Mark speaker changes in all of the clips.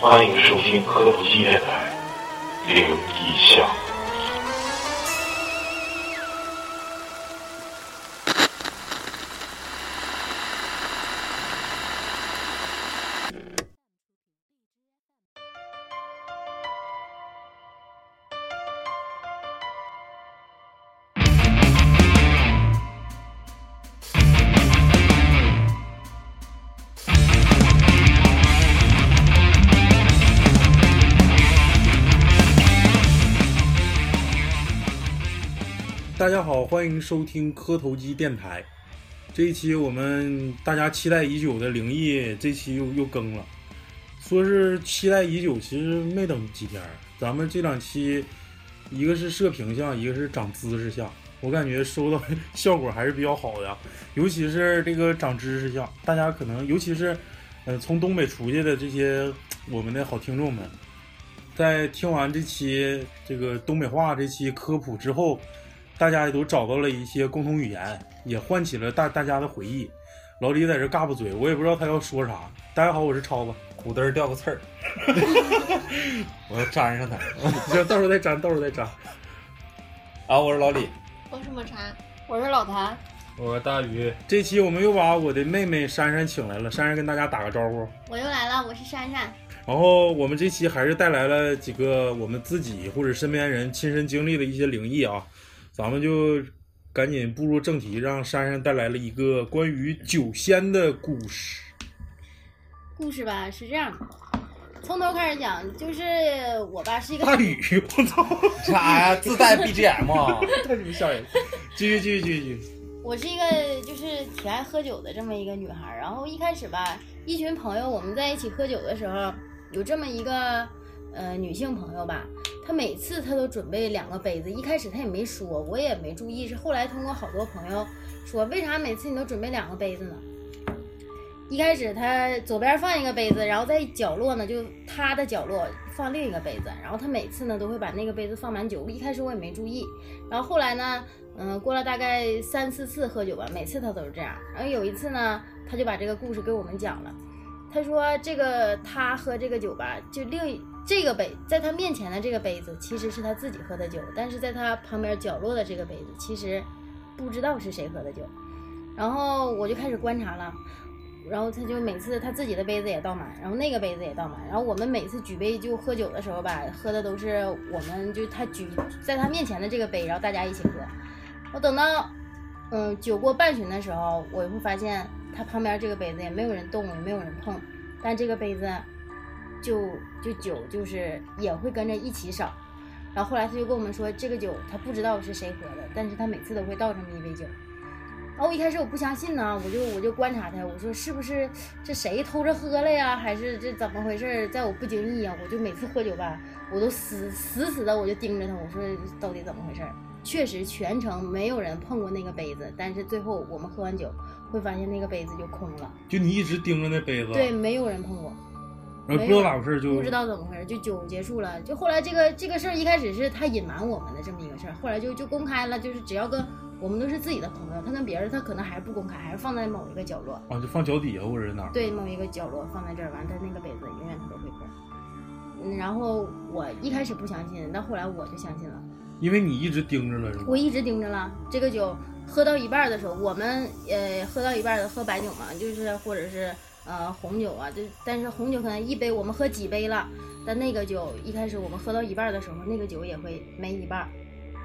Speaker 1: 欢迎收听科普系电台《灵异巷》。
Speaker 2: 大家好，欢迎收听磕头机电台。这一期我们大家期待已久的灵异，这期又又更了。说是期待已久，其实没等几天儿。咱们这两期，一个是射频项，一个是长知识项，我感觉收到 效果还是比较好的，尤其是这个长知识项，大家可能尤其是，呃，从东北出去的这些我们的好听众们，在听完这期这个东北话这期科普之后，大家也都找到了一些共同语言，也唤起了大大家的回忆。老李在这嘎巴嘴，我也不知道他要说啥。大家好，我是超子，
Speaker 3: 骨嘚儿掉个刺儿，我要粘上它。
Speaker 2: 这到时候再粘，到时候再粘。
Speaker 3: 啊，我是老李，
Speaker 4: 我是抹茶，我是老谭，
Speaker 5: 我是大鱼，
Speaker 2: 这期我们又把我的妹妹珊珊请来了，珊珊跟大家打个招呼。
Speaker 4: 我又来了，我是珊珊。
Speaker 2: 然后我们这期还是带来了几个我们自己或者身边人亲身经历的一些灵异啊，咱们就赶紧步入正题，让珊珊带来了一个关于酒仙的故事。
Speaker 4: 故事吧是这样的，从头开始讲，就是我吧是一个
Speaker 2: 大雨，我操，
Speaker 3: 啥哎呀？自带 BGM 啊？
Speaker 2: 太他妈吓人！ 继续继续继续继续，
Speaker 4: 我是一个就是挺爱喝酒的这么一个女孩儿。然后一开始吧，一群朋友我们在一起喝酒的时候，有这么一个呃女性朋友吧，她每次她都准备两个杯子。一开始她也没说，我也没注意，是后来通过好多朋友说，为啥每次你都准备两个杯子呢？一开始她左边放一个杯子，然后在角落呢，就她的角落放另一个杯子，然后她每次呢都会把那个杯子放满酒。一开始我也没注意，然后后来呢，嗯，过了大概三四次喝酒吧，每次他都是这样。然后有一次呢，他就把这个故事给我们讲了。他说这个他喝这个酒吧，就另一这个杯，在他面前的这个杯子其实是他自己喝的酒，但是在他旁边角落的这个杯子其实不知道是谁喝的酒。然后我就开始观察了。然后他就每次他自己的杯子也倒满，然后那个杯子也倒满，然后我们每次举杯就喝酒的时候吧，喝的都是我们就他举在他面前的这个杯，然后大家一起喝。我等到嗯酒过半巡的时候，我会发现他旁边这个杯子也没有人动，也没有人碰，但这个杯子就就酒就是也会跟着一起少。然后后来他就跟我们说，这个酒他不知道是谁喝的，但是他每次都会倒这么一杯酒。然后我一开始我不相信呢，我就我就观察他，我说是不是这谁偷着喝了呀，还是这怎么回事儿？在我不经意呀、我就每次喝酒吧，我都死死死的我就盯着他，我说到底怎么回事儿？确实全程没有人碰过那个杯子，但是最后我们喝完酒会发现那个杯子就空了，
Speaker 2: 就你一直盯着那杯子，
Speaker 4: 对，没有人碰过。
Speaker 2: 然后不知道咋回事就
Speaker 4: 不知道怎么回事，就酒结束了。就后来这个这个事儿一开始是他隐瞒我们的这么一个事儿，后来就就公开了，就是只要跟我们都是自己的朋友，他跟别人他可能还是不公开，还是放在某一个角落，
Speaker 2: 啊，就放脚底下或者是哪儿。
Speaker 4: 对，某一个角落放在这儿，完他那个杯子永远他都会喝。嗯，然后我一开始不相信，但后来我就相信了。
Speaker 2: 因为你一直盯着了是吗？
Speaker 4: 我一直盯着了。这个酒喝到一半儿的时候，我们呃喝到一半儿的喝白酒嘛，就是或者是呃红酒啊，就但是红酒可能一杯我们喝几杯了，但那个酒一开始我们喝到一半儿的时候，那个酒也会没一半儿，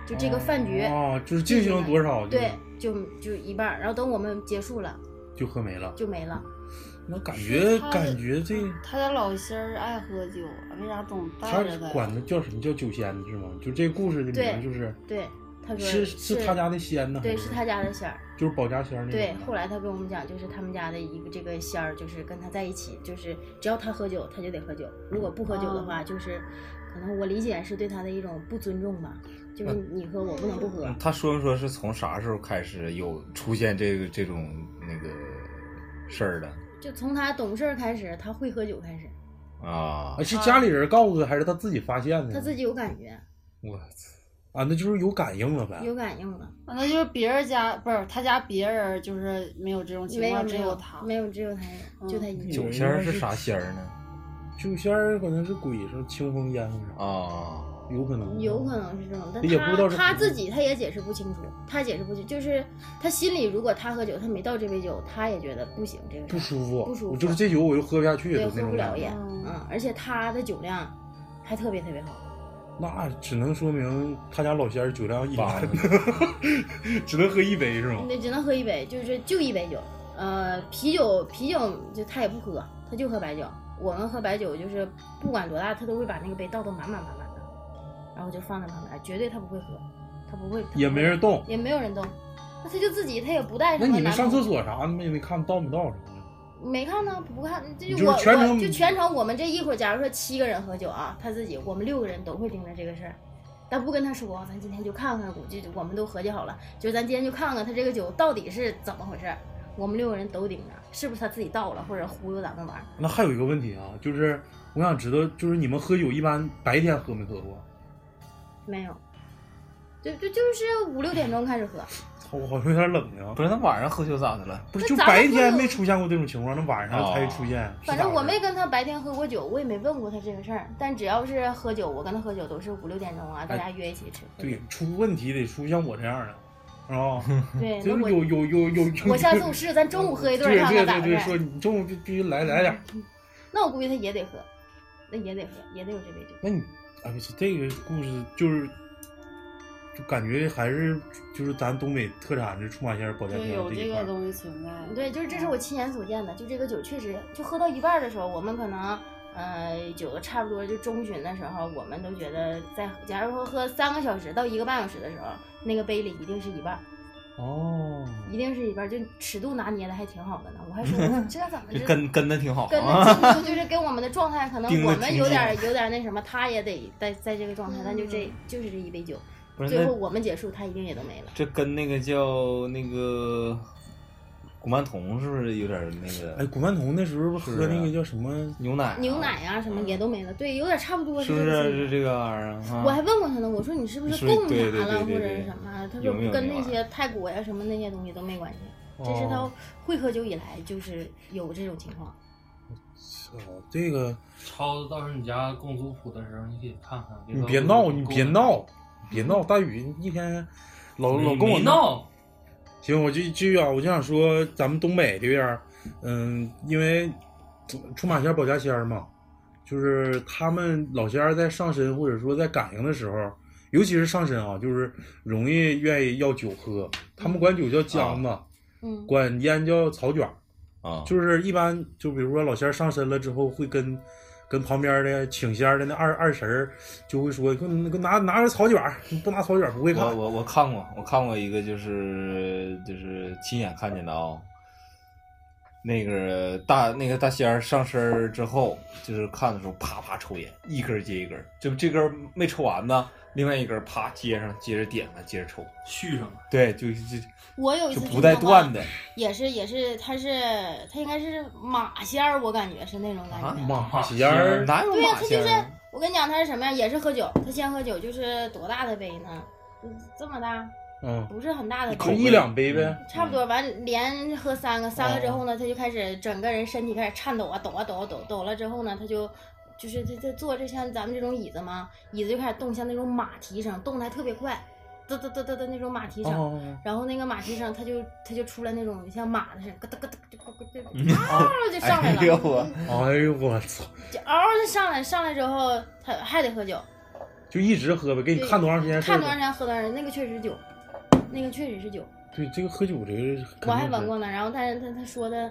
Speaker 4: 就这个饭局。
Speaker 2: 啊，就是进行了多少就
Speaker 4: 对，就就一半儿，然后等我们结束了
Speaker 2: 就喝没了。
Speaker 4: 就没了。
Speaker 2: 我感觉
Speaker 6: 他
Speaker 2: 感觉这
Speaker 6: 嗯他家老仙儿爱喝酒，为啥总
Speaker 2: 他
Speaker 6: 带着他？
Speaker 2: 管他叫什么叫酒仙是吗？就这故事的
Speaker 4: 对
Speaker 2: 名就是
Speaker 4: 对，他说
Speaker 2: 是
Speaker 4: 是
Speaker 2: 他家的仙呢？
Speaker 4: 对，
Speaker 2: 还是
Speaker 4: 是他家的仙儿。
Speaker 2: 就是保家仙儿那个。
Speaker 4: 对，后来他跟我们讲，就是他们家的一个这个仙儿，就是跟他在一起，就是只要他喝酒，他就得喝酒；如果不喝酒的
Speaker 2: 哦
Speaker 4: 话，就是可能我理解是对他的一种不尊重吧，就是
Speaker 2: 嗯
Speaker 4: 你喝我不能不喝。
Speaker 3: 他说没说是从啥时候开始有出现这个这种那个事儿的
Speaker 4: 就从他懂事儿开始，他会喝酒开始，
Speaker 3: 啊
Speaker 2: 啊，？是家里人告诉他还是他自己发现的？
Speaker 4: 他自己有感觉，
Speaker 3: 我操！
Speaker 2: 啊，那就是有感应了呗。
Speaker 4: 有感应了。
Speaker 6: 啊那就是别人家不是他家别人就是没有这种情
Speaker 4: 没有
Speaker 6: 况，
Speaker 4: 没
Speaker 6: 只有
Speaker 4: 有
Speaker 6: 他。嗯
Speaker 4: 没有只有他有，就他一个。
Speaker 3: 酒仙儿是啥仙儿呢？
Speaker 2: 酒仙儿可能是鬼是清风烟上啥，
Speaker 3: 啊，
Speaker 2: 有可能，
Speaker 4: 有可能是这种，但
Speaker 2: 也不知道
Speaker 4: 他
Speaker 2: 是
Speaker 4: 他自己他也解释不清楚，他解释不清，就是他心里如果他喝酒，他没倒这杯酒，他也觉得不行，这个事儿
Speaker 2: 不舒服，
Speaker 4: 不舒服
Speaker 2: 我就是这酒我就喝不下去
Speaker 4: 对
Speaker 2: 的那
Speaker 4: 喝
Speaker 2: 种
Speaker 4: 不
Speaker 2: 感
Speaker 4: 了
Speaker 2: 觉
Speaker 4: 也，，
Speaker 6: 嗯
Speaker 4: 嗯，而且他的酒量还特别特别好，
Speaker 2: 那只能说明他家老仙儿酒量一
Speaker 3: 完
Speaker 2: 般
Speaker 3: 了，
Speaker 2: 只能喝一杯是吗？
Speaker 4: 那只能喝一杯，就是就一杯酒，呃，啤酒啤酒就他也不喝，他就喝白酒。我们喝白酒就是不管多大，他都会把那个杯倒得满满满满的，然后就放在旁边，绝对他不会喝，他不会，他不会
Speaker 2: 也没人动。
Speaker 4: 也没有人动，那他就自己，他也不带什
Speaker 2: 那
Speaker 4: 么。
Speaker 2: 你们上厕？所啥的没没看到没到啥的？
Speaker 4: 没看呢，不看，这
Speaker 2: 就是
Speaker 4: 我
Speaker 2: 全
Speaker 4: 我
Speaker 2: 程
Speaker 4: 就全程我们这一会儿，假如说七个人喝酒啊，他自己，我们六个人都会盯着这个事儿，但不跟他说，咱今天就看看，估计我们都合计好了，就是咱今天就看看他这个酒到底是怎么回事儿，我们六个人都盯着，是不是他自己倒了或者忽悠咱们玩儿？
Speaker 2: 那还有一个问题啊，就是我想知道，就是你们喝酒一般白天喝没喝过？
Speaker 4: 没有，就就就是五六点钟开始喝，
Speaker 2: 操，我好像有点冷呀。
Speaker 3: 不是，那晚上喝酒咋的了？
Speaker 2: 不是，
Speaker 4: 那
Speaker 2: 就
Speaker 4: 咱们
Speaker 2: 白
Speaker 4: 喝
Speaker 2: 天
Speaker 4: 酒
Speaker 2: 没出现过这种情况，那晚上才出现。
Speaker 4: 反正我没跟他白天喝过酒，我也没问过他这个事儿。但只要是喝酒，我跟他喝酒都是五六点钟啊，大家约一起吃。
Speaker 2: 哎对，出问题得出像我这样的，是 吧？
Speaker 4: 对，
Speaker 2: 就
Speaker 4: 那
Speaker 2: 是
Speaker 4: 我
Speaker 2: 有有有有。有
Speaker 4: 我下次我试试，咱中午喝一顿
Speaker 2: 对
Speaker 4: 看
Speaker 2: 对
Speaker 4: 看咋
Speaker 2: 对对，
Speaker 4: 回事
Speaker 2: 说
Speaker 4: 儿。
Speaker 2: 你中午必必须来来点儿。
Speaker 4: 那我估计他也得喝，那也得喝，也得有这杯酒。
Speaker 2: 那你哎，不是这个故事就是，就感觉还是就是咱东北特产的出马仙儿、保家
Speaker 6: 就
Speaker 2: 仙
Speaker 6: 有
Speaker 2: 儿
Speaker 6: 这
Speaker 2: 一块
Speaker 6: 个
Speaker 2: 儿。
Speaker 6: 东西存在。
Speaker 4: 嗯对，就是这是我亲眼所见的，就这个酒确实，就喝到一半儿的时候，我们可能。呃，酒的差不多就中旬的时候，我们都觉得在，假如说喝三个小时到一个半小时的时候，那个杯里一定是一半儿，
Speaker 2: 哦，
Speaker 4: 一定是一半儿，就尺度拿捏的还挺好的呢。我 还说我这怎么
Speaker 3: 就
Speaker 4: 这
Speaker 3: 跟跟的挺好
Speaker 4: 跟
Speaker 3: 啊。
Speaker 4: 着进度就是跟我们的状态，可能
Speaker 3: 盯得
Speaker 4: 我们
Speaker 3: 挺
Speaker 4: 有
Speaker 3: 紧
Speaker 4: 点儿有点儿那什么，他也得在在这个状态，但就这就是这一杯酒，
Speaker 3: 不是
Speaker 4: 最
Speaker 3: 那
Speaker 4: 后我们结束，他一定也都没了。
Speaker 3: 这跟那个叫那个古曼童是不是有点那
Speaker 2: 哎，
Speaker 3: 个
Speaker 2: 古曼童那时候不
Speaker 3: 是
Speaker 2: 喝
Speaker 3: 啊
Speaker 2: 那个叫什么？
Speaker 3: 牛奶啊、
Speaker 4: 牛奶啊什么也都没了，对，有点差不多
Speaker 3: 是
Speaker 4: 这
Speaker 3: 不
Speaker 4: 个
Speaker 3: 是
Speaker 4: 劲
Speaker 3: 是这个玩意儿啊？
Speaker 4: 我还问过他呢，我说你是不
Speaker 3: 你
Speaker 4: 是
Speaker 3: 是不是
Speaker 4: 供啥
Speaker 3: 对对
Speaker 4: 了
Speaker 3: 对对
Speaker 4: 或者
Speaker 3: 对
Speaker 4: 是什么啊？他
Speaker 3: 有
Speaker 4: 说
Speaker 3: 没有
Speaker 4: 跟
Speaker 3: 那
Speaker 4: 那
Speaker 3: 玩意
Speaker 4: 些泰国呀什么那些东西都没关系，这是他
Speaker 2: 哦
Speaker 4: 会喝酒以来就是有这种情况。
Speaker 2: 操，这个
Speaker 5: 超子，到时候你家供族谱的时候，你可以看看。
Speaker 2: 你别闹，你别闹，别闹！大宇一天老
Speaker 5: 你
Speaker 2: 老跟我
Speaker 5: 没。闹，
Speaker 2: 行，我就就要我就想说，咱们东北这边儿，嗯，因为出马仙儿保家仙儿嘛，就是他们老仙儿在上身或者说在感应的时候，尤其是上身啊，就是容易愿意要酒喝。他们管酒叫浆子，
Speaker 4: 嗯，
Speaker 2: 管烟叫草卷儿。
Speaker 3: 啊，
Speaker 2: 就是一般就比如说老仙儿上身了之后，会跟跟旁边的请仙儿的那二二婶儿就会说，给我给我拿拿着草卷儿，你不拿草卷儿不会看
Speaker 3: 我。我我看过，我看过一个就是就是亲眼看见的啊、那个大那个大仙儿上身儿之后，就是看的时候啪啪抽烟，一根儿接一根儿，就这根儿没抽完呢，另外一根儿啪接上，接着点了，接着抽，
Speaker 5: 续上了。
Speaker 3: 对，就就
Speaker 4: 我有一
Speaker 3: 就
Speaker 4: 次
Speaker 3: 不带断
Speaker 4: 的，
Speaker 3: 的
Speaker 4: 也是也是，他是他应该是马仙儿，我感觉是那种感
Speaker 3: 啊
Speaker 4: 觉。
Speaker 2: 马
Speaker 5: 仙
Speaker 2: 仙
Speaker 5: 儿
Speaker 2: 儿，
Speaker 3: 哪有
Speaker 4: 对呀、
Speaker 3: 马
Speaker 4: 他
Speaker 3: 仙
Speaker 4: 就是
Speaker 3: 儿？啊
Speaker 4: 我跟你讲，他是什么呀？也是喝酒，他先喝酒，就是多大的杯呢？就是这么大，
Speaker 2: 嗯，
Speaker 4: 不是很大的
Speaker 2: 就
Speaker 3: 口
Speaker 4: 杯，
Speaker 3: 碑
Speaker 2: 一嗯两杯呗。
Speaker 4: 差
Speaker 3: 嗯
Speaker 4: 不多。完连喝三个，三个之后呢，他就开始整个人身体开始颤抖啊，抖啊抖啊抖，抖了之后呢，他就。就是他他坐这像咱们这种椅子嘛，椅子就开始动，像那种马蹄声，动的还特别快，嘚嘚嘚嘚嘚那种马蹄声。
Speaker 2: 哦，
Speaker 4: 然后那个马蹄声，他就他就出来那种像 马的声，咯噔咯噔咯噔咯噔，
Speaker 6: 啊
Speaker 4: 嗷就上来了。
Speaker 3: 哎呦我
Speaker 2: 哎呦我操！
Speaker 4: 就嗷嗷就上来，上来之后他还得喝酒，
Speaker 2: 就一直喝呗，给你看多长时间事
Speaker 4: 看
Speaker 2: 儿
Speaker 4: 多长时
Speaker 2: 呗。
Speaker 4: 间喝多长时间，那个确实是酒，那个确实是酒，
Speaker 2: 对，这个喝酒这个，
Speaker 4: 我还闻。过呢。然后但是他他说的，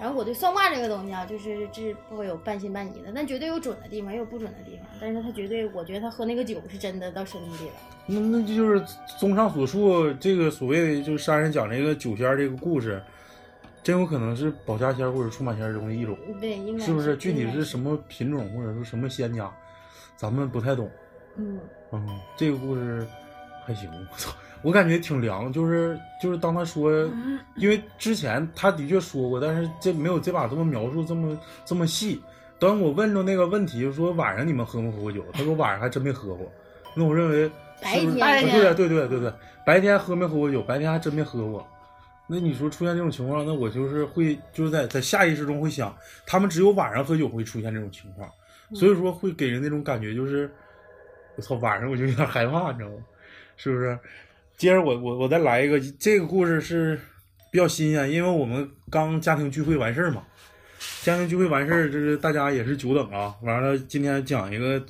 Speaker 4: 然后我对算卦这个东西啊，就是这不会有半信半疑的，但绝对有准的地方，也有不准的地方。但是他绝对，我觉得他喝那个酒是真的到身体里了。
Speaker 2: 那那就是综上所述，这个所谓就是山人讲这个酒仙儿这个故事，真有可能是保家仙儿或者出马仙儿中的一种，
Speaker 4: 对，应该
Speaker 2: 是不
Speaker 4: 是
Speaker 2: 是？具体
Speaker 4: 应该
Speaker 2: 是什么品种或者说什么仙家，咱们不太懂。
Speaker 4: 嗯，
Speaker 2: 嗯，这个故事还行，我操，我感觉挺凉，就是就是当他说，
Speaker 4: 嗯
Speaker 2: 因为之前他的确说过，但是这没有这把这么描述这么这么细。当我问着那个问题，就说晚上你们喝没喝过酒，他说晚上还真没喝过。那我认为
Speaker 4: 白
Speaker 2: 是不是
Speaker 4: 天
Speaker 2: 啊
Speaker 4: 呢
Speaker 2: 对对对对对，白天喝没喝过酒，白天还真没喝过。那你说出现这种情况，那我就是会就是在在下意识中会想，他们只有晚上喝酒会出现这种情况，
Speaker 4: 嗯
Speaker 2: 所以说会给人那种感觉，就是我操，晚上我就有点害怕，你知道吗？是不是？接着我我我再来一个，这个故事是比较新鲜，因为我们刚家庭聚会完事儿嘛，家庭聚会完事儿，就是大家也是久等啊。完了，今天讲一个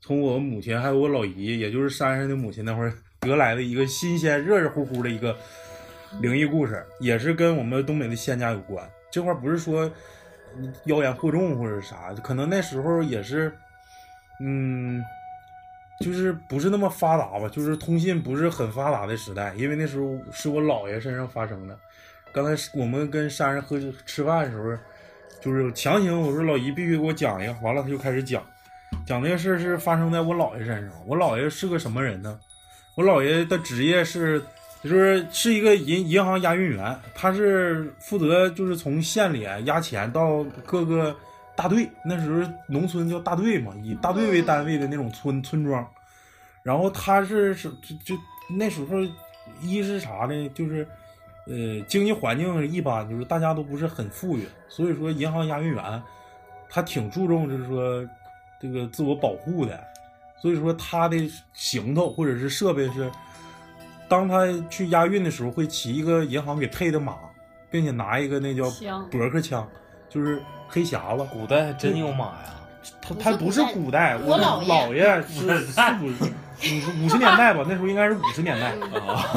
Speaker 2: 从我母亲还有我老姨，也就是珊珊的母亲那会儿得来的一个新鲜、热热乎乎的一个灵异故事，也是跟我们东北的仙家有关。这块儿不是说妖言惑众或者啥，可能那时候也是，嗯，就是不是那么发达吧，就是通信不是很发达的时代，因为那时候是我姥爷身上发生的。刚才是我们跟珊珊喝酒吃饭的时候，就是强行我说老姨必须给我讲一个，完了他就开始讲，讲这个事儿是发生在我姥爷身上。我姥爷是个什么人呢？我姥爷的职业是，就是是一个银银行押运员，他是负责就是从县里押钱到各个大队，那时候农村叫大队嘛，以大队为单位的那种村村庄。然后他是是就就那时候，一是啥呢？就是，呃，经济环境一般，就是大家都不是很富裕，所以说银行押运员他挺注重就是说这个自我保护的，所以说他的行头或者是设备是，当他去押运的时候会骑一个银行给配的马，并且拿一个那叫
Speaker 6: 枪
Speaker 2: 驳壳枪，就是黑匣子。
Speaker 3: 古代还真有马呀，
Speaker 2: 他他不是古代，
Speaker 4: 我
Speaker 2: 老
Speaker 4: 姥爷
Speaker 2: 爷是是五五五十年代吧，那时候应该是五十年代，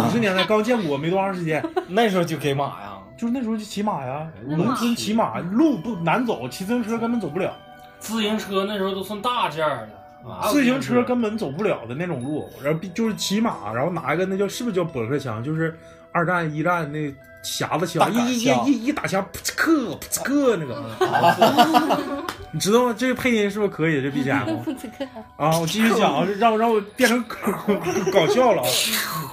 Speaker 2: 五十年代刚建国没多长时间，
Speaker 3: 那时候就给马呀，
Speaker 2: 就是那时候就骑马呀，
Speaker 6: 那
Speaker 2: 农
Speaker 6: 马
Speaker 2: 村骑马路不难走，骑自行车根本走不了，
Speaker 5: 自行车那时候都算大件儿了，哪有
Speaker 2: 自行车根本走不了的那种路，然后必就是骑马，然后拿一个那叫是不是叫驳壳枪，就是二战一战那匣子枪，
Speaker 3: 大杆
Speaker 2: 一一
Speaker 3: 枪
Speaker 2: 一一一打枪，噗呲克噗呲克那个， 你知道吗？这个配音是不是可以？这 BGM。
Speaker 6: 这个
Speaker 2: 啊，我继续讲啊，让我让我变成搞 笑了啊！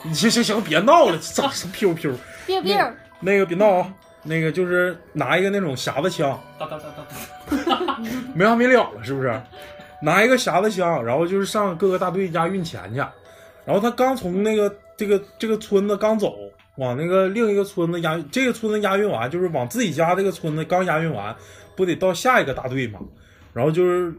Speaker 2: 你行行行，别闹了，整什么 Q Q？
Speaker 6: 别别儿，
Speaker 2: 那个别闹啊，那个就是拿一个那种匣子枪，
Speaker 5: 哒哒哒哒哒，
Speaker 2: 没完没了了，是不是？拿一个匣子枪，然后就是上各个大队押运钱去。然后他刚从那个这个这个村子刚走，往那个另一个村子押，这个村子押运完，就是往自己家这个村子刚押运完，不得到下一个大队吗？然后就是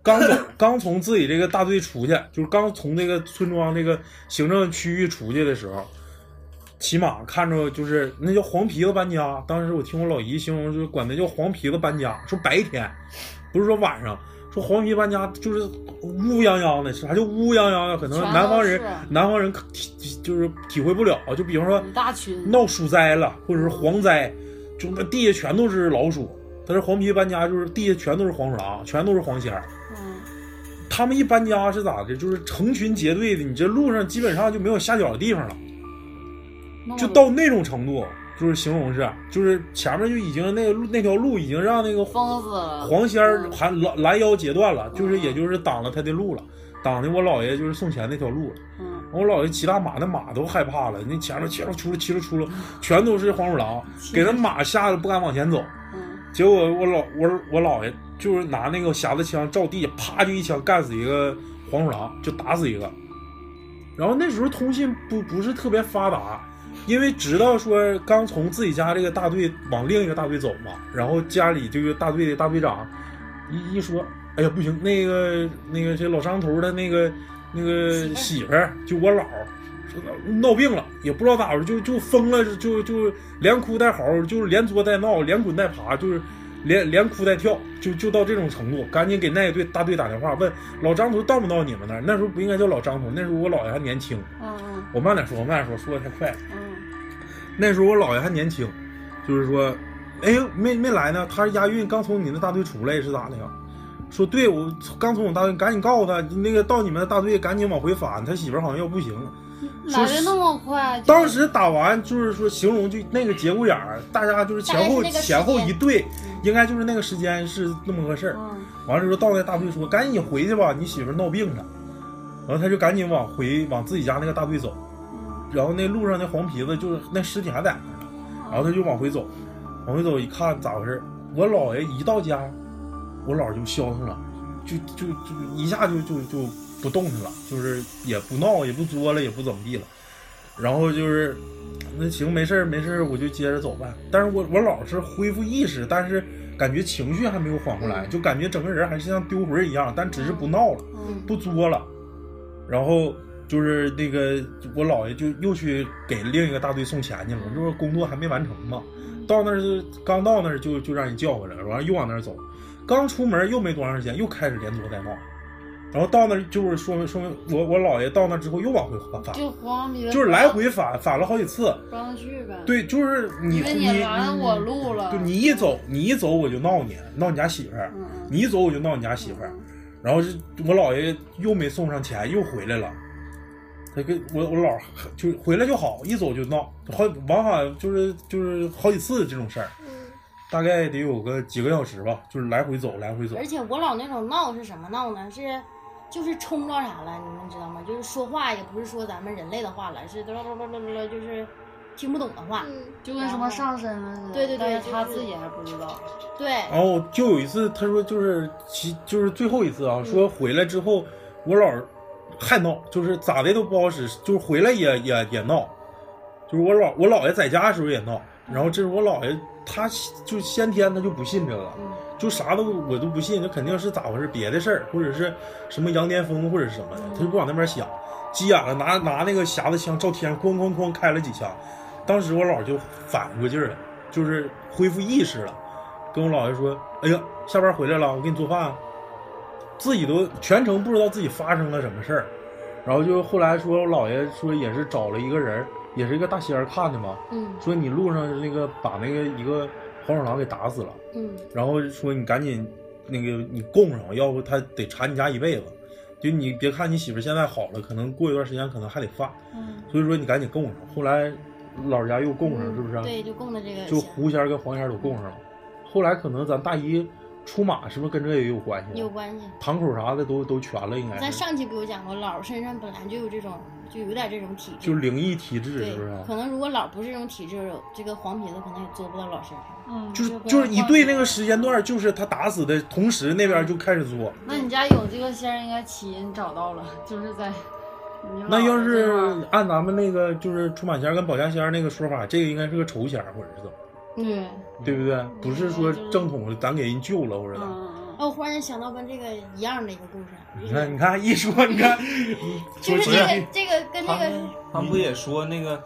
Speaker 2: 刚 走，刚从自己这个大队出去，就是刚从那个村庄这个行政区域出去的时候，骑马看着就是那叫黄皮子搬家。当时我听我老姨形容，就是管那叫黄皮子搬家，说白天，不是说晚上，说黄皮搬家就是乌泱泱的，啥叫乌泱泱呀？可能
Speaker 6: 全都
Speaker 2: 南方人
Speaker 6: 是
Speaker 2: 南方人体就是体会不了，就比方说
Speaker 6: 很大群，
Speaker 2: 闹鼠灾了，或者是蝗灾，就那地下全都是老鼠。但是黄皮搬家就是地下全都是黄鼠狼，全都是黄仙儿。
Speaker 6: 嗯，
Speaker 2: 他们一搬家是咋的？就是成群结队的，你这路上基本上就没有下脚的地方了，
Speaker 6: 弄
Speaker 2: 就
Speaker 6: 得
Speaker 2: 到那种程度，就是形容是，就是前面就已经那个路那条路已经让那个
Speaker 6: 疯子了，
Speaker 2: 黄仙儿
Speaker 6: 嗯
Speaker 2: 还拦拦腰截断了，就是
Speaker 6: 嗯
Speaker 2: 也就是挡了他的路了，挡的我姥爷就是送钱那条路了。
Speaker 6: 嗯，
Speaker 2: 我姥爷骑大马，那马都害怕了，那前面骑着出了骑着出了，全都是黄鼠狼，给那马吓得不敢往前走。
Speaker 6: 嗯，
Speaker 2: 结果我老我我姥爷就是拿那个匣子枪照地，啪就一枪干死一个黄鼠狼，就打死一个。然后那时候通信不不是特别发达，因为直到说刚从自己家这个大队往另一个大队走嘛，然后家里这个大队的大队长一一说，哎呀不行，那个那个谁老张头的那个那个媳妇儿，就我姥儿，说闹闹病了，也不知道咋回事，就就疯了，就就连哭带嚎，就是连作带闹，连滚带爬，就是连连哭带跳，就就到这种程度，赶紧给那一队大队打电话问老张头到不到你们那儿？那时候不应该叫老张头，那时候我姥爷还年轻，
Speaker 6: 嗯
Speaker 2: 我慢点说，我慢点说，说的太快了。
Speaker 6: 嗯嗯，
Speaker 2: 那时候我姥爷还年轻，就是说，哎呦，没没来呢，他是押运刚从你那大队出来是咋的呀？说对，我刚从我大队，赶紧告诉他，那个到你们的大队赶紧往回返，他媳妇儿好像要不行了。
Speaker 6: 来的那么快，
Speaker 4: 啊
Speaker 6: 就
Speaker 2: 当时打完就是说形容就那个节骨眼儿，大家就是前后
Speaker 4: 大概是那个时间嗯
Speaker 2: 前后一对，应该就是那个时间是那么个事儿。
Speaker 6: 嗯
Speaker 2: 完了之后到那大队说赶紧回去吧，你媳妇儿闹病了。然后他就赶紧往回往自己家那个大队走，
Speaker 6: 嗯，
Speaker 2: 然后那路上那黄皮子就是那尸体还在那儿呢。
Speaker 4: 嗯
Speaker 2: 然后他就往回走，往回走一看咋回事儿？我姥爷一到家，我姥儿就消停了，就就就一下就就就不动弹了，就是也不闹，也不作了，也不怎么地了。然后就是那行，没事儿，没事儿，我就接着走呗。但是我我老是恢复意识，但是感觉情绪还没有缓过来，就感觉整个人还是像丢魂儿一样，但只是不闹了，
Speaker 6: 嗯
Speaker 2: 不作了。然后就是那个我姥爷就又去给另一个大队送钱去了，就是工作还没完成嘛。到那儿就刚到那儿就就让人叫回来了，完了又往那儿走，刚出门又没多长时间，又开始连作带闹。然后到那儿就是说明说明我我姥爷到那儿之后又往回翻，
Speaker 6: 就黄别
Speaker 2: 就是来回翻翻了好几次。
Speaker 6: 不让去呗。，
Speaker 2: 对，就是你
Speaker 6: 因为
Speaker 2: 你
Speaker 6: 拦我路了。
Speaker 2: 就你一走，你一走我就闹你，闹你家媳妇儿；
Speaker 6: 嗯，嗯
Speaker 2: 你一走我就闹你家媳妇儿。然后是我姥爷又没送上钱，又回来了。他跟我我姥儿就回来就好，一走就闹，好往返就是就是好几次这种事儿，大概得有个几个小时吧，就是来回走来回走
Speaker 4: 嗯而。且我老那种闹是什么闹呢？是就是冲着啥了，你们知道吗？就是说话也不是说咱们人类的话了，是哆哆哆哆哆，就是听不懂的话。
Speaker 6: 就跟什么上身了似的。
Speaker 4: 对对对
Speaker 6: 但是他
Speaker 4: 就是
Speaker 6: 自己还不知道。
Speaker 4: 对，
Speaker 2: 然后就有一次，他说就是其就是最后一次啊，说回来之后，我姥儿还闹，就是咋的都不好使，就是回来也也也闹，就是我姥我姥爷在家的时候也闹，然后这是我姥爷他就先天他就不信这个，
Speaker 4: 嗯
Speaker 2: 就啥都我都不信，这肯定是咋回事，别的事儿或者是什么羊癫疯或者是什么的，他就不往那边想，急眼了拿拿那个匣子枪照天哐哐哐开了几枪，当时我姥儿就反应过劲儿了，就是恢复意识了。跟我姥爷说：“哎呀，哎下班回来了，我给你做饭。”自己都全程不知道自己发生了什么事儿，然后就后来说，我姥爷说也是找了一个人儿，也是一个大仙儿看的嘛，
Speaker 4: 嗯
Speaker 2: 说你路上那个把那个一个黄鼠狼给打死了，
Speaker 4: 嗯
Speaker 2: 然后说你赶紧那个你供上，要不他得缠你家一辈子。就你别看你媳妇儿现在好了，可能过一段时间可能还得犯，
Speaker 6: 嗯
Speaker 2: 所以说你赶紧供上。后来老人家又供上，是不是？
Speaker 4: 对，就供的这个
Speaker 2: 嗯就
Speaker 4: 行
Speaker 2: 狐仙儿跟黄仙儿都供上了。后来可能咱大姨出马是不是跟这也有关系？啊
Speaker 4: 有关系。
Speaker 2: 堂口啥的都都全了，应该
Speaker 4: 咱
Speaker 2: 是
Speaker 4: 上期不有讲过，老儿身上本来就有这种，就有点这种体质。
Speaker 2: 就灵异体质
Speaker 4: 对
Speaker 2: 是不是？，啊
Speaker 4: 可能如果老儿不是这种体质，这个黄皮子可能也作不到老儿身上。
Speaker 6: 嗯，
Speaker 2: 就是
Speaker 6: 不要
Speaker 2: 就是你
Speaker 6: 晃
Speaker 2: 对
Speaker 6: 你
Speaker 2: 那个时间段，就是他打死的同时，那边就开始作。
Speaker 6: 那你家有这个仙儿，应该起因找到了， 就是在你姥
Speaker 2: 那要
Speaker 6: 姥
Speaker 2: 是
Speaker 6: 这块儿
Speaker 2: 按咱们那个就是出马仙儿跟保家仙儿那个说法，这个应该是个仇仙儿或者是怎么，
Speaker 6: 对，
Speaker 2: 对不对？不是说
Speaker 6: 就是
Speaker 2: 正统的，咱给人救了或者
Speaker 6: 嗯
Speaker 2: 咋。
Speaker 6: 嗯
Speaker 4: 哦，我忽然想到跟这个一样的一个故事，啊
Speaker 2: 你看，你看，一说你看，
Speaker 4: 就是
Speaker 2: 说起
Speaker 4: 嗯这个这个跟
Speaker 3: 他
Speaker 4: 这
Speaker 3: 们
Speaker 4: 个
Speaker 3: 他们不也说那个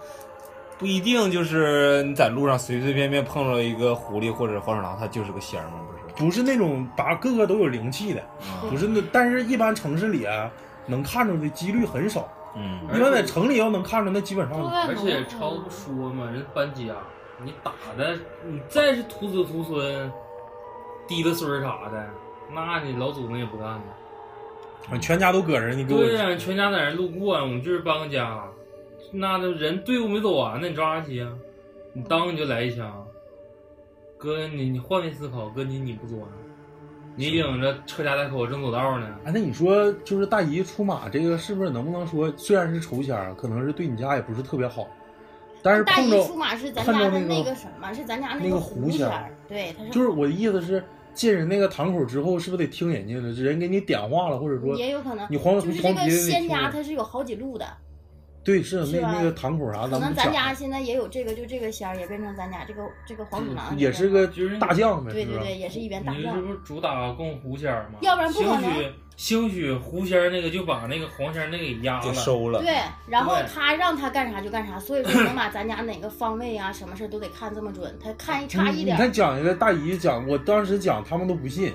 Speaker 3: 不一定就是你在路上随随便便碰着一个狐狸或者黄鼠狼，它就是个仙儿吗？不是？啊
Speaker 2: 不是那种打个个都有灵气的，不是那，但是一般城市里啊，能看着的几率很少。
Speaker 3: 嗯，
Speaker 2: 一般在城里要能看着，那基本
Speaker 6: 嗯，
Speaker 2: 上
Speaker 5: 而且超不说嘛，人搬家，你打的，你再是徒子徒孙，滴了孙儿啥的，那你老祖宗也不干了。
Speaker 2: 全家都搁这，你给我
Speaker 5: 对呀、全家在那儿路过，我们就是搬个家，那都人队伍没走完呢，你着啥急啊？你当你就来一枪，哥你你换位思考，哥你你不作呀、你领着车家带口正走道呢，
Speaker 2: 哎，那你说就是大姨出马这个，是不是能不能说，虽然是仇仙儿，可能是对你家也不是特别好，但是
Speaker 4: 大
Speaker 2: 碰
Speaker 4: 姨出
Speaker 2: 着
Speaker 4: 马是咱
Speaker 2: 碰
Speaker 4: 家
Speaker 2: 着
Speaker 4: 的
Speaker 2: 那
Speaker 4: 那
Speaker 2: 个
Speaker 4: 个什么，是咱家
Speaker 2: 那个
Speaker 4: 个
Speaker 2: 狐
Speaker 4: 狐
Speaker 2: 仙
Speaker 4: 仙
Speaker 2: 儿
Speaker 4: 儿，对，他
Speaker 2: 就是我的意思是，进人那个堂口之后，是不是得听人家的，人给你点化了，或者说
Speaker 4: 也有可能
Speaker 2: 你黄
Speaker 4: 就是这
Speaker 2: 黄
Speaker 4: 个
Speaker 2: 皮子
Speaker 4: 仙
Speaker 2: 听
Speaker 4: 家
Speaker 2: 了
Speaker 4: 它是有好几路的，
Speaker 2: 对，是那
Speaker 4: 是吧
Speaker 2: 那个堂口啥，
Speaker 4: 可能
Speaker 2: 啊们
Speaker 4: 咱
Speaker 2: 讲
Speaker 4: 家现在也有这个，就这个仙儿也变成咱家这个这个黄鼠狼，
Speaker 2: 嗯也是个大将呗，
Speaker 4: 对
Speaker 2: 是
Speaker 4: 对
Speaker 2: 吧？
Speaker 4: 对，也是一员大
Speaker 5: 你这
Speaker 4: 将。
Speaker 5: 不是主打供狐仙儿吗？
Speaker 4: 要不然不可能
Speaker 5: 兴许兴许狐仙儿那个就把那个黄仙儿那个给压
Speaker 3: 给
Speaker 5: 了，
Speaker 3: 收了。
Speaker 4: 对，然后
Speaker 5: 对
Speaker 4: 他让他干啥就干啥，所以说能把咱家哪个方位啊、什么事儿都得看这么准，他看一差
Speaker 2: 你
Speaker 4: 一
Speaker 2: 你
Speaker 4: 点
Speaker 2: 看
Speaker 4: 儿。
Speaker 2: 讲一个大姨讲，我当时讲他们都不信，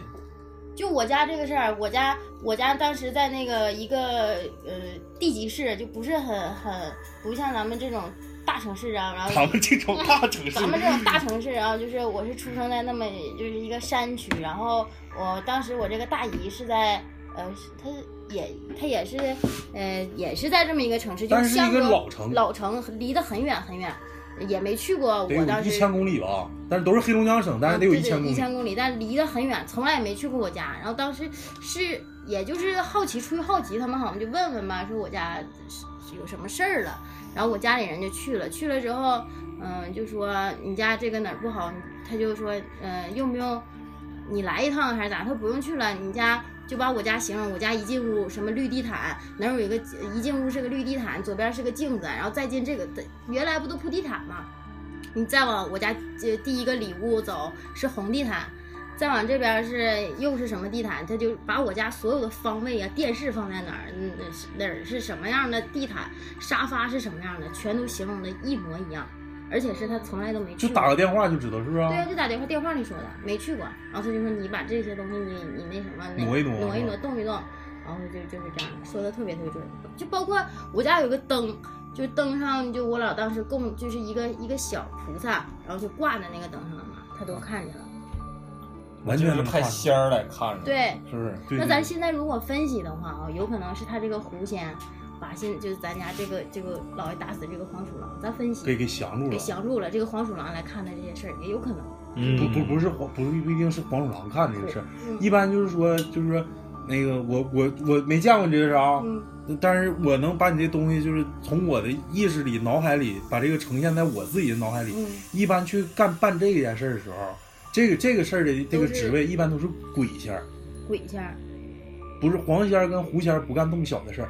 Speaker 4: 就我家这个事儿，我家我家当时在那个一个呃地级市，就不是很很不像咱们这种大城市啊，然后
Speaker 2: 咱们这种大城市
Speaker 4: 咱，们这种大城市，然后就是我是出生在那么就是一个山区，然后我当时我这个大姨是在呃，是她也她也是呃也是在这么一个城市，就
Speaker 2: 但是
Speaker 4: 相
Speaker 2: 一个
Speaker 4: 隔
Speaker 2: 老城
Speaker 4: 老城离得很远很远，也没去过。
Speaker 2: 得
Speaker 4: 我
Speaker 2: 有
Speaker 4: 当
Speaker 2: 一
Speaker 4: 时
Speaker 2: 千公里吧，但是都是黑龙江省，但是
Speaker 4: 嗯
Speaker 2: 得有
Speaker 4: 对
Speaker 2: 一千
Speaker 4: 对
Speaker 2: 公
Speaker 4: 一
Speaker 2: 里。
Speaker 4: 千公里，但离得很远，从来也没去过我家。然后当时是，也就是好奇，出于好奇，他们好像就问问吧，说我家是是有什么事儿了。然后我家里人就去了，去了之后，嗯、就说你家这个哪儿不好，他就说，嗯、用不用你来一趟还是咋？他说不用去了，你家就把我家形容，我家一进屋什么绿地毯，哪有一个一进屋是个绿地毯，左边是个镜子，然后再进这个，原来不都铺地毯吗？你再往我家这第一个里屋走是红地毯，再往这边是又是什么地毯，他就把我家所有的方位啊，电视放在哪儿，嗯哪是哪儿是什么样的地毯，沙发是什么样的，全都形容的一模一样，而且是他从来都没
Speaker 2: 就
Speaker 4: 去过
Speaker 2: 打个电话就知道是不是啊？
Speaker 4: 对啊，就打电话电话里说的，没去过。然后他就说你把这些东西你你那什么那
Speaker 2: 挪一挪
Speaker 4: 挪一
Speaker 2: 是吧
Speaker 4: 挪，动一动，然后就就是这样的，说的特别特别准。就包括我家有个灯，就灯上就我老当时供就是一个一个小菩萨，然后就挂在那个灯上了嘛，他都看见了。
Speaker 2: 完
Speaker 3: 就
Speaker 2: 全
Speaker 3: 是
Speaker 2: 能
Speaker 3: 派
Speaker 2: 看出
Speaker 3: 仙儿来看着，
Speaker 4: 对，
Speaker 3: 是不是？
Speaker 2: 对
Speaker 4: 那
Speaker 2: 对
Speaker 4: 咱
Speaker 2: 对
Speaker 4: 现在如果分析的话啊，有可能是他这个狐仙把现就是咱家这个这个老爷打死这个黄鼠狼，咱分析
Speaker 2: 给给降住
Speaker 4: 给
Speaker 2: 了，
Speaker 4: 降住了，这个黄鼠狼来看的这些事儿也有可能。
Speaker 5: 嗯
Speaker 2: 不不不是黄，不是不一定是黄鼠狼看这个事儿，
Speaker 4: 嗯
Speaker 2: 一般就是说就是说那个我我我没见过你这个事儿啊，
Speaker 4: 嗯
Speaker 2: 但是我能把你这东西就是从我的意识里、脑海里把这个呈现在我自己的脑海里。
Speaker 4: 嗯，
Speaker 2: 一般去干办这件事儿的时候，这个这个事儿的这个
Speaker 4: 都是
Speaker 2: 职位一般都是鬼仙儿，
Speaker 4: 鬼仙儿。
Speaker 2: 不是黄仙儿跟狐仙儿不干这么小的事儿。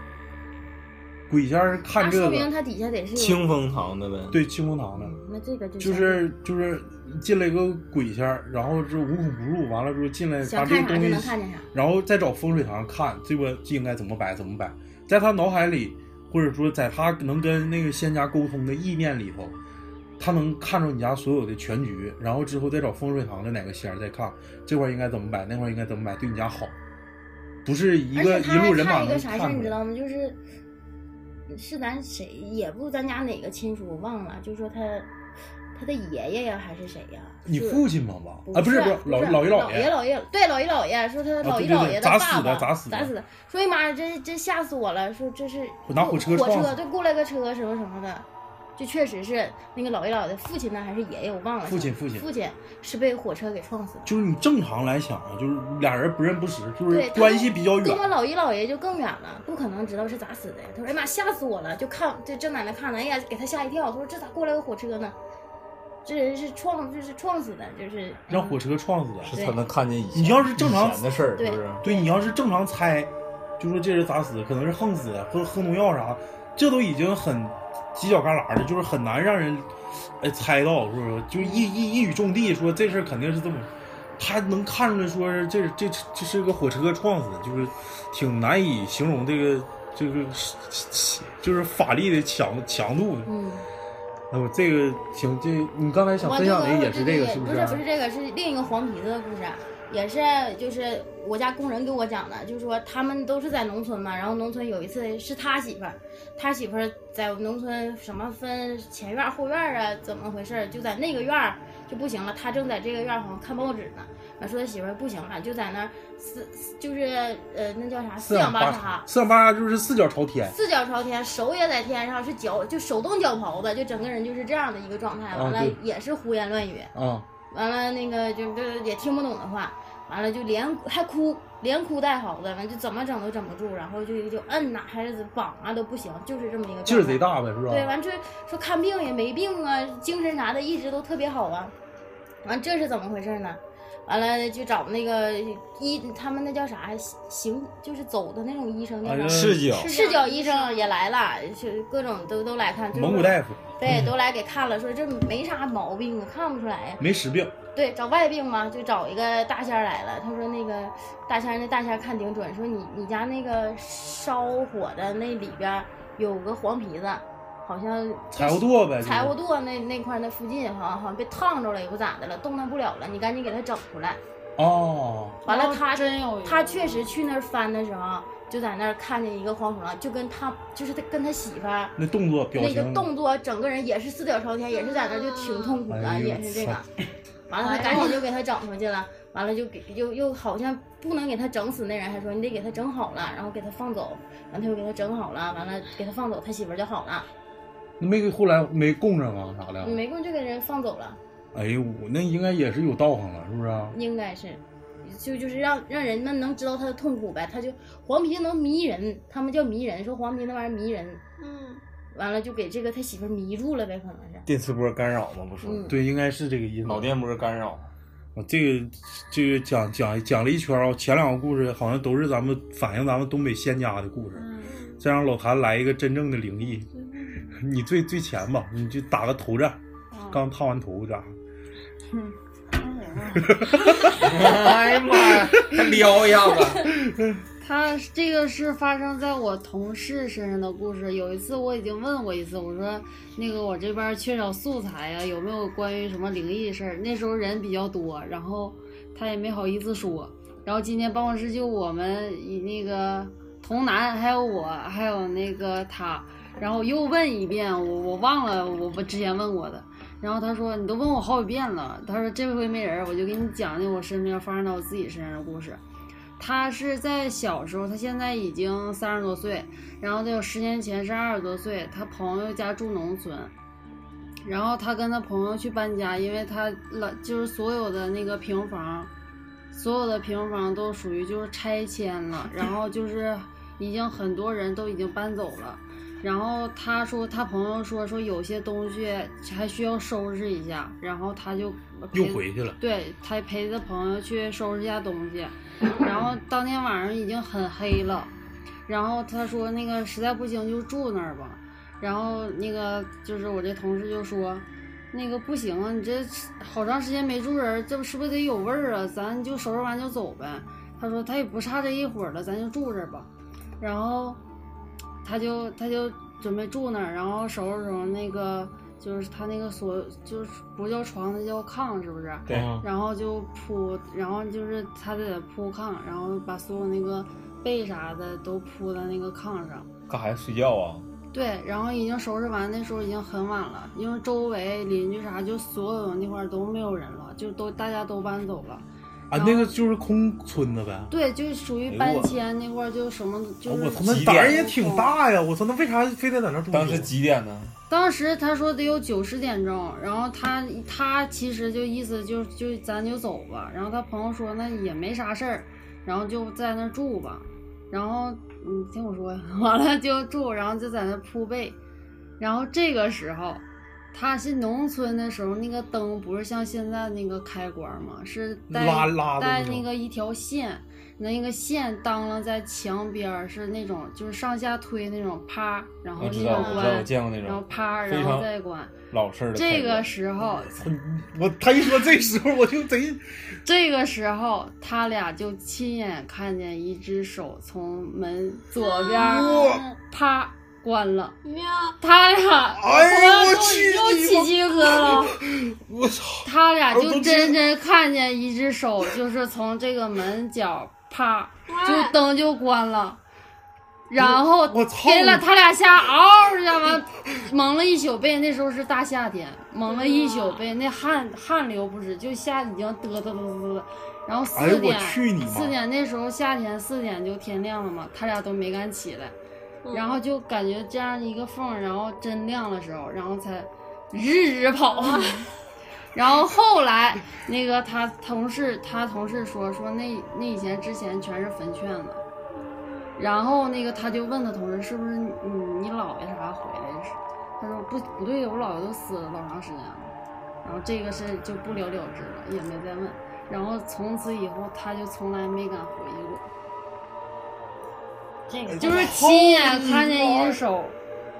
Speaker 2: 鬼仙儿是看
Speaker 4: 那
Speaker 2: 这
Speaker 4: 说明
Speaker 2: 个，
Speaker 4: 他底下得是有
Speaker 3: 清风堂的呗。
Speaker 2: 对清风堂的，
Speaker 4: 那这个
Speaker 2: 嗯
Speaker 4: 就
Speaker 2: 就是就是进来一个鬼仙儿，然后是无孔不入，完了之后进来把
Speaker 4: 想
Speaker 2: 这
Speaker 4: 看
Speaker 2: 个
Speaker 4: 啥
Speaker 2: 东
Speaker 4: 就
Speaker 2: 西
Speaker 4: 能看见啥。
Speaker 2: 然后再找风水堂看这个应该怎么摆怎么摆，在他脑海里，或者说在他能跟那个仙家沟通的意念里头，他能看着你家所有的全局，然后之后再找风水堂的哪个仙儿再看这块儿应该怎么摆，那块儿应该怎么摆，对你家好，不是一
Speaker 4: 而
Speaker 2: 个
Speaker 4: 且
Speaker 2: 一
Speaker 4: 他还
Speaker 2: 路人马
Speaker 4: 看一
Speaker 2: 能
Speaker 4: 个啥
Speaker 2: 看
Speaker 4: 事儿，你
Speaker 2: 出
Speaker 4: 知
Speaker 2: 来。
Speaker 4: 道吗？就是嗯是咱谁也不咱家哪个亲属我忘了，就说他他的爷爷呀还是谁呀？
Speaker 2: 你
Speaker 4: 是
Speaker 2: 父亲吗？吧？
Speaker 4: 不
Speaker 2: 啊，不
Speaker 4: 是
Speaker 2: 是不是，老老
Speaker 4: 爷
Speaker 2: 爷
Speaker 4: 老
Speaker 2: 爷，
Speaker 4: 老爷对老爷老爷说他
Speaker 2: 啊
Speaker 4: 老
Speaker 2: 对
Speaker 4: 爷
Speaker 2: 对
Speaker 4: 老
Speaker 2: 对
Speaker 4: 爷
Speaker 2: 砸
Speaker 4: 爸
Speaker 2: 死
Speaker 4: 爸
Speaker 2: 的砸死的
Speaker 4: 砸死的，说哎呀妈呀，这这吓死我了！说这是
Speaker 2: 拿火车
Speaker 4: 火
Speaker 2: 撞
Speaker 4: 车
Speaker 2: 死
Speaker 4: 对过来个车什么什么的，就确实是那个老爷老爷的父亲呢还是爷爷我忘了，
Speaker 2: 父亲父亲
Speaker 4: 父亲是被火车给撞死的。
Speaker 2: 就是你正常来讲啊，就是俩人不认不识，就是
Speaker 4: 对，他
Speaker 2: 关系比较
Speaker 4: 跟
Speaker 2: 远。
Speaker 4: 我老姨姥爷就更远了，不可能知道是咋死的呀。他说：“哎呀妈，吓死我了！”就看这这奶奶看了，哎呀，给他吓一跳。他说：“这咋过来个火车呢？这人是撞，就是撞死的，就是
Speaker 2: 让火车撞死的，
Speaker 3: 是他能看见以前
Speaker 2: 你要是正常
Speaker 3: 以前的事儿，
Speaker 4: 对
Speaker 3: 是不是？
Speaker 2: 对你要是正常猜，就说这人咋死，可能是横死，喝喝农药啥，这都已经很犄角旮旯的，就是很难让人哎猜到，是不是？就一一一语中的，说这事儿肯定是这么，他能看出来说是这这这是个火车撞死的，就是挺难以形容这个这个就是法力的强强度。
Speaker 4: 嗯，
Speaker 2: 哎呦，这个挺这你刚才想
Speaker 4: 我
Speaker 2: 分享的也
Speaker 4: 是
Speaker 2: 是这个，是啊
Speaker 4: 不
Speaker 2: 是？
Speaker 4: 不是这个，是另一个黄皮子的故事啊，也是就是我家工人给我讲的，就是说他们都是在农村嘛，然后农村有一次是他媳妇儿，他媳妇儿在农村什么分前院儿后院儿啊，怎么回事儿？就在那个院儿就不行了，他正在这个院儿好像看报纸呢，完说他媳妇儿不行了，就在那儿四就是呃那叫啥四仰八叉。
Speaker 2: 四仰八叉就是四脚朝天，
Speaker 4: 四脚朝天，手也在天上，是脚就手动脚刨子，就整个人就是这样的一个状态。
Speaker 2: 啊
Speaker 4: 完了、
Speaker 2: 对
Speaker 4: 也是胡言乱语，
Speaker 2: 啊、
Speaker 4: 完了那个就这也听不懂的话，完了就连还哭，连哭带嚎的，完就怎么整都整不住，然后就就摁呐、还是绑啊都不行，就是这么一个
Speaker 2: 劲儿
Speaker 4: 状态
Speaker 2: 贼。大呗，是吧？
Speaker 4: 对，完这说看病也没病啊，精神啥的一直都特别好啊。完这是怎么回事呢？完了就找那个医，他们那叫啥行，就是走的那种医生叫
Speaker 2: 哎
Speaker 4: 啥
Speaker 2: 呀？
Speaker 3: 啊视角
Speaker 4: 视角医生也来了，就各种都都来看，就是
Speaker 2: 蒙古大夫
Speaker 4: 对，都来给看了，说这没啥毛病啊，看不出来呀。
Speaker 2: 没实病。
Speaker 4: 对，找外病嘛，就找一个大仙儿来了。他说那个大仙儿，那大仙儿看挺准，说你你家那个烧火的那里边儿有个黄皮子，好像
Speaker 2: 柴火垛呗，就是
Speaker 4: 柴火垛那那块儿那附近好像好像被烫着了，也不咋的了，动弹不了了，你赶紧给他整出来。
Speaker 2: 哦，
Speaker 4: 完了
Speaker 6: 哦
Speaker 4: 他
Speaker 6: 真有一个
Speaker 4: 他确实去那儿翻的时候，就在那儿看见一个黄鼠狼，就跟他就是他跟他媳妇儿
Speaker 2: 那动作表
Speaker 4: 那
Speaker 2: 情，
Speaker 4: 个动作，整个人也是四脚朝天，也是在那儿就挺痛苦的，
Speaker 2: 哎呦
Speaker 4: 也是这个
Speaker 2: 操。
Speaker 4: 完了，
Speaker 6: 哎
Speaker 4: 他
Speaker 6: 呦
Speaker 4: 赶紧就给他整出去了，完了就给又又好像不能给他整死那人，还说你得给他整好了，然后给他放走，完他又给他整好了，完了给他放走，他媳妇儿就好
Speaker 2: 啊
Speaker 4: 了，
Speaker 2: 没给后来没供上啊啥的。
Speaker 4: 没空就给人放走了，
Speaker 2: 哎呦，那应该也是有道行了，是不是啊？
Speaker 4: 应该是。就就是让让人们能知道他的痛苦呗，他就黄皮能迷人，他们叫迷人，说黄皮那玩意儿迷人，
Speaker 6: 嗯，
Speaker 4: 完了就给这个他媳妇儿迷住了呗，可能是。
Speaker 3: 电磁波干扰吗？不是，
Speaker 4: 嗯
Speaker 2: 对，应该是这个意思。
Speaker 3: 脑电波干扰。
Speaker 2: 啊，这个这个讲讲讲了一圈儿啊，前两个故事好像都是咱们反映咱们东北仙家的故事，
Speaker 6: 嗯，
Speaker 2: 再让老谭来一个真正的灵异， 你最最前吧，你就打个头战，
Speaker 6: 嗯
Speaker 2: 刚烫完头咋？
Speaker 3: 哎呀妈呀，还撩一下子，
Speaker 6: 他这个是发生在我同事身上的故事。有一次我已经问过一次，我说那个我这边缺少素材呀、啊有没有关于什么灵异事儿？那时候人比较多，然后他也没好意思说。然后今天办公室就我们以那个童楠，还有我，还有那个他，然后又问一遍，我我忘了我我之前问过的。然后他说你都问我好几遍了，他说这回没人儿，我就给你讲讲我身边发生到我自己身上的故事。他是在小时候，他现在已经三十多岁，然后他有十年前是二十多岁，他朋友家住农村，然后他跟他朋友去搬家，因为他老就是所有的那个平房，所有的平房都属于就是拆迁了，然后就是已经很多人都已经搬走了，然后他说他朋友说说有些东西还需要收拾一下，然后他就
Speaker 2: 又
Speaker 6: 陪
Speaker 2: 回去了，
Speaker 6: 对他陪着朋友去收拾一下东西，然后当天晚上已经很黑了，然后他说那个实在不行就住那儿吧，然后那个就是我这同事就说，那个不行啊，你这好长时间没住人，这不是不是得有味儿啊？咱就收拾完就走呗。他说他也不差这一会儿了，咱就住这儿吧。然后他就他就准备住那儿，然后收拾收拾那个就是他那个所就是不叫床，那叫炕，是不是？
Speaker 2: 对
Speaker 6: 然后就铺，然后就是他在那铺炕，然后把所有那个被啥的都铺在那个炕上。
Speaker 3: 干啥呀？睡觉啊？
Speaker 6: 对，然后已经收拾完，那时候已经很晚了，因为周围邻居啥就所有那块儿都没有人了，就都大家都搬走了。
Speaker 2: 啊，那个就是空村子呗。
Speaker 6: 对，就是属于
Speaker 3: 哎呦
Speaker 6: 搬
Speaker 3: 我
Speaker 6: 迁那块儿，就什么
Speaker 2: 啊
Speaker 6: 就是、
Speaker 2: 我他妈
Speaker 3: 几点
Speaker 2: 胆儿也挺大呀！我操，那为啥非得在那住？
Speaker 3: 当时几点呢？
Speaker 6: 当时他说得有九十点钟，然后他他其实就意思就就咱就走吧，然后他朋友说那也没啥事儿，然后就在那儿住吧，然后你听我说，完了就住，然后就在那儿铺被，然后这个时候他是农村的时候，那个灯不是像现在那个开关吗？是带
Speaker 2: 拉拉的那
Speaker 6: 带
Speaker 2: 种
Speaker 6: 那个一条线，那个线当啷在墙边儿，是那种就是上下推那种，啪，然后
Speaker 3: 我知
Speaker 6: 那
Speaker 3: 道，
Speaker 6: 种
Speaker 3: 我知道，
Speaker 6: 关
Speaker 3: 我。见过那种，
Speaker 6: 然后啪，
Speaker 3: 非
Speaker 6: 然后
Speaker 3: 常
Speaker 6: 再关。
Speaker 3: 老式的开
Speaker 6: 这
Speaker 3: 关。
Speaker 6: 个时候，
Speaker 2: 我他一说这时候我就贼
Speaker 6: 这个时候他俩就亲眼看见一只手从门左边儿啪关了，
Speaker 4: 喵，
Speaker 6: 他俩，
Speaker 2: 哎呦我去
Speaker 6: 又
Speaker 2: 你
Speaker 6: 起鸡皮疙瘩了。
Speaker 2: 我操！
Speaker 6: 他俩
Speaker 2: 我都
Speaker 6: 就
Speaker 2: 知道
Speaker 6: 真真看见一只手，就是从这个门角啪，就灯就关了，然后
Speaker 2: 我操
Speaker 6: 给了他俩吓嗷一下完， 蒙了一宿被。那时候是大夏天，蒙了一
Speaker 2: 嗯
Speaker 6: 宿被，那汗汗流不止，就下已经嘚嘚嘚嘚嘚。然后
Speaker 2: 哎呦
Speaker 6: 四
Speaker 2: 我
Speaker 6: 点，
Speaker 2: 去你妈
Speaker 6: 四点那时候夏天四点就天亮了嘛，他俩都没敢起来。
Speaker 2: 嗯
Speaker 6: 然后就感觉这样一个缝儿，然后真亮的时候，然后才日日跑。
Speaker 2: 嗯
Speaker 6: 然后后来那个他同事，他同事说说那那以前之前全是坟圈子，然后那个他就问他同事是不是你嗯你姥爷啥回来是？他说不不对，我姥爷都死了老长时间了。然后这个事儿就不了了之了，也没再问。然后从此以后，他就从来没敢回去过。
Speaker 4: 这
Speaker 2: 哎
Speaker 4: 个
Speaker 6: 就是亲眼看见一只手，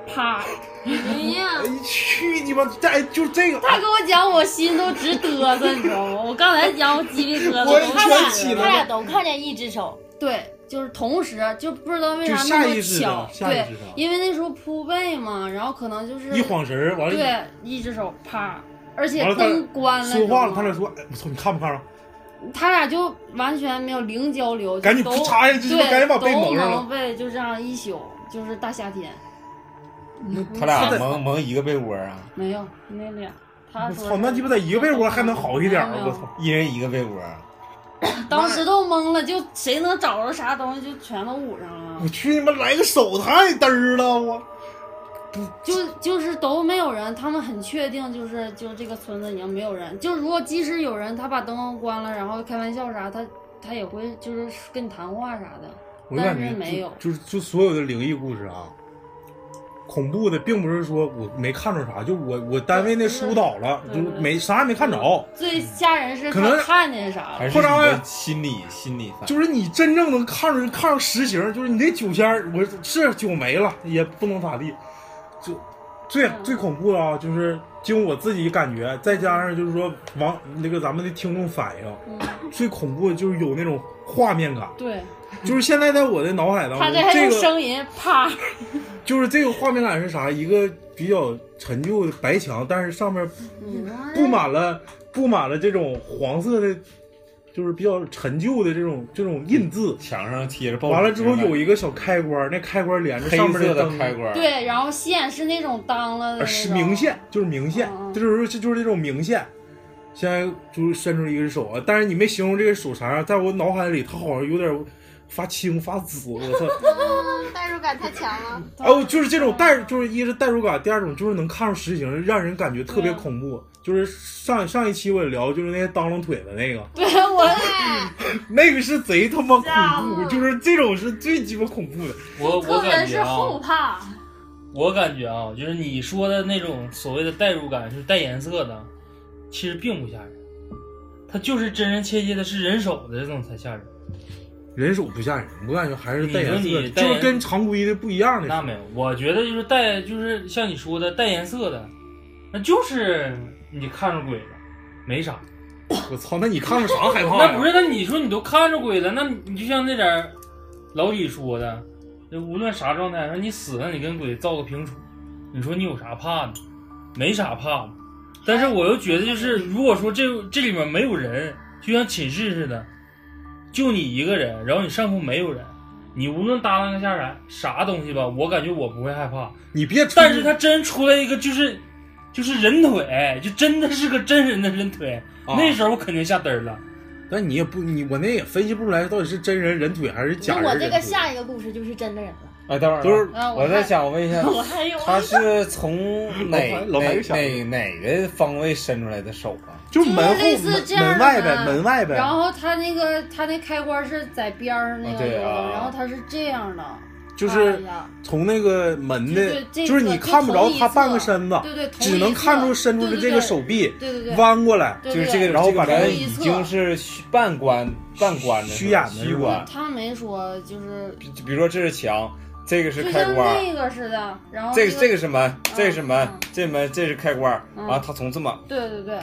Speaker 6: 啪！
Speaker 4: 哎呀
Speaker 2: 哎，去你妈！哎，就这个，
Speaker 6: 他跟我讲，我心都直嘚瑟，你知道吗？我刚才讲，我鸡皮疙瘩
Speaker 2: 我也
Speaker 6: 都
Speaker 4: 他
Speaker 6: 看
Speaker 2: 全
Speaker 4: 俩
Speaker 6: 见了
Speaker 2: 起来
Speaker 4: 他
Speaker 2: 了
Speaker 4: 俩都看见一只手，
Speaker 6: 对，就是同时，就不知道为啥
Speaker 2: 就
Speaker 6: 那
Speaker 2: 下
Speaker 6: 么
Speaker 2: 意识的
Speaker 6: 巧，
Speaker 2: 下意
Speaker 6: 对
Speaker 2: 识的，
Speaker 6: 因为那时候铺被嘛，然后可能就是
Speaker 2: 一晃神儿，完了
Speaker 6: 对，一只手啪，而且
Speaker 2: 完了他
Speaker 6: 灯关了，
Speaker 2: 说话了，
Speaker 6: 你
Speaker 2: 他
Speaker 6: 知道
Speaker 2: 俩
Speaker 6: 吗
Speaker 2: 说：“哎，我操，你看不看着？
Speaker 6: 他俩就完全没有零交流，就
Speaker 2: 赶紧
Speaker 6: 都
Speaker 2: 扑嚓一下就
Speaker 6: 对，
Speaker 2: 赶紧把被蒙上了
Speaker 6: 都被就这样一宿，就是大夏天，
Speaker 3: 他俩蒙蒙一个被窝啊，
Speaker 6: 没有没俩。他
Speaker 2: 我
Speaker 6: 啊说
Speaker 2: 操，那
Speaker 6: 是
Speaker 2: 鸡巴在一个被窝还能好一点
Speaker 6: 没
Speaker 2: 儿啊我
Speaker 6: 有
Speaker 2: 操，
Speaker 3: 一人一个被窝啊。
Speaker 6: 当时都懵了，就谁能找着啥东西就全都捂上了
Speaker 2: 我，去你妈来个手太嘚儿了！我
Speaker 6: 就就是都没有人，他们很确定就是就这个村子已经没有人，就如果即使有人，他把灯关了，然后开玩笑啥，他他也会就是跟你谈话啥的，
Speaker 2: 我
Speaker 6: 但
Speaker 2: 感
Speaker 6: 是
Speaker 2: 觉
Speaker 6: 没有
Speaker 2: 就就是就所有的灵异故事啊，恐怖的，并不是说我没看着啥，就我我单位那书倒了，就
Speaker 6: 嗯
Speaker 2: 没啥也没看着。
Speaker 6: 最吓人是
Speaker 2: 可能
Speaker 6: 他看见啥
Speaker 3: 还
Speaker 6: 了，
Speaker 3: 是你
Speaker 2: 或者
Speaker 3: 的心理心理反应
Speaker 2: 就是你真正能看着看上实情，就是你这酒仙儿，我是酒没了也不能咋地，就最
Speaker 6: 嗯
Speaker 2: 最恐怖的啊，就是经我自己感觉，再加上就是说网那个咱们的听众反应，
Speaker 6: 嗯
Speaker 2: 最恐怖的就是有那种画面感，
Speaker 6: 对
Speaker 2: 就是现在在我的脑海当
Speaker 6: 他
Speaker 2: 中
Speaker 6: 这，还
Speaker 2: 这
Speaker 6: 用
Speaker 2: 个
Speaker 6: 声音啪，
Speaker 2: 就是这个画面感是啥？一个比较陈旧的白墙，但是上面
Speaker 6: 嗯
Speaker 2: 布满了布满了这种黄色的，就是比较陈旧的这种这种印字。
Speaker 3: 墙上贴着报纸，
Speaker 2: 完了之后有
Speaker 3: 一
Speaker 2: 一个小开关，那开关连着
Speaker 3: 黑
Speaker 2: 上面
Speaker 3: 色的
Speaker 2: 灯，
Speaker 3: 开关，，
Speaker 6: 对，然后线是那种当了的
Speaker 2: 呃
Speaker 6: 那
Speaker 2: 是
Speaker 6: 种
Speaker 2: 明线，就是明线
Speaker 6: 嗯，嗯
Speaker 2: 这就是这就是这种明线。现在就是伸出一个手啊，但是你没形容这个手啥样，在我脑海里它好像有点发青发紫，我 操！
Speaker 7: 代入感太强了。
Speaker 2: 哎呦，就是这种代，就是一是代入感，第二种就是能看出实情，让人感觉特别
Speaker 6: 对
Speaker 2: 恐怖。就是上上一期我也聊，就是那些当啷腿的那个，
Speaker 6: 对我
Speaker 2: 那个是贼他妈
Speaker 6: 吓
Speaker 2: 恐怖，
Speaker 6: 我
Speaker 2: 就是这种是最鸡巴恐怖的。
Speaker 5: 我我
Speaker 6: 特别
Speaker 5: 感
Speaker 6: 是
Speaker 5: 觉
Speaker 6: 后
Speaker 5: 啊，
Speaker 6: 怕，
Speaker 5: 我感觉啊，就是你说的那种所谓的代入感，就是带颜色的，其实并不吓人，它就是真真切切的是人手的这种才吓人。
Speaker 2: 人手不吓人，我感觉还是带颜
Speaker 5: 你
Speaker 2: 色
Speaker 5: 说
Speaker 2: 的，
Speaker 5: 你
Speaker 2: 就是
Speaker 5: 带
Speaker 2: 跟常规的不一样
Speaker 5: 那
Speaker 2: 的。
Speaker 5: 没有，我觉得就是带，就是像你说的带颜色的，那就是你看着鬼了，没啥。
Speaker 2: 我操，那你看着啥害怕呀？
Speaker 5: 那不是，那你说你都看着鬼了，那你就像那点儿老李说的，就无论啥状态，说你死了，你跟鬼造个平处，你说你有啥怕的？没啥怕的。但是我又觉得，
Speaker 2: 哎
Speaker 5: 就是如果说这这里面没有人，就像寝室似的，就你一个人，然后你上空没有人，你无论搭档个下啥啥东西吧，我感觉我不会害 怕。
Speaker 2: 你别吹，
Speaker 5: 但是他真出来一个，就是就是人腿，就真的是个真人的人腿，
Speaker 2: 啊
Speaker 5: 那时候我肯定吓嘚儿了。
Speaker 2: 但你也不你我那也分析不出来到底是真人人腿还是假
Speaker 4: 那
Speaker 2: 人。
Speaker 4: 我这个
Speaker 2: 人腿
Speaker 4: 下一个故事就是真的人了。
Speaker 3: 哎，等会儿啊
Speaker 2: 都是
Speaker 6: 啊
Speaker 3: 我
Speaker 6: 还
Speaker 3: 在想，我问一下，
Speaker 6: 我还有啊
Speaker 3: 他是从哪
Speaker 2: 老白
Speaker 3: 哪
Speaker 2: 又想
Speaker 3: 哪哪个方位伸出来的手啊？
Speaker 2: 就是门后
Speaker 6: 类似这
Speaker 2: 门
Speaker 6: 样的
Speaker 2: 门外呗，门外呗。
Speaker 6: 然后他那个他那开关是在边儿上那
Speaker 3: 啊
Speaker 6: 个
Speaker 3: 对
Speaker 6: 有的，
Speaker 3: 啊
Speaker 6: 然后他是这样的，
Speaker 2: 就是
Speaker 6: 看一下
Speaker 2: 从那个门
Speaker 6: 对
Speaker 2: 的
Speaker 6: 对，这
Speaker 2: 哎就是
Speaker 6: 个
Speaker 2: 你
Speaker 6: 就
Speaker 2: 看不着
Speaker 6: 同一
Speaker 2: 他半
Speaker 6: 侧
Speaker 2: 个身子，
Speaker 6: 对对，同
Speaker 2: 只
Speaker 6: 一
Speaker 2: 能
Speaker 6: 侧
Speaker 2: 看出伸出的这个手，臂
Speaker 6: 对对对对对对，
Speaker 2: 弯过来。
Speaker 6: 对
Speaker 3: 就
Speaker 6: 对
Speaker 3: 是这个，
Speaker 2: 然后
Speaker 3: 这个
Speaker 2: 把
Speaker 3: 人
Speaker 2: 人
Speaker 3: 已经是虚半关半关的
Speaker 2: 虚掩的
Speaker 3: 虚
Speaker 2: 是吧
Speaker 3: 关。
Speaker 6: 他没说就是
Speaker 3: 比比如说这是墙，这个是
Speaker 6: 就
Speaker 3: 开
Speaker 6: 像
Speaker 3: 关，
Speaker 6: 那个似的，然后
Speaker 3: 这个这
Speaker 6: 个
Speaker 3: 个是门，这个是门
Speaker 6: 嗯，
Speaker 3: 这门这是开关。
Speaker 6: 嗯
Speaker 3: 完了，他从这么，
Speaker 6: 对对对，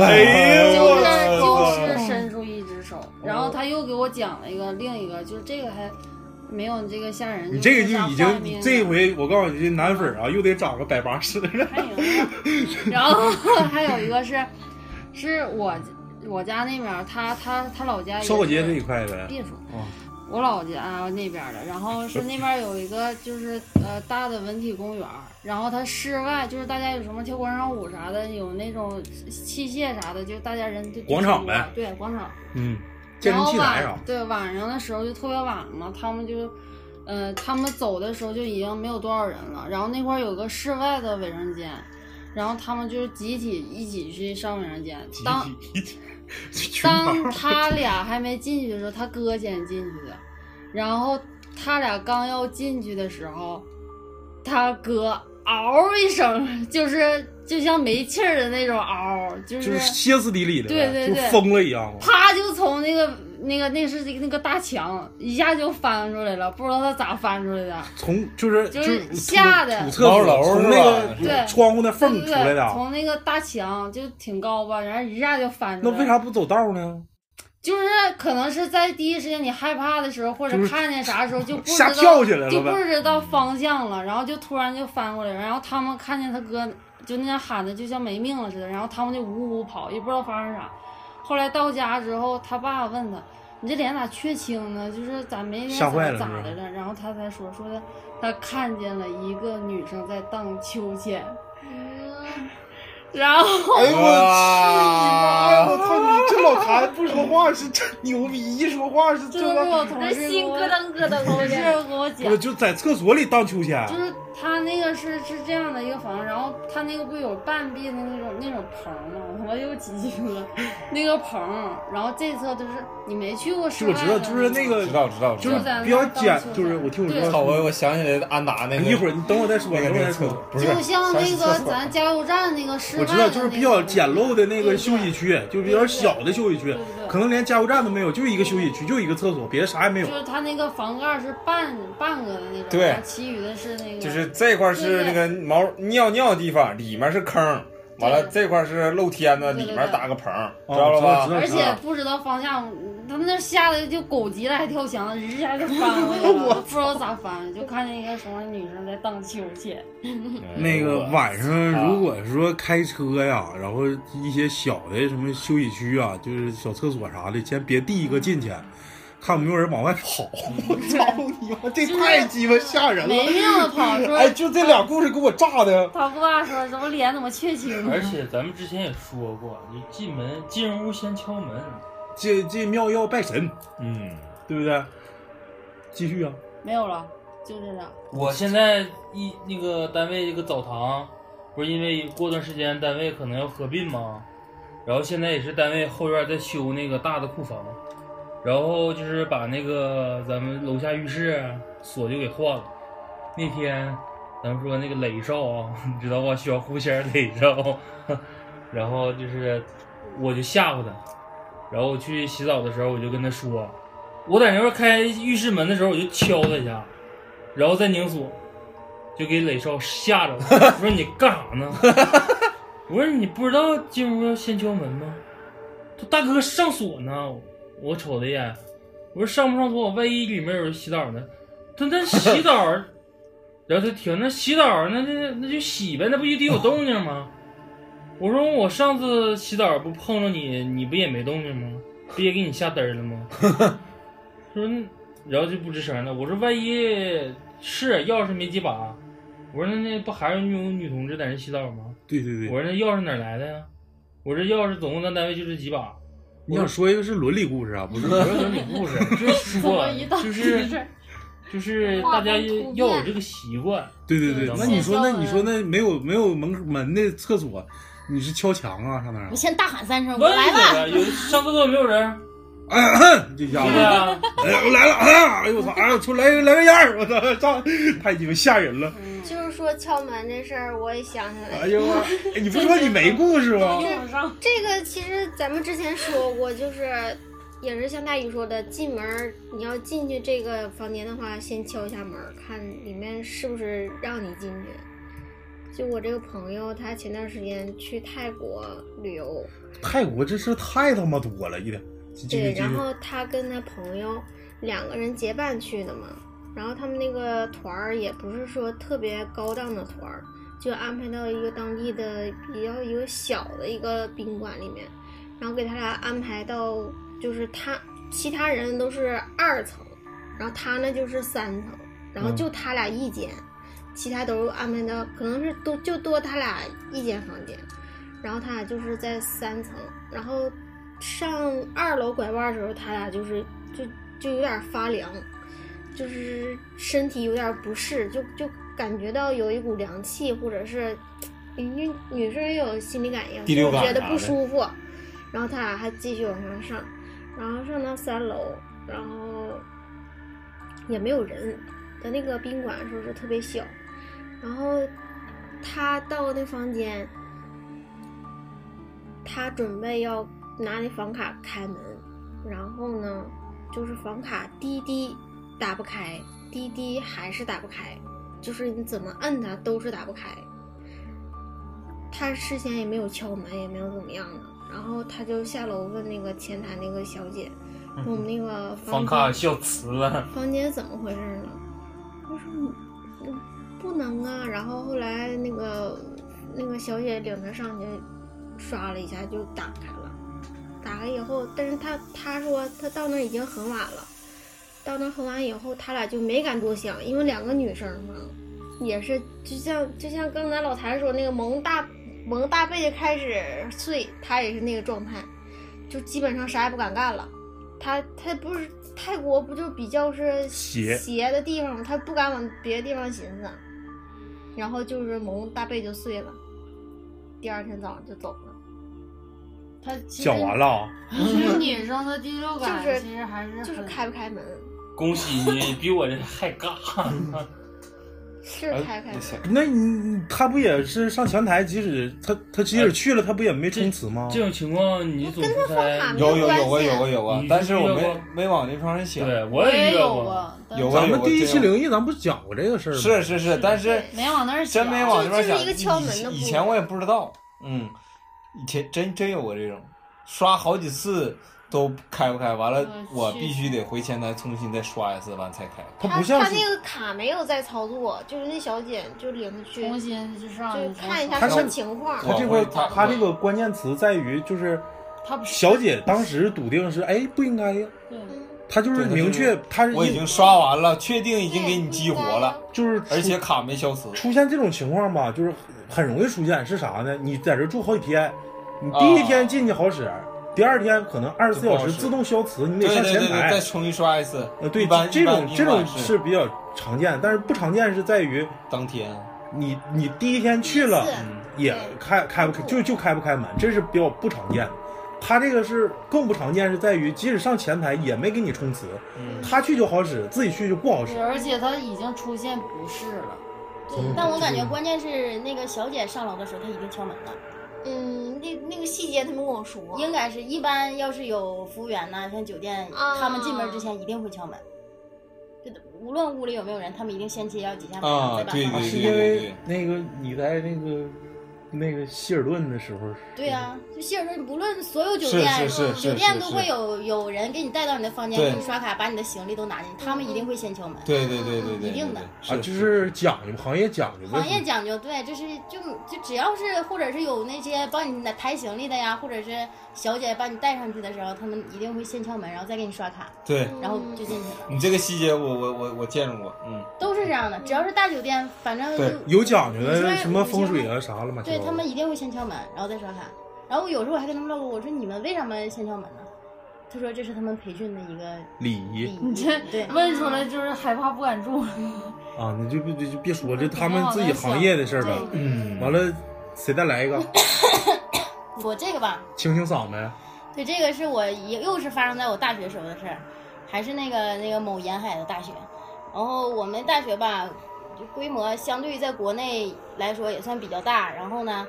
Speaker 3: 哎呦
Speaker 6: 就
Speaker 3: 我
Speaker 6: 是就
Speaker 3: 操
Speaker 6: 是伸出一只手，然后他又给我讲了一个另一个，就是这个还没有你这个吓人，
Speaker 2: 你这个
Speaker 6: 就
Speaker 2: 就已经，你这回我告诉你，这男粉儿啊，又得长个百八十了。
Speaker 6: 还有一 个，然后还有一个是，是我我家那边儿，他他他老家也
Speaker 2: 烧烤街
Speaker 6: 是
Speaker 2: 这一块呗，
Speaker 6: 别说
Speaker 2: 哦，
Speaker 6: 我老家那边儿的，然后是那边儿有一个就是呃大的文体公园儿，然后它室外就是大家有什么跳广场舞啥的，有那种器械啥的，就大家人就
Speaker 2: 广场呗，
Speaker 6: 对广场。
Speaker 2: 嗯，健
Speaker 6: 然
Speaker 2: 身
Speaker 6: 后
Speaker 2: 器材
Speaker 6: 晚
Speaker 2: 啥，
Speaker 6: 对晚上的时候就特别晚了嘛，他们就，呃，他们走的时候就已经没有多少人了。然后那块儿有个室外的卫生间，然后他们就是集体一起去上卫生间。当
Speaker 2: 群跑
Speaker 6: 当他俩还没进去的时候，他哥先进去的，然后他俩刚要进去的时候，他哥嗷一声，就是就像没气儿的那种嗷，就
Speaker 2: 就是是歇斯底里的呗，
Speaker 6: 对对对
Speaker 2: 就疯了一样。
Speaker 6: 啪就从那个那个那是那个大墙一下就翻出来了，不知道他咋翻出来的。
Speaker 2: 从就是
Speaker 6: 就是是吓得
Speaker 2: 土厕所
Speaker 3: 猫楼是吧
Speaker 2: 从那个
Speaker 6: 对
Speaker 2: 窗户那缝儿
Speaker 6: 对对
Speaker 2: 出
Speaker 6: 对
Speaker 2: 来的啊，
Speaker 6: 从那个大墙就挺高吧，然后一下就翻出
Speaker 2: 那
Speaker 6: 来。
Speaker 2: 为啥？不走道呢？
Speaker 6: 就是可能是在第一时间你害怕的时候，或者
Speaker 2: 就是
Speaker 6: 看见啥时候就不知道
Speaker 2: 吓跳起来了
Speaker 6: 就不
Speaker 2: 呗
Speaker 6: 知道方向了，然后就突然就翻过来了，然后他们看见他哥就那样喊的，就像没命了似的，然后他们就呜呜跑，也不知道发生啥。后来到家之后，他爸问他：“你这脸咋缺青呢？就是咋没脸
Speaker 2: 吓
Speaker 6: 色
Speaker 2: 坏了
Speaker 6: 咋
Speaker 2: 是
Speaker 6: 的了？”然后他才说：“说的他看见了一个女生在荡秋千。”嗯 然后
Speaker 2: 哎呦我去！
Speaker 3: 哇
Speaker 2: 我操！你这 老谭不说话是真牛逼，一说话是这
Speaker 6: 这都是
Speaker 2: 个。
Speaker 6: 我同
Speaker 7: 那
Speaker 6: 事给
Speaker 7: 心
Speaker 6: 我
Speaker 7: 咯噔咯噔
Speaker 6: 同事
Speaker 7: 的，
Speaker 6: 给我讲
Speaker 2: 我，就在厕所里荡秋千，
Speaker 6: 就是他那个是是这样的一个房，然后他那个不有半壁的那种那种棚吗？ 我他妈又起劲 了，那个棚，然后这侧就是你没去过室
Speaker 2: 我
Speaker 6: 外
Speaker 2: 知道，
Speaker 6: 的
Speaker 2: 就是
Speaker 6: 吗
Speaker 2: 那个
Speaker 3: 知道知道知
Speaker 2: 就
Speaker 3: 道
Speaker 2: 是
Speaker 6: 就。在
Speaker 2: 比较
Speaker 6: 那当
Speaker 2: 简
Speaker 6: 休，闲
Speaker 2: 就是我听我
Speaker 6: 对
Speaker 3: 操！
Speaker 2: 说，
Speaker 3: 我我想起来安达那个，
Speaker 2: 一会儿你等我再说，
Speaker 3: 那
Speaker 2: 等
Speaker 3: 个
Speaker 2: 我
Speaker 3: 那个
Speaker 2: 再
Speaker 3: 厕
Speaker 2: 说。
Speaker 3: 所，不是
Speaker 6: 就像
Speaker 3: 想
Speaker 6: 那
Speaker 3: 起厕
Speaker 6: 个
Speaker 3: 所
Speaker 6: 咱加油站那个室外
Speaker 2: 我
Speaker 6: 的
Speaker 2: 知
Speaker 6: 那
Speaker 2: 道，
Speaker 6: 个
Speaker 2: 就是比较简陋的那个休息区，就是比较小的休息
Speaker 6: 对
Speaker 2: 区
Speaker 6: 对，对
Speaker 2: 可能连加油站都没有，就一个休息区，就一个厕所，别的啥也没有
Speaker 6: 就。是它那个房盖是半半个的那种，
Speaker 3: 对
Speaker 6: 然后其余的是那个
Speaker 3: 就是这块是那个毛尿尿的地方，里面是坑，完了这块是露天的，
Speaker 6: 对对
Speaker 3: 里
Speaker 6: 对
Speaker 3: 面搭个棚，知
Speaker 2: 哦
Speaker 3: 道了吧
Speaker 2: 知？道
Speaker 6: 而且不知道方向，他们那吓得就狗急了，还跳墙，一下就 翻过去了，都不知道咋翻，就看见一个什么女生在荡秋千，
Speaker 3: 哎
Speaker 2: 那个
Speaker 3: 嗯
Speaker 2: 晚上如果说开车呀，然后一些小的什么休息区啊，就是小厕所啥的，先别第一个进去，看有没有人往外跑。 我操你妈，这太鸡巴吓人
Speaker 6: 没
Speaker 2: 了！
Speaker 6: 命的跑说。
Speaker 3: 哎，就这俩故事给我炸的，
Speaker 6: 他爸说：“怎么脸怎么缺青
Speaker 5: 而
Speaker 6: 了？
Speaker 5: 且咱们之前也说过，你进门进屋先敲门，
Speaker 2: 这这庙要拜神，
Speaker 3: 嗯，
Speaker 2: 对不对？继续啊，
Speaker 6: 没有了，就这俩。
Speaker 5: 我现在一那个单位这个澡堂，不是因为过段时间单位可能要合并吗？然后现在也是单位后院在修那个大的库房，然后就是把那个咱们楼下浴室锁就给换了。那天咱们说那个雷少啊， 你知道吧？小狐仙雷少， 然后就是我就吓唬他，然后我去洗澡的时候我就跟他说，我在那边开浴室门的时候我就敲他一下。然后再拧锁，就给磊少吓着了。我说你干啥呢？我说你不知道进屋要先敲门吗？他大哥上锁呢。我瞅他一眼，我说上不上锁？万一里面有人洗澡呢？他那洗澡，然后他停，那洗澡那那那就洗呗，那不就得有动静吗？我说我上次洗澡不碰着你，你不也没动静吗？不也给你吓嘚儿了吗？说那然后就不吱声了。我说万一是钥匙没几把，我说那那不还是那种女同志在那洗澡吗？
Speaker 2: 对对对，
Speaker 5: 我说那钥匙哪儿来的呀？我这钥匙总共咱单位就这几把，
Speaker 2: 你想说一个是伦理故事啊，不是？
Speaker 5: 我说你故事，就是
Speaker 6: 怎
Speaker 5: 说
Speaker 6: 么一到
Speaker 5: 就是
Speaker 6: 这儿
Speaker 5: 就是大家要有这个习惯，
Speaker 2: 对对对
Speaker 5: 对，
Speaker 2: 那你说那你说那没有没有门门的厕所，你是敲墙啊上那儿啊
Speaker 4: 你？先大喊三声，我
Speaker 5: 问
Speaker 4: 来
Speaker 5: 一
Speaker 4: 了。
Speaker 5: 下有上厕所有没有人？
Speaker 2: 这家
Speaker 5: 对
Speaker 2: 伙。
Speaker 5: 呀，
Speaker 2: 哎呀，我来了！啊！哎呦我 操！哎呦，出来来根烟儿！我操，上太鸡巴吓人了！
Speaker 7: 嗯就是说敲门这事儿，我也想起来
Speaker 2: 哎。呦，哎你不说你 没故事吗？
Speaker 6: 用不上。
Speaker 7: 这个其实咱们之前说过，就是也是像大宇说的，进门儿你要进去这个房间的话，先敲一下门儿，看里面是不是让你进去。就我这个朋友，他前段时间去泰国旅游，
Speaker 2: 泰国这事太他妈多了，一点。继
Speaker 7: 对，
Speaker 2: 续继
Speaker 7: 然
Speaker 2: 续。
Speaker 7: 后他跟他朋友两个人结伴去的嘛，然后他们那个团儿也不是说特别高档的团儿，就安排到一个当地的比较一个小的一个宾馆里面，然后给他俩安排到就是他其他人都是二层，然后他呢就是三层，然
Speaker 3: 嗯
Speaker 7: 后就他俩一间，其他都安排到可能是多就多他俩一间房间，然后他俩就是在三层，然后上二楼拐弯的时候，他俩就是就就有点发凉，就是身体有点不适，就就感觉到有一股凉气，或者是因为女生也有心理感应，
Speaker 3: 第六
Speaker 7: 就
Speaker 3: 感
Speaker 7: 觉得
Speaker 3: 啥
Speaker 7: 不
Speaker 3: 的
Speaker 7: 舒服，然后他俩还继续往上上，然后上到三楼，然后也没有人，他那个宾馆说是特别小，然后他到那房间，他准
Speaker 4: 嗯
Speaker 7: 备要拿那房卡开门，然后呢，就是房卡滴滴打不开，滴滴还是打不开，就是你怎么摁它都是打不开。他事先也没有敲门，也没有怎么样的，然后他就下楼问那个前台那个小姐，说我们那个
Speaker 5: 房
Speaker 7: 房
Speaker 5: 卡
Speaker 7: 间
Speaker 5: 笑瓷了，
Speaker 7: 房间怎么回事呢？我说你你不能啊。然后后来那个那个小姐领他上去刷了一下，就打开了。打开以后，但是他他说他到那儿已经很晚了，到那儿很晚以后，他俩就没敢多想，因为两个女生嘛，也是就像就像刚才老谭说那个蒙大蒙大被就开始睡，他也是那个状态，就基本上啥也不敢干了。他他不是泰国不就比较是
Speaker 2: 邪
Speaker 7: 邪的地方吗？他不敢往别的地方寻思，然后就是蒙大被就碎了，第二天早上就走了。
Speaker 6: 他其实
Speaker 2: 讲完了啊，
Speaker 6: 其实女生的第六感
Speaker 7: 就是
Speaker 6: 其实还是
Speaker 7: 就是
Speaker 6: 很
Speaker 7: 开不开门，
Speaker 5: 恭喜你比我这还尬，
Speaker 7: 是
Speaker 2: 哎
Speaker 7: 开不开门。
Speaker 2: 那你你他不也是上前台？即使他他即使去了，他不也没冲刺吗？
Speaker 5: 这种情况你总出差，
Speaker 7: 没
Speaker 3: 有有
Speaker 7: 关
Speaker 3: 有啊
Speaker 7: 系
Speaker 3: 有啊有啊
Speaker 5: 你，
Speaker 3: 但是我
Speaker 5: 遇到过
Speaker 3: 没没往这方面想。
Speaker 5: 对
Speaker 6: 我
Speaker 5: 哎我
Speaker 6: 也
Speaker 5: 也遇到
Speaker 6: 有
Speaker 5: 过，，
Speaker 6: 但
Speaker 3: 有啊
Speaker 2: 咱们第一期
Speaker 3: 这样
Speaker 2: 灵异咱不是讲过这个事儿吗？
Speaker 3: 是是是，但是
Speaker 6: 没往那儿想
Speaker 3: 真没往那边
Speaker 7: 这
Speaker 3: 想。
Speaker 7: 这是一个敲门的
Speaker 3: 以
Speaker 7: 步
Speaker 3: 以前我也不知道，嗯，以前真真有过这种，刷好几次都开不开，完了
Speaker 6: 我
Speaker 3: 我
Speaker 6: 去
Speaker 3: 必须得回前台重新再刷一次，完才开。
Speaker 2: 他
Speaker 7: 他
Speaker 2: 不像
Speaker 7: 他
Speaker 2: 是
Speaker 7: 那个卡没有在操作，就是那小姐就领他去，
Speaker 6: 重新就上
Speaker 7: 就看一下
Speaker 2: 他
Speaker 7: 什么
Speaker 2: 是
Speaker 7: 情况。
Speaker 2: 他这块
Speaker 3: 我会
Speaker 2: 他他这个关键词在于就是
Speaker 6: 他不
Speaker 2: 小姐当时笃定是哎不应该呀，
Speaker 6: 对
Speaker 2: 他就是
Speaker 3: 对她
Speaker 2: 明确
Speaker 3: 就是
Speaker 2: 他是
Speaker 3: 我已
Speaker 2: 一
Speaker 3: 经刷完了，确定已经给你激活了，
Speaker 2: 就是
Speaker 3: 而且卡没消磁。
Speaker 2: 出现这种情况吧，就是很容易出现是啥呢？你在这住好几天，你第一天进去好使，第二天可能二十四
Speaker 3: 就不
Speaker 2: 小
Speaker 3: 好
Speaker 2: 时
Speaker 3: 使
Speaker 2: 自动消磁，你
Speaker 3: 对
Speaker 2: 得
Speaker 3: 对
Speaker 2: 上
Speaker 3: 对
Speaker 2: 前
Speaker 3: 对，
Speaker 2: 台
Speaker 3: 再。重新刷一次。
Speaker 2: 呃，对
Speaker 3: 一，般
Speaker 2: 这
Speaker 3: 一
Speaker 2: 种
Speaker 3: 般
Speaker 2: 这种
Speaker 3: 一般
Speaker 2: 是比较常见，但是不常见是在于
Speaker 3: 当天，
Speaker 2: 你你第一天去了
Speaker 7: 第一次
Speaker 3: 嗯，
Speaker 2: 也开开不开就就开不开门，这是比较不常见的。他这个是更不常见，是在于即使上前台也没给你冲刺，
Speaker 3: 嗯
Speaker 2: 他去就好使，自己去就不好使
Speaker 6: 是，。而且他已经出现不适了，
Speaker 4: 但我感觉关键是那个小姐上楼的时候，她已经敲门了。
Speaker 7: 嗯，那那个细节他没跟我说。
Speaker 4: 应该是一般，要是有服务员呐，像酒店，
Speaker 7: 啊
Speaker 4: 他们进门之前一定会敲门。就无论屋里有没有人，他们一定先去要几下门，
Speaker 3: 啊
Speaker 4: 再把
Speaker 3: 对
Speaker 4: 门
Speaker 3: 对
Speaker 2: 是
Speaker 4: 打
Speaker 2: 因
Speaker 4: 开
Speaker 2: 为那个你在那个那个希尔顿的时候，
Speaker 4: 对啊呀、就希尔顿，无论所有酒店，啊
Speaker 3: 是是是是
Speaker 4: 酒店
Speaker 3: 是
Speaker 4: 都
Speaker 3: 是
Speaker 4: 会有有人给你带到你的房间，
Speaker 3: 对
Speaker 4: 给你刷卡，把你的行李都拿进
Speaker 2: 嗯
Speaker 4: 去，他们一定会先敲门。
Speaker 3: 对对对对对，
Speaker 4: 一定的
Speaker 2: 啊，就是讲究行业讲究，
Speaker 4: 行业讲究，对，就是就就只要是或者是有那些帮你拿抬行李的呀，或者是小姐把你带上去的时候，他们一定会先敲门，然后再给你刷卡，
Speaker 3: 对
Speaker 7: 嗯
Speaker 4: 然后就进去了，
Speaker 3: 你这个细节我，我我我见着过，嗯，
Speaker 4: 都是这样的。只要是大酒店，反正
Speaker 3: 对
Speaker 4: 就
Speaker 2: 有讲究
Speaker 4: 你说
Speaker 2: 的，什么
Speaker 4: 你说
Speaker 2: 风水啊啥了嘛，
Speaker 4: 对他们一定会先敲门，然后再刷卡。然后有时候我还跟他们唠嗑，我说你们为什么先敲门呢？他说这是他们培训的一个
Speaker 2: 礼
Speaker 4: 礼
Speaker 2: 仪
Speaker 4: 仪。对，
Speaker 6: 问出来就是害怕不敢住。
Speaker 2: 啊，你就别就别说这他
Speaker 4: 嗯
Speaker 2: 们自己行业的事儿呗。
Speaker 3: 嗯
Speaker 2: 完了，谁再来一个，
Speaker 4: 我这个吧，
Speaker 2: 清清嗓呗。
Speaker 4: 对，这个是我也又是发生在我大学时候的事儿，还是那个那个某沿海的大学。然后我们大学吧，就规模相对于在国内来说也算比较大。然后呢，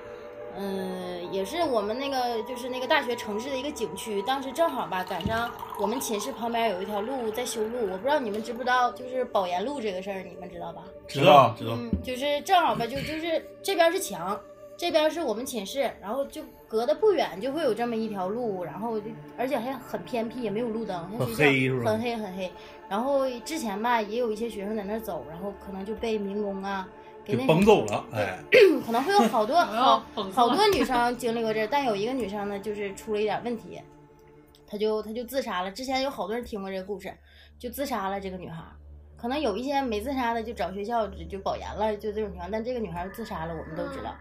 Speaker 4: 嗯，也是我们那个就是那个大学城市的一个景区。当时正好吧赶上我们寝室旁边有一条路在修路，我不知道你们知不知道，就是保研路这个事儿，你们知道吧？
Speaker 3: 知道
Speaker 2: 知道，
Speaker 4: 嗯就是正好吧，就就是这边是墙，这边是我们寝室，然后就隔得不远就会有这么一条路，然后就而且还很偏僻，也没有路灯，像
Speaker 2: 很
Speaker 4: 学校
Speaker 2: 黑是吧
Speaker 4: 很黑很黑。然后之前吧，也有一些学生在那儿走，然后可能就被民工啊给
Speaker 2: 给
Speaker 4: 那
Speaker 2: 崩走了，哎，
Speaker 4: 可能会有好多
Speaker 6: 没有
Speaker 4: 好
Speaker 6: 讽刺
Speaker 4: 好多女生经历过这，但有一个女生呢，就是出了一点问题，她就她就自杀了。之前有好多人听过这个故事，就自杀了这个女孩儿。可能有一些没自杀的就找学校就就保研了，就这种情况。但这个女孩儿自杀了，我们都知道。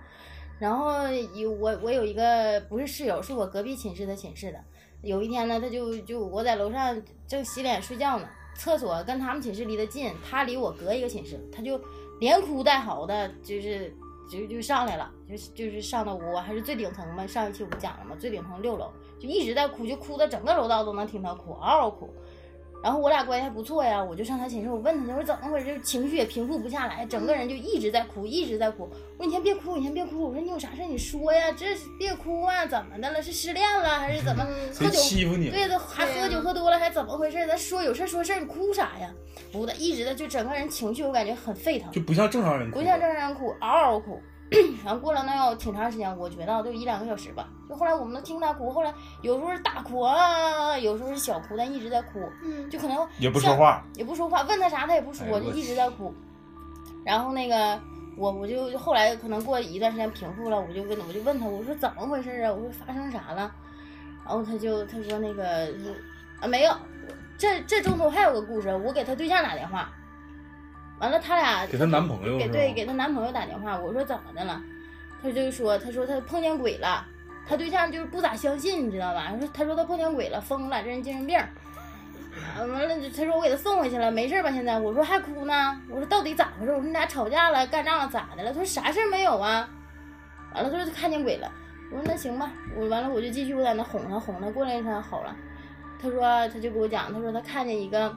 Speaker 4: 然后有我我有一个不是室友，是我隔壁寝室的寝室的。有一天呢，她就就我在楼上正洗脸睡觉呢，厕所跟他们寝室离得近，她离我隔一个寝室，她就连哭带嚎的，就是就就上来了，就是就是上到我还是最顶层嘛，上一期我讲了嘛，最顶层六楼，就一直在哭，就哭的整个楼道都能听她哭，嗷嗷哭。然后我俩关系还不错呀，我就上她寝室，我问她，我说怎么回事，就是情绪也平复不下来，整个人就一直在哭，一直在哭。我说你先别哭，你先别哭，我说你有啥事儿你说呀，这是别哭啊，怎么的了？是失恋了还是怎么？喝
Speaker 2: 谁
Speaker 4: 酒
Speaker 2: 欺负你了？
Speaker 4: 对的，还喝酒喝多了，还怎么回事？咱说有事儿说事儿，你哭啥呀？不的，一直的就整个人情绪，我感觉很沸腾，
Speaker 2: 就不像正常人哭，
Speaker 4: 不像正常人哭，嗷嗷哭。然后过了那有挺长时间，我觉得就一两个小时吧。就后来我们都听他哭，后来有时候是大哭啊，有时候是小哭，但一直在哭，
Speaker 7: 嗯，
Speaker 4: 就可能
Speaker 3: 也不
Speaker 4: 像
Speaker 3: 说话，
Speaker 4: 也不说话，问他啥他也不说，
Speaker 3: 哎呦
Speaker 4: 就
Speaker 3: 我
Speaker 4: 一直在哭。然后那个我我就后来可能过一段时间平复了，我就问我就问他，我说怎么回事啊？我说发生啥了？然后他就他说那个啊没有，这这中途还有个故事，我给他对象打电话，完了他俩
Speaker 2: 给她男朋友
Speaker 4: 给
Speaker 2: 是吧？
Speaker 4: 对给她男朋友打电话，我说怎么的了？她就说她说她碰见鬼了，她对象就是不咋相信，你知道吧？她说她说她碰见鬼了，疯了，这人精神病儿。完了就他说我给他送回去了，没事儿吧？现在我说还哭呢，我说到底咋回事？我说你俩吵架了，干仗了，咋的了？他说啥事儿没有啊。完了他说他看见鬼了，我说那行吧，我完了我就继续我在那哄他哄他，过了一天好了。他说他就给我讲，他说他看见一个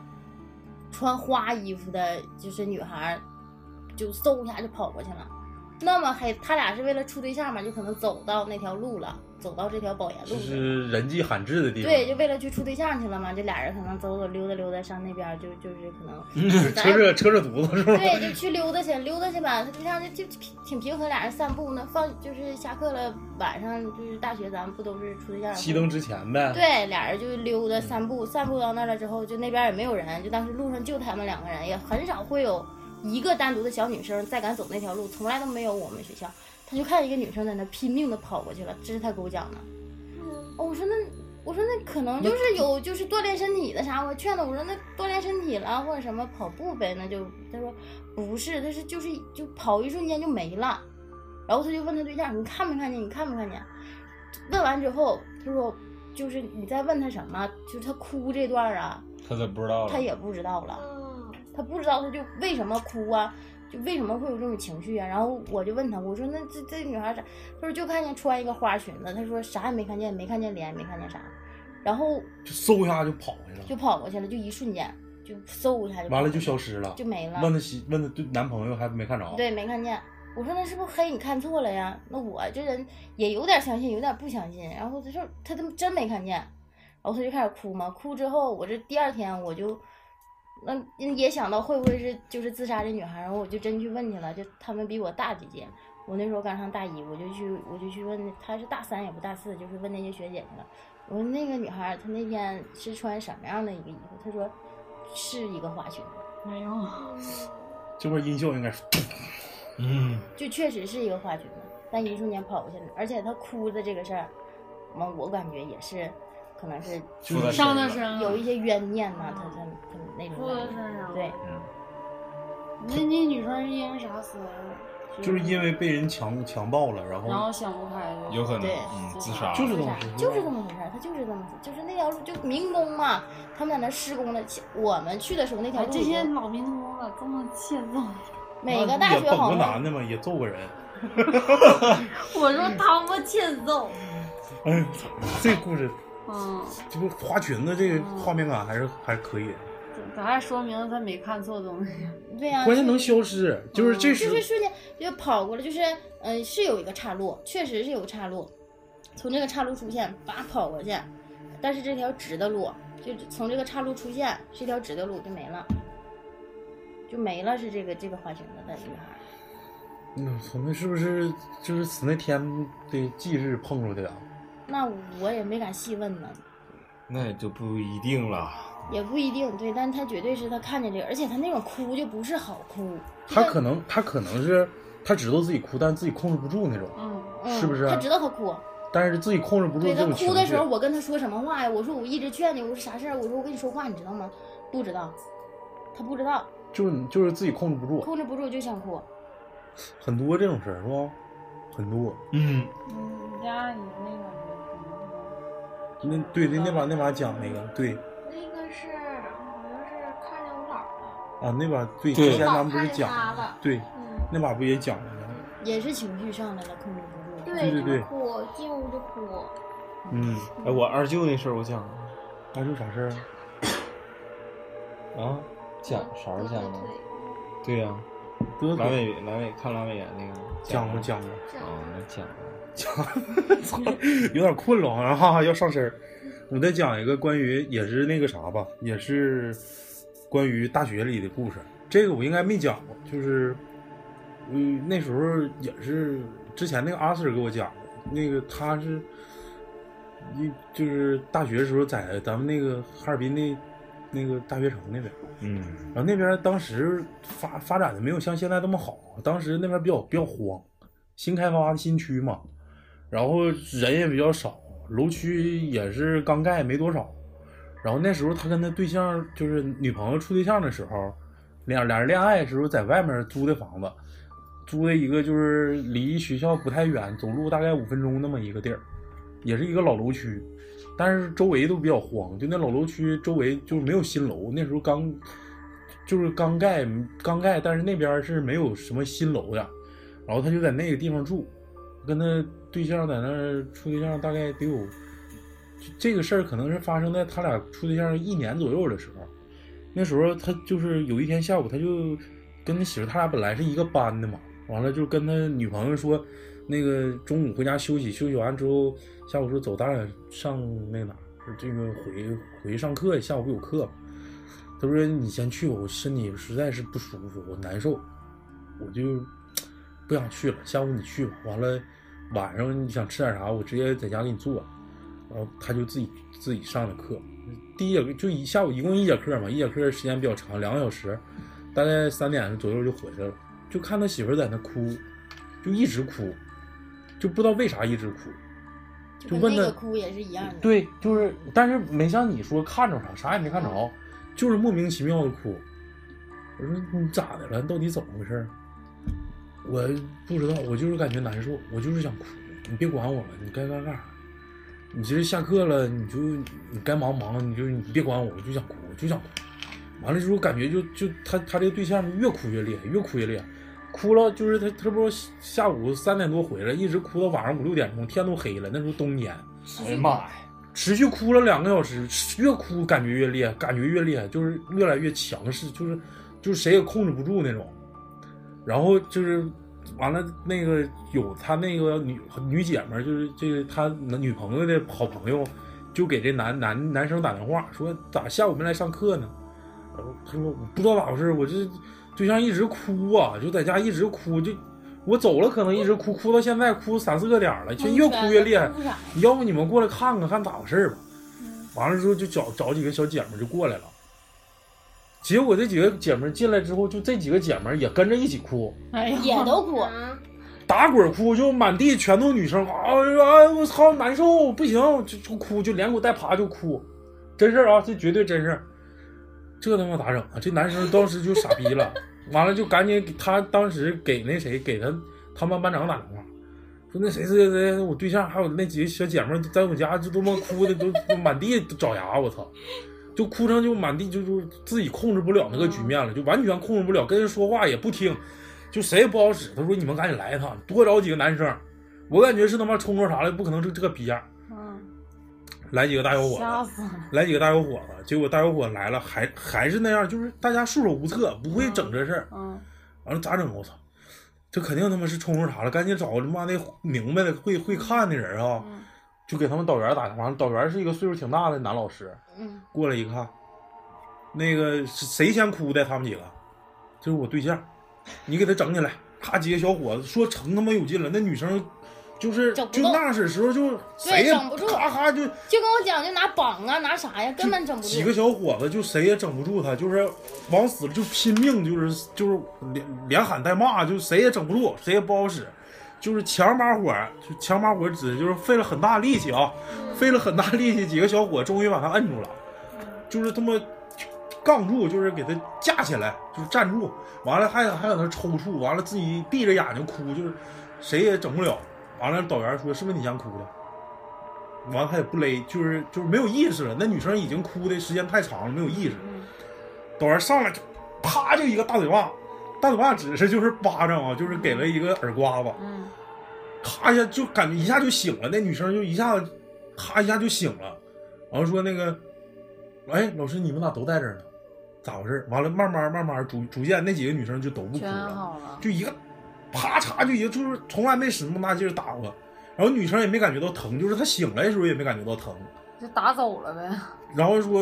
Speaker 4: 穿花衣服的，就是女孩儿，就嗖一下就跑过去了。那么黑，他俩是为了处对象嘛，就可能走到那条路了，走到这条保研路
Speaker 2: 就
Speaker 4: 了。
Speaker 2: 是人迹罕至的地方。
Speaker 4: 对，就为了去处对象去了嘛，这俩人可能走走溜达溜达上那边儿，就就是可能 咱
Speaker 2: 扯扯扯扯犊子是 吧？
Speaker 4: 对，就去溜达去，溜达去吧。他对象就就挺平和，俩人散步呢。放就是下课了，晚上就是大学，咱们不都是处对象？
Speaker 2: 熄灯之前呗。
Speaker 4: 对，俩人就溜达散步，散步到那儿了之后，就那边也没有人，就当时路上就他们两个人，也很少会有一个单独的小女生再敢走那条路，从来都没有我们学校。他就看见一个女生在那拼命的跑过去了，这是他给我讲的。哦，我说那。我说那可能就是有就是锻炼身体的啥，我劝他我说那锻炼身体了或者什么跑步呗，那就他说不是，他是就是就跑一瞬间就没了，然后他就问他对象你看没看见你看没看见，问完之后他说就是你在问他什么，就是他哭这段儿啊，
Speaker 3: 他咋不知道了？
Speaker 4: 他也不知道了，
Speaker 7: 嗯
Speaker 4: 他不知道他就为什么哭啊，就为什么会有这种情绪啊？然后我就问他，我说那这这女孩咋？他说就看见穿一个花裙子，他说啥也没看见，没看见脸，没看见啥，然后
Speaker 2: 就嗖一下就跑回来
Speaker 4: 就
Speaker 2: 了，
Speaker 4: 跑过去了，就一瞬间就嗖一下就
Speaker 2: 完了就
Speaker 4: 跑过去
Speaker 2: 消失了。
Speaker 4: 就没了。
Speaker 2: 问他媳问他对男朋友还没看着，
Speaker 4: 对，没看见。我说那是不是黑你看错了呀？那我这人也有点相信，有点不相信。然后他说他他妈真没看见，然后他就开始哭嘛。哭之后，我这第二天我就那也想到会不会是就是自杀这女孩儿，然后我就真去问去了。就他们比我大几届，我那时候刚上大一，我就去我就去问，她是大三也不大四，就是问那些学姐去了。我说那个女孩儿她那天是穿什么样的一个衣服？她说是一个花裙子。
Speaker 6: 哎呦，
Speaker 2: 这块音效应该是。
Speaker 3: 嗯，
Speaker 4: 就确实是一个花裙子，但一瞬间跑过去了，而且他哭的这个事儿，我我感觉也是，可能是
Speaker 3: 出他
Speaker 6: 上
Speaker 3: 身
Speaker 6: 他
Speaker 3: 了
Speaker 6: 身
Speaker 4: 有一
Speaker 6: 了，
Speaker 4: 些冤念嘛，他他他那种
Speaker 6: 出他身
Speaker 4: 感
Speaker 6: 上
Speaker 4: 觉，
Speaker 6: 了。
Speaker 4: 对，
Speaker 2: 嗯
Speaker 6: 那那女生是因为啥死的？
Speaker 2: 就是因为被人强强暴了，然
Speaker 6: 然后
Speaker 2: 后
Speaker 6: 想不开就
Speaker 3: 有可能
Speaker 4: 对
Speaker 3: 嗯自
Speaker 6: 哎
Speaker 3: 杀
Speaker 2: 就是
Speaker 4: 自
Speaker 2: 这么
Speaker 4: 杀
Speaker 2: 回事
Speaker 4: 就是这么回事儿，他就是这么死，就是那条路就民工嘛，他们在那施工的，我们去的时候那条
Speaker 6: 哎
Speaker 4: 路，
Speaker 6: 这些老民工咋这么欠揍？
Speaker 4: 每个大
Speaker 2: 也
Speaker 4: 学
Speaker 2: 捧
Speaker 4: 好
Speaker 2: 过
Speaker 4: 像
Speaker 2: 男的嘛，也揍过人。
Speaker 6: 我说他们欠揍。
Speaker 2: 哎呦，这故事
Speaker 6: 嗯，
Speaker 2: 这个花裙子这个画面感还是还可以，
Speaker 6: 咱还说明他没看错东西。
Speaker 4: 对呀、
Speaker 2: 关键
Speaker 4: 就
Speaker 2: 能消失，就是这
Speaker 4: 嗯就是
Speaker 2: 时
Speaker 4: 瞬间就跑过来，就是嗯、呃是有一个岔路，确实是有岔路，从这个岔路出现，叭跑过去，但是这条直的路，就从这个岔路出现是一条直的路就没了，就没了是这个这个花裙子的女孩，
Speaker 2: 嗯，我们是不是就是死那天的忌日碰着的呀？
Speaker 4: 那我也没敢细问呢，
Speaker 3: 那也就不一定了。
Speaker 4: 也不一定对，但她绝对是她看见这个，而且她那种哭就不是好哭，
Speaker 2: 他可能他可能是他知道自己哭，但自己控制不住那种，
Speaker 6: 嗯，
Speaker 4: 嗯、
Speaker 2: 是不啊是
Speaker 4: 她知道她哭，
Speaker 2: 但是自己控制不住
Speaker 4: 对
Speaker 2: 这
Speaker 4: 他
Speaker 2: 种情
Speaker 4: 哭
Speaker 2: 绪。
Speaker 4: 的时候，我跟他说什么话呀？我说我一直劝你，我说啥事儿？我说我跟你说话，你知道吗？不知道，他不知道，
Speaker 2: 就是就是自己控制不住，
Speaker 4: 控制不住就想哭。
Speaker 2: 很多这种事儿是吧？很多。
Speaker 3: 嗯，
Speaker 6: 你家你那个
Speaker 2: 那对那那把那把讲那个对
Speaker 7: 那个是好像是看见我姥儿了，
Speaker 2: 啊那把对
Speaker 3: 对
Speaker 2: 之前
Speaker 7: 我姥
Speaker 2: 咱
Speaker 7: 儿
Speaker 2: 们不是
Speaker 7: 看见
Speaker 2: 讲
Speaker 7: 他
Speaker 2: 了
Speaker 7: 了
Speaker 2: 吗，对
Speaker 7: 嗯，
Speaker 2: 那把不也讲了吗？
Speaker 4: 也是情绪上来了，控制不住。
Speaker 7: 对，
Speaker 2: 对对
Speaker 7: 就哭，进屋就哭，
Speaker 2: 嗯，
Speaker 3: 哎，我二舅那事儿我讲了
Speaker 2: 那就啥事儿啊？
Speaker 3: 啊，讲啥时候讲的？对呀、
Speaker 2: 得
Speaker 3: 阑尾阑尾看阑尾炎那个
Speaker 2: 讲过
Speaker 3: 吗
Speaker 2: 讲过，
Speaker 3: 啊，
Speaker 2: 哦
Speaker 3: 那讲了。
Speaker 2: 有点困了，好像哈哈要上身儿。我再讲一个关于也是那个啥吧，也是关于大学里的故事。这个我应该没讲过，就是嗯那时候也是之前那个阿 Sir 给我讲的，那个他是一就是大学的时候在咱们那个哈尔滨那那个大学城那边，
Speaker 3: 嗯
Speaker 2: 然后那边当时发发展的没有像现在这么好，当时那边比较比较荒，新开发的新区嘛，然后人也比较少，楼区也是刚盖没多少。然后那时候他跟他对象就是女朋友处对象的时候，俩俩人恋爱的时候在外面租的房子，租的一个就是离学校不太远，走路大概五分钟那么一个地儿，也是一个老楼区。但是周围都比较荒，就那老楼区周围就是没有新楼，那时候刚就是刚盖刚盖，但是那边是没有什么新楼的，然后他就在那个地方住，跟他对象在那儿处对象，大概得有这个事儿可能是发生在他俩处对象一年左右的时候，那时候他就是有一天下午，他就跟他媳妇，他俩本来是一个班的嘛，完了就跟他女朋友说，那个中午回家休息，休息完之后，下午说走，咱俩上那哪儿，这个回回上课，下午不有课吗？他说你先去吧，我身体实在是不舒服，我难受，我就不想去了。下午你去吧，完了晚上你想吃点啥，我直接在家给你做。然后他就自己自己上的课，第一节课就一下午一共一节课嘛，一节课时间比较长，两个小时，大概三点左右就回来了。就看他媳妇儿在那哭，就一直哭，就不知道为啥一直哭。
Speaker 4: 就
Speaker 2: 就
Speaker 4: 跟
Speaker 2: 问
Speaker 4: 那
Speaker 2: 他
Speaker 4: 个哭也是一样的。，
Speaker 2: 对，就是，但是没像你说看着啥，啥也没看着，就是莫名其妙的哭。我说你咋的了？到底怎么回事儿？我不知道，我就是感觉难受，我就是想哭。你别管我了，你该干干啥。你这下课了，你就你该忙忙，你就你别管我，我就想哭，我就想哭。完了之后感觉就就他他这对象越哭越厉害，越哭越厉害，哭了就是他他不是下午三点多回来，一直哭到晚上五六点钟，天都黑了，那时候冬天。
Speaker 3: 哎呀妈呀！
Speaker 2: 持续哭了两个小时，越哭感觉越厉害，感觉越厉害，就是越来越强势，就是就是谁也控制不住那种。然后就是完了，那个有他那个女女姐们儿，就是这个他女朋友的好朋友，就给这男男男生打电话说咋下午没来上课呢？然后他说我不知道咋回事，我这对象一直哭啊，就在家一直哭，就我走了可能一直哭，哭到现在哭三四个点儿了，就越哭越厉害。
Speaker 4: 哭啥呀？
Speaker 2: 要不你们过来看看，看咋回事儿吧。完了之后就找找几个小姐们儿就过来了。结果这几个姐们儿进来之后，就这几个姐们儿也跟着一起哭，
Speaker 6: 哎呀，
Speaker 4: 也都哭，
Speaker 7: 啊，
Speaker 2: 打滚儿哭，就满地全都女生，啊啊！我操，难受，不行，就就哭，就连滚带爬就哭，真事儿啊，这绝对真事儿。这他妈咋整啊？这男生当时就傻逼了， 完了就赶紧给他当时给那谁给他他们班长打电话，说那谁谁谁，我对象还有那几个小姐们儿都在我家就他妈哭的都都满地找牙，我操！就哭成就满地就就自己控制不了那个局面了，就完全控制不了，跟人说话也不听，就谁也不好使。他说你们赶紧来一趟，多找几个男生，我感觉是他妈冲着啥了，不可能是这个逼样儿。
Speaker 6: 嗯，
Speaker 2: 来几个大小伙子，
Speaker 6: 吓死了，
Speaker 2: 来几个大小伙子，结果大小伙子来了，还还是那样，就是大家束手无策，不会整这事儿。
Speaker 6: 嗯，
Speaker 2: 完了咋整？我操，这肯定他妈是冲着啥了，赶紧找他妈那明白的、会会看的人啊，
Speaker 6: 嗯
Speaker 2: 就给他们导员打电话。导员是一个岁数挺大的男老师，
Speaker 4: 嗯，
Speaker 2: 过来一看，那个是谁先哭的？他们几个，就是我对象，你给他整起来。咔，几个小伙子说成他妈有劲了，那女生就是
Speaker 4: 整不
Speaker 2: 就
Speaker 4: 动
Speaker 2: 那时候就谁也
Speaker 4: 整不住
Speaker 2: 咔咔就。
Speaker 4: 就跟我讲，就拿绑啊，拿啥呀，根本整不住。
Speaker 2: 几个小伙子就谁也整不住他，就是往死了就拼命，就是就是连连喊带骂，就谁也整不住，谁也不好使，就是强把火，就强把火指就是费了很大力气啊，费了很大力气，几个小伙终于把他摁住了，就是他妈杠住，就是给他架起来，就是站住，完了还还搁那抽搐，完了自己闭着眼睛哭，就是谁也整不了。完了，导员说是不是你先哭的？完了他也不勒，就是就是没有意识了。那女生已经哭的时间太长了，没有意识。
Speaker 6: 嗯
Speaker 2: 导员上来就啪就一个大嘴巴，大嘴巴只是就是巴掌啊，就是给了一个耳刮子，
Speaker 6: 嗯，
Speaker 2: 咔一下就感觉一下就醒了，那女生就一下子咔一下就醒了，然后说那个，哎，老师你们咋都在这儿呢？咋回事？完了，慢慢慢慢逐逐渐那几个女生就都不哭
Speaker 6: 全
Speaker 2: 了。
Speaker 6: 好了，
Speaker 2: 就一个啪嚓就一个，就是从来没使那么大劲儿打过。然后女生也没感觉到疼，就是她醒来的时候也没感觉到疼。
Speaker 6: 就打走了呗，
Speaker 2: 然后说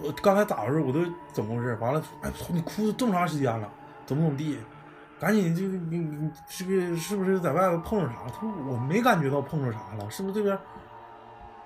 Speaker 2: 我刚才咋回事？我都怎么回事？完了，哎，操你哭这么长时间了，怎么怎么地？赶紧就是你你这个是不是在外头碰着啥了？他说我没感觉到碰着啥了，是不是这边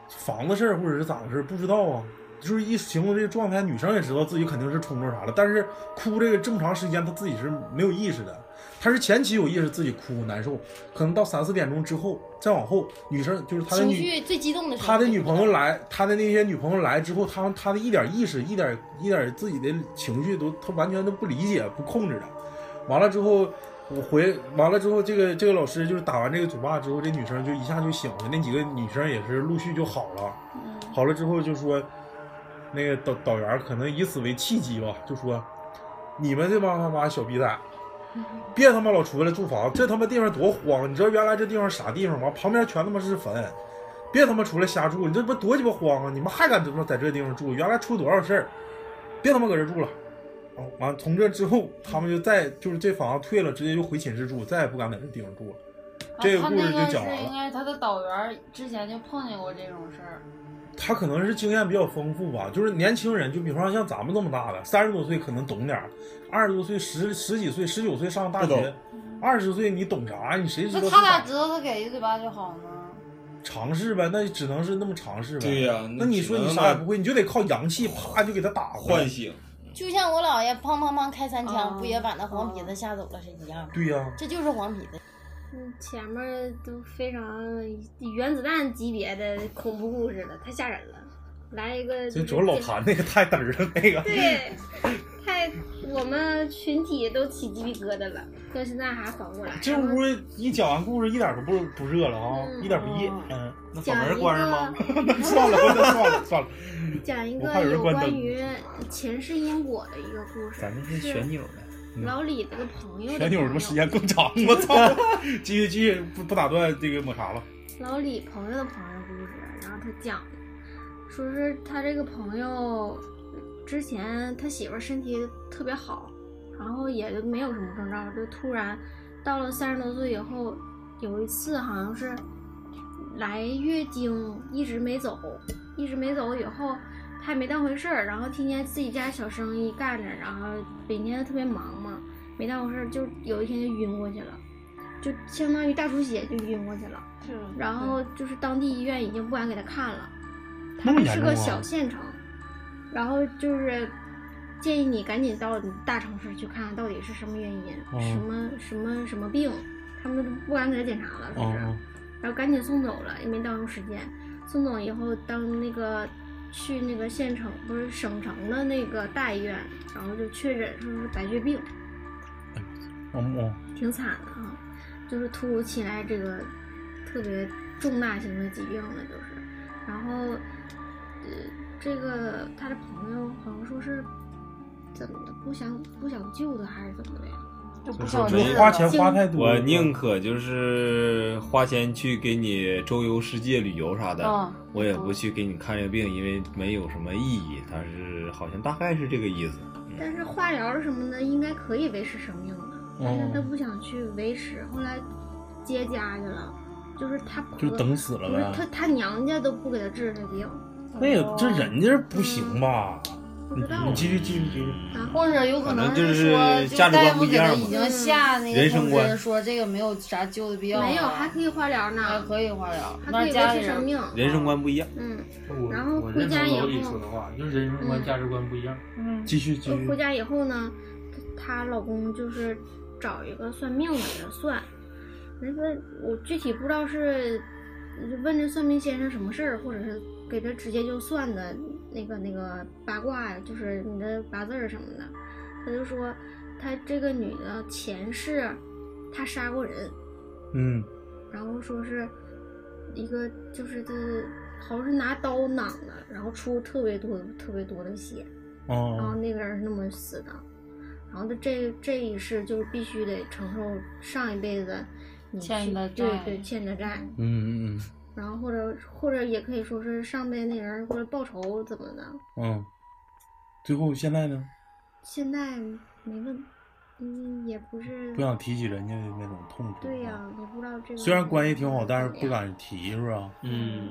Speaker 2: 房子事儿或者是咋回事？不知道啊。就是一形容这个状态，女生也知道自己肯定是冲着啥了，但是哭这个这么长时间，她自己是没有意识的。她是前期有意识自己哭难受，可能到三四点钟之后，再往后，女生就是她的
Speaker 4: 情
Speaker 2: 女
Speaker 4: 绪最激动的时候，
Speaker 2: 他的女朋友，来，他的那些女朋友来之后，他他的一点意识，一点一点自己的情绪都，他完全都不理解，不控制的。完了之后，我回完了之后，这个这个老
Speaker 4: 嗯
Speaker 2: 师就是打完这个嘴巴之后，这女生就一下就醒了，那几个女生也是陆续就好了。好了之后就说，那个导导员可能以此为契机吧，就说你们这帮他妈小逼 崽，别他妈老出来住房，这他妈地方多荒！你知道原来这地方啥地方吗？旁边全他妈是坟，别他妈出来瞎住，你这不多鸡巴荒啊！你们还敢他妈在这地方住？原来出多少事儿？别他妈搁这住了。哦完、从这之后，他们就再就是这房子退了，直接就回寝室住，再也不敢在这地方住了。这
Speaker 6: 啊、他
Speaker 2: 故事
Speaker 6: 那
Speaker 2: 就
Speaker 6: 个
Speaker 2: 讲完
Speaker 6: 是
Speaker 2: 了
Speaker 6: 应。该他的导员儿之前就碰见过这种事儿，
Speaker 2: 他可能是经验比较丰富吧，就是年轻人，就比方像咱们这么大的，三十多岁可能懂点儿，二十多岁、十十几岁、十九岁上大
Speaker 3: 不
Speaker 2: 学
Speaker 3: 懂，
Speaker 2: 二十岁你懂啥？你谁知道
Speaker 6: 那
Speaker 2: 是
Speaker 6: 他俩
Speaker 2: 啥？
Speaker 6: 知道他给一嘴巴就好呢。
Speaker 2: 尝试呗，那只能是那么尝试呗。
Speaker 3: 对呀、
Speaker 2: 那你说你
Speaker 3: 只能哦
Speaker 2: 啥也不会，你就得靠阳气，啪就给他打回来
Speaker 3: 唤。醒，
Speaker 4: 就像我姥爷砰砰砰开三枪，
Speaker 7: 哦
Speaker 6: 啊
Speaker 4: 不也把那黄皮子吓走了是一样吗？
Speaker 2: 对呀、
Speaker 4: 这就是黄皮子。
Speaker 7: 嗯，前面都非常原子弹级别的恐怖故事了，太吓人了。来一个、
Speaker 2: 这
Speaker 7: 就是
Speaker 2: 主要老谭那个太嘚儿了，那个。
Speaker 7: 对，太我们群体都起鸡皮疙瘩了，到现在还缓不过来。
Speaker 2: 这屋一讲完故事，一点都不不热了啊，
Speaker 7: 嗯
Speaker 2: 一点不热。嗯，
Speaker 3: 那把
Speaker 7: 讲一
Speaker 3: 门
Speaker 7: 个
Speaker 3: 关上吗？
Speaker 2: 算了，算了， 算了。
Speaker 7: 讲一
Speaker 2: 我怕
Speaker 7: 个
Speaker 2: 有人
Speaker 7: 有
Speaker 2: 关
Speaker 7: 关
Speaker 2: 灯
Speaker 7: 于前世因果的一个故事，
Speaker 8: 咱们是旋钮的。
Speaker 7: 老李的朋友的
Speaker 2: 旋钮他妈
Speaker 7: 朋
Speaker 2: 时
Speaker 7: 友
Speaker 2: 间更 长，啊我操！继续继续，不不打断这个抹茶了。
Speaker 7: 老李朋友的朋友故事，然后他讲，说是他这个朋友之前他媳妇儿身体特别好，然后也就没有什么征兆，就突然到了三十多岁以后，有一次好像是来月经，一直没走，一直没走以后，他也没当回事儿，然后天天自己家小生意干着，然后每天特别忙嘛，没当回事儿，就有一天就晕过去了，就相当于大出血就晕过去了。然后就是当地医院已经不敢给他看了，他
Speaker 2: 那么
Speaker 7: 们
Speaker 2: 严
Speaker 7: 是
Speaker 2: 重
Speaker 7: 个
Speaker 2: 啊
Speaker 7: 小县城，然后就是建议你赶紧到你大城市去看看到底是什么原因，
Speaker 2: 哦
Speaker 7: 什么什么什么病，他们都不敢给他检查了，说
Speaker 2: 哦
Speaker 7: 是，然后赶紧送走了，也没耽误时间。送走以后，当那个去那个县城不是省城的那个大医院，然后就确诊说是白血病，
Speaker 2: 嗯嗯，
Speaker 7: 挺惨的啊，就是突如其来这个特别重大型的疾病了，就是，然后呃，这个他的朋友好像说是怎么的不想不想救他还是怎么的呀？
Speaker 6: 就
Speaker 3: 不
Speaker 6: 不
Speaker 3: 小
Speaker 6: 小
Speaker 3: 心
Speaker 6: 心
Speaker 3: 了
Speaker 2: 花钱花太多了，嗯
Speaker 3: 我宁可就是花钱去给你周游世界旅游啥的，
Speaker 6: 嗯
Speaker 3: 我也不去给你看这个病，因为没有什么意义。他是好像大概是这个意思。
Speaker 7: 但是化疗什么的应该可以维持生命的，但是
Speaker 3: 哦
Speaker 7: 他不想去维持，后来接家去了，就是他婆
Speaker 2: 就等死了
Speaker 7: 不是他
Speaker 2: 呗。
Speaker 7: 他娘家都不给他治这病，
Speaker 2: 那也这人家不行吧？
Speaker 7: 不
Speaker 2: 你
Speaker 7: 知道
Speaker 2: 你继续继续继续。
Speaker 7: 然后
Speaker 6: 或者有可能
Speaker 3: 反
Speaker 6: 说，
Speaker 3: 正就是价值观
Speaker 6: 大
Speaker 3: 不
Speaker 6: 夫
Speaker 3: 一
Speaker 6: 给他
Speaker 3: 样嘛
Speaker 6: 已经下那个
Speaker 3: 人生
Speaker 6: 通
Speaker 3: 观
Speaker 6: 知说这个没有啥救的必要了，
Speaker 7: 嗯没有还可以化疗呢，
Speaker 6: 还可以化疗，
Speaker 7: 还可
Speaker 6: 那
Speaker 7: 以
Speaker 6: 家里
Speaker 7: 维持生
Speaker 6: 人
Speaker 7: 命，
Speaker 3: 人生观不一样，
Speaker 7: 嗯。
Speaker 5: 我
Speaker 7: 然后
Speaker 5: 我
Speaker 7: 回
Speaker 5: 认
Speaker 7: 家
Speaker 5: 同
Speaker 7: 以
Speaker 5: 老李
Speaker 7: 后
Speaker 5: 说的话，就是人生观、
Speaker 7: 嗯
Speaker 5: 价值观不一样。
Speaker 6: 嗯，
Speaker 2: 继续继
Speaker 7: 就
Speaker 2: 续
Speaker 7: 回，家以后呢，她老公就是找一个算命的给她算，那个我具体不知道是问这算命先生什么事儿，或者是给他直接就算的那个那个八卦呀，就是你的八字儿什么的。他就说，他这个女的前世她杀过人，
Speaker 2: 嗯，
Speaker 7: 然后说是一个就是她好像是拿刀攮的，然后出特别多特别多的血。然后
Speaker 2: 哦，
Speaker 7: 那个人是那么死的，然后他这这一世就是必须得承受上一辈子你
Speaker 6: 欠
Speaker 7: 去
Speaker 6: 的
Speaker 7: 对
Speaker 6: 债
Speaker 7: 对欠的债，
Speaker 2: 嗯嗯
Speaker 7: 然后或者或者也可以说是上辈子那人或者报仇怎么的，
Speaker 2: 嗯嗯，最后现在呢，
Speaker 7: 现在没问，嗯也不是
Speaker 2: 不想提起人家的那种痛苦。啊
Speaker 7: 对呀、也不知道这个
Speaker 2: 虽然关系挺好，但是
Speaker 7: 怎么
Speaker 2: 不
Speaker 7: 样
Speaker 2: 敢提，是吧？
Speaker 3: 嗯，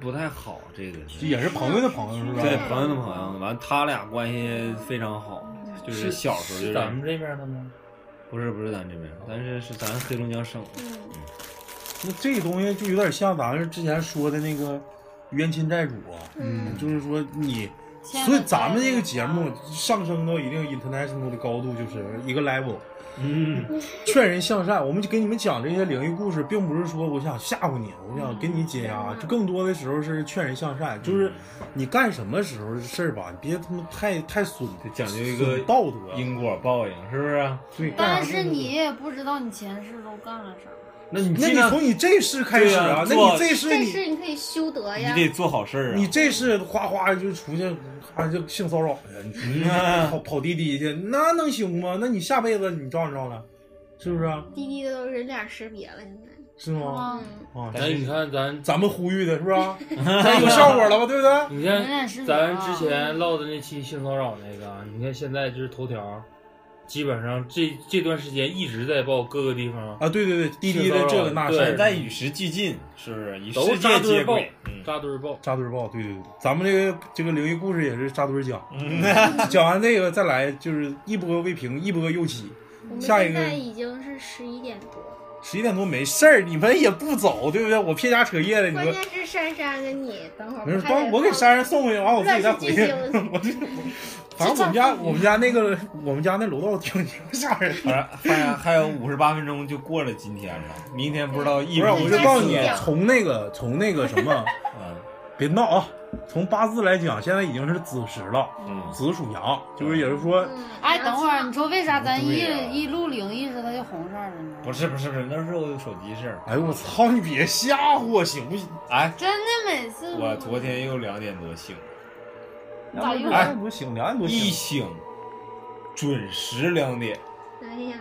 Speaker 3: 不太好这个。
Speaker 2: 这也是朋友的朋友，是吧？
Speaker 3: 对朋友的朋友，完他俩关系非常好，就是小时候就是
Speaker 5: 咱们这边的吗？
Speaker 3: 不是不是咱这边，但是是咱黑龙江省。
Speaker 7: 嗯
Speaker 2: 那这个东西就有点像咱们之前说的那个冤亲债主啊，
Speaker 7: 嗯
Speaker 2: 就是说你，
Speaker 6: 欠了
Speaker 2: 所以咱们
Speaker 6: 债
Speaker 2: 这个
Speaker 6: 了
Speaker 2: 节目上升到一定 international 的高度，就是一个 level，
Speaker 3: 嗯，
Speaker 2: 劝人向善。我们就给你们讲这些灵异故事，并不是说我想吓唬你，我想给你解压，就更多的时候是劝人向
Speaker 3: 嗯
Speaker 2: 善。就是你干什么时候的事儿吧，你别他妈太太损，
Speaker 3: 讲究一个
Speaker 2: 损道德。
Speaker 3: 因果报应是不是？啊
Speaker 2: 对，干啥
Speaker 6: 但
Speaker 2: 事儿
Speaker 6: 是
Speaker 2: 都
Speaker 6: 你也不知道你前世都干了啥，
Speaker 5: 那你
Speaker 2: 那
Speaker 5: 尽
Speaker 2: 你
Speaker 5: 量
Speaker 2: 从你这事开始啊，那
Speaker 3: 对啊
Speaker 2: 你这事
Speaker 7: 这
Speaker 2: 你
Speaker 7: 事你可以修德
Speaker 3: 你
Speaker 7: 呀。
Speaker 3: 得做好事儿啊。
Speaker 2: 你这事哗哗就出去，啊就性骚扰去，你出去
Speaker 3: 嗯
Speaker 2: 跑跑滴滴去，那能行吗？那你下辈子你照样照了，是不是啊？
Speaker 7: 滴滴都人脸识别了，现在。
Speaker 2: 是吗？
Speaker 7: 嗯，
Speaker 2: 啊，
Speaker 5: 哎，你看咱
Speaker 2: 咱们呼吁的是吧？咱有效果了吧？对不 啊对？
Speaker 5: 你
Speaker 6: 人脸识
Speaker 5: 看
Speaker 6: 别
Speaker 5: 咱
Speaker 6: 啊
Speaker 5: 之前唠的那期性骚扰那个啊，你看现在就是头条，基本上这这段时间一直在报各个地方
Speaker 2: 啊，对对对，滴滴的这个那事
Speaker 5: 对
Speaker 2: 儿
Speaker 5: 人
Speaker 3: 人在与时俱进，是不是？与
Speaker 5: 都
Speaker 3: 世
Speaker 5: 扎
Speaker 3: 界
Speaker 5: 堆
Speaker 3: 接
Speaker 5: 儿报
Speaker 3: 轨。嗯，
Speaker 5: 扎堆儿报。
Speaker 2: 扎堆儿报，对对对，咱们这个这个灵异故事也是扎堆儿 讲，嗯讲完这个再来就是一波未平，一波又起，
Speaker 7: 我们
Speaker 2: 下一
Speaker 7: 现
Speaker 2: 个
Speaker 7: 在已经是十一点多，
Speaker 2: 十一点多没事儿，你们也不走，对不对？我撇家扯业的，你
Speaker 7: 关
Speaker 2: 说
Speaker 7: 键是珊珊跟你等会儿
Speaker 2: 没事，
Speaker 7: 还
Speaker 2: 帮
Speaker 7: 得
Speaker 2: 我给
Speaker 7: 放
Speaker 2: 珊珊送回去，完我自己再回去。
Speaker 7: 乱世 巨星
Speaker 2: 我这，反正我们家我们家那个我们家那楼道挺挺吓人的。
Speaker 3: 反正还还有五十八分钟就过了今天了，明天不知道
Speaker 2: 不
Speaker 3: 一
Speaker 2: 是，我
Speaker 3: 一
Speaker 2: 就
Speaker 3: 次
Speaker 2: 告诉你
Speaker 7: 一，下
Speaker 2: 从那个从那个什 么，
Speaker 3: 嗯
Speaker 2: 别闹啊！从八字来讲，现在已经是子时了，
Speaker 3: 嗯，
Speaker 2: 子属羊，就是也是说
Speaker 7: 嗯
Speaker 6: 哎，等会儿你说为啥咱一
Speaker 3: 对呀
Speaker 6: 一录灵异时它就红色了呢？
Speaker 3: 不是不是不是，那是我手机事儿。
Speaker 2: 哎呦我操！你别吓唬我行不行？
Speaker 3: 哎，
Speaker 6: 真的每次
Speaker 3: 我昨天又两点多醒，
Speaker 6: 咋又
Speaker 7: 哎
Speaker 2: 两点多醒，哎两点多
Speaker 3: 一
Speaker 2: 醒，
Speaker 3: 醒准时两点，
Speaker 7: 哎呀，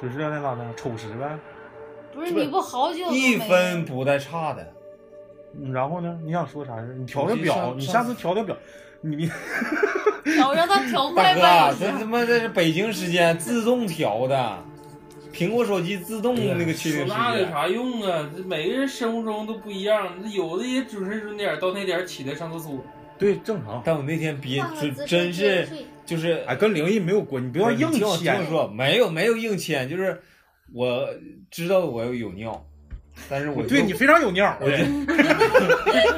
Speaker 2: 准时两点咋的？丑时呗。
Speaker 6: 不是你不好久都没
Speaker 3: 一分不带差的。
Speaker 2: 嗯然后呢？你想说啥事儿？你调
Speaker 3: 我
Speaker 2: 调
Speaker 3: 去
Speaker 2: 表，
Speaker 3: 上
Speaker 2: 你
Speaker 3: 上
Speaker 2: 下次调调表，你别
Speaker 6: 调让他调
Speaker 3: 大
Speaker 6: 快
Speaker 3: 哥
Speaker 6: 半
Speaker 3: 啊，
Speaker 6: 小
Speaker 3: 这
Speaker 6: 时
Speaker 3: 他妈这是北京时间自动调的，苹果手机自
Speaker 5: 哎
Speaker 3: 动那个确定时
Speaker 5: 手那有
Speaker 3: 间。
Speaker 5: 啥用啊？这每个人生活中都不一样，这有的也准时准点儿到那点儿起来上厕所。
Speaker 2: 对正常。
Speaker 3: 但我那天憋
Speaker 7: 换个姿
Speaker 3: 真真
Speaker 7: 势接着
Speaker 3: 是
Speaker 7: 睡
Speaker 3: 就是
Speaker 2: 哎，跟灵异没有关，你不
Speaker 3: 不
Speaker 2: 要
Speaker 3: 是
Speaker 2: 硬
Speaker 3: 你听我
Speaker 2: 气
Speaker 3: 听
Speaker 2: 啊
Speaker 3: 我！说，没有没有硬签，就是我知道我有尿，但是我就
Speaker 2: 对你非常有尿，
Speaker 3: 我就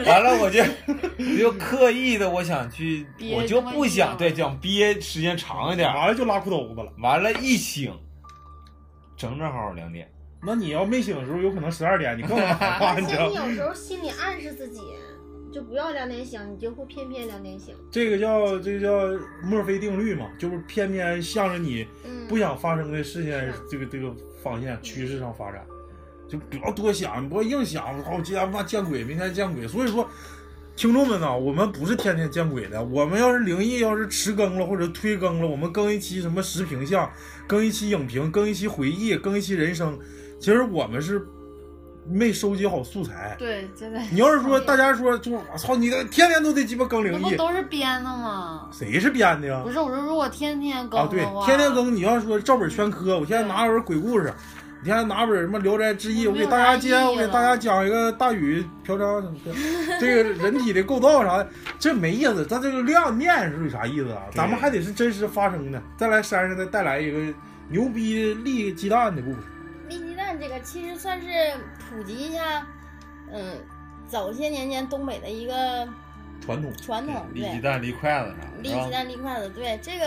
Speaker 3: 完了，我就我就刻意的我想去，
Speaker 6: 憋
Speaker 3: 我就不想
Speaker 6: 着
Speaker 3: 对想憋时间长一点。
Speaker 2: 完了就拉裤兜子了。
Speaker 3: 完了，一醒，正正好好两点。
Speaker 2: 那你要没醒的时候，有可能十二点， 你更麻烦，
Speaker 7: 而
Speaker 2: 你啊知
Speaker 7: 且
Speaker 2: 道
Speaker 7: 你
Speaker 2: 吗？
Speaker 7: 有时候心里暗示自己，就不要两点醒，你就会偏偏两点醒。
Speaker 2: 这个叫这个叫墨菲定律嘛，就是偏偏向着你
Speaker 7: 嗯，
Speaker 2: 不想发生的事情
Speaker 7: 是，
Speaker 2: 这个这个方向趋势上发展，就不要多想，不要硬想。我操，今天怕见鬼，明天见鬼。所以说，听众们呐、我们不是天天见鬼的。我们要是灵异，要是迟更了或者推更了，我们更一期什么时评像，更一期影评，更一期回忆，更一期人生。其实我们是没收集好素材。
Speaker 6: 对，真的，
Speaker 2: 你要是说大家说就我操，你这天天都得鸡巴更
Speaker 6: 那
Speaker 2: 灵
Speaker 6: 不
Speaker 2: 异，
Speaker 6: 都是编的吗？
Speaker 2: 谁是编的呀
Speaker 6: 不？是，我说如果天天更
Speaker 2: 啊，对
Speaker 6: 的话，，
Speaker 2: 天天更。你要说照本宣科，我现在拿本鬼故事，你现在拿本什么《聊斋志异》，我
Speaker 6: 没有
Speaker 2: 给大家
Speaker 6: 啥
Speaker 2: 今
Speaker 6: 意义
Speaker 2: 天我给大家
Speaker 6: 了
Speaker 2: 讲一个大禹嫖娼什么的，这个人体的构造啥的，这没意思。咱这个量念是有啥意思啊？
Speaker 3: 对
Speaker 2: 咱们还得是真实发生的。再来山上再带来一个牛逼立鸡蛋的故事，
Speaker 4: 立鸡蛋这个其实算是普及一下，嗯，早些年间东北的一个
Speaker 3: 传统，
Speaker 4: 传统，
Speaker 3: 立鸡
Speaker 4: 哦对，
Speaker 3: 蛋、立筷子啥的，
Speaker 4: 立
Speaker 2: 啊
Speaker 3: 是吧
Speaker 4: 鸡蛋立筷子，对这个。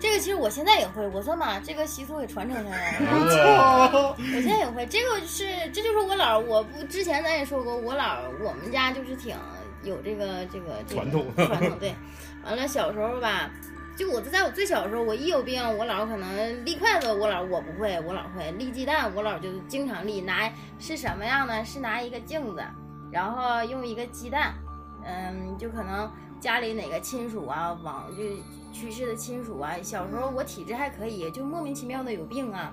Speaker 4: 这个其实我现在也会，我算把这个习俗给传承下来
Speaker 2: 嗯
Speaker 4: 了。
Speaker 3: 哇
Speaker 4: 我现在也会，这个是这就是我姥儿，我不之前咱也说过，我姥儿我们家就是挺有这个这个这个
Speaker 2: 传统
Speaker 4: 传统对。完了小时候吧，就我在我最小的时候，我一有病，我姥儿可能立筷子，我姥儿我不会，我姥儿会立鸡蛋，我姥儿就经常立，拿是什么样呢？是拿一个镜子，然后用一个鸡蛋，嗯，就可能家里哪个亲属啊，往就去世的亲属啊，小时候我体质还可以，就莫名其妙的有病啊，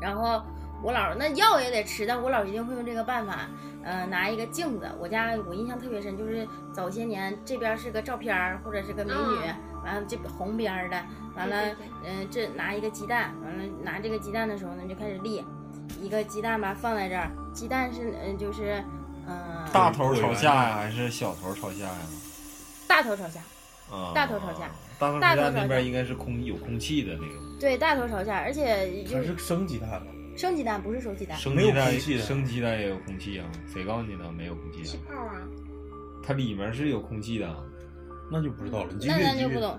Speaker 4: 然后我姥儿那药也得吃，但我姥儿一定会用这个办法，呃，拿一个镜子，我家我印象特别深，就是早些年这边是个照片儿或者是个美女，完了这红边儿的，完了
Speaker 7: 嗯对对
Speaker 4: 嗯、这拿一个鸡蛋，完了拿这个鸡蛋的时候呢，就开始立。一个鸡蛋吧，放在这儿，鸡蛋是嗯、就是嗯、呃
Speaker 3: 大头朝下呀，还是小头朝下呀？
Speaker 4: 大头朝下，
Speaker 3: 啊，
Speaker 4: 大头朝下，
Speaker 3: 大头
Speaker 4: 大
Speaker 3: 朝下
Speaker 4: 头朝下
Speaker 3: 那边应该是空有空气的那种，
Speaker 4: 对，大头朝下，而且就
Speaker 2: 还是生鸡蛋吧？
Speaker 4: 生鸡蛋，不是熟鸡蛋，
Speaker 3: 生
Speaker 2: 没有
Speaker 3: 鸡蛋
Speaker 2: 空气的
Speaker 3: 生鸡蛋也有空气啊？谁告诉你的？没有空气
Speaker 7: 气
Speaker 3: 啊？
Speaker 7: 泡啊，
Speaker 3: 它里面是有空气的啊，
Speaker 2: 那就不知道了。你继续
Speaker 4: 那咱
Speaker 2: 你继
Speaker 4: 就
Speaker 2: 续
Speaker 4: 不懂。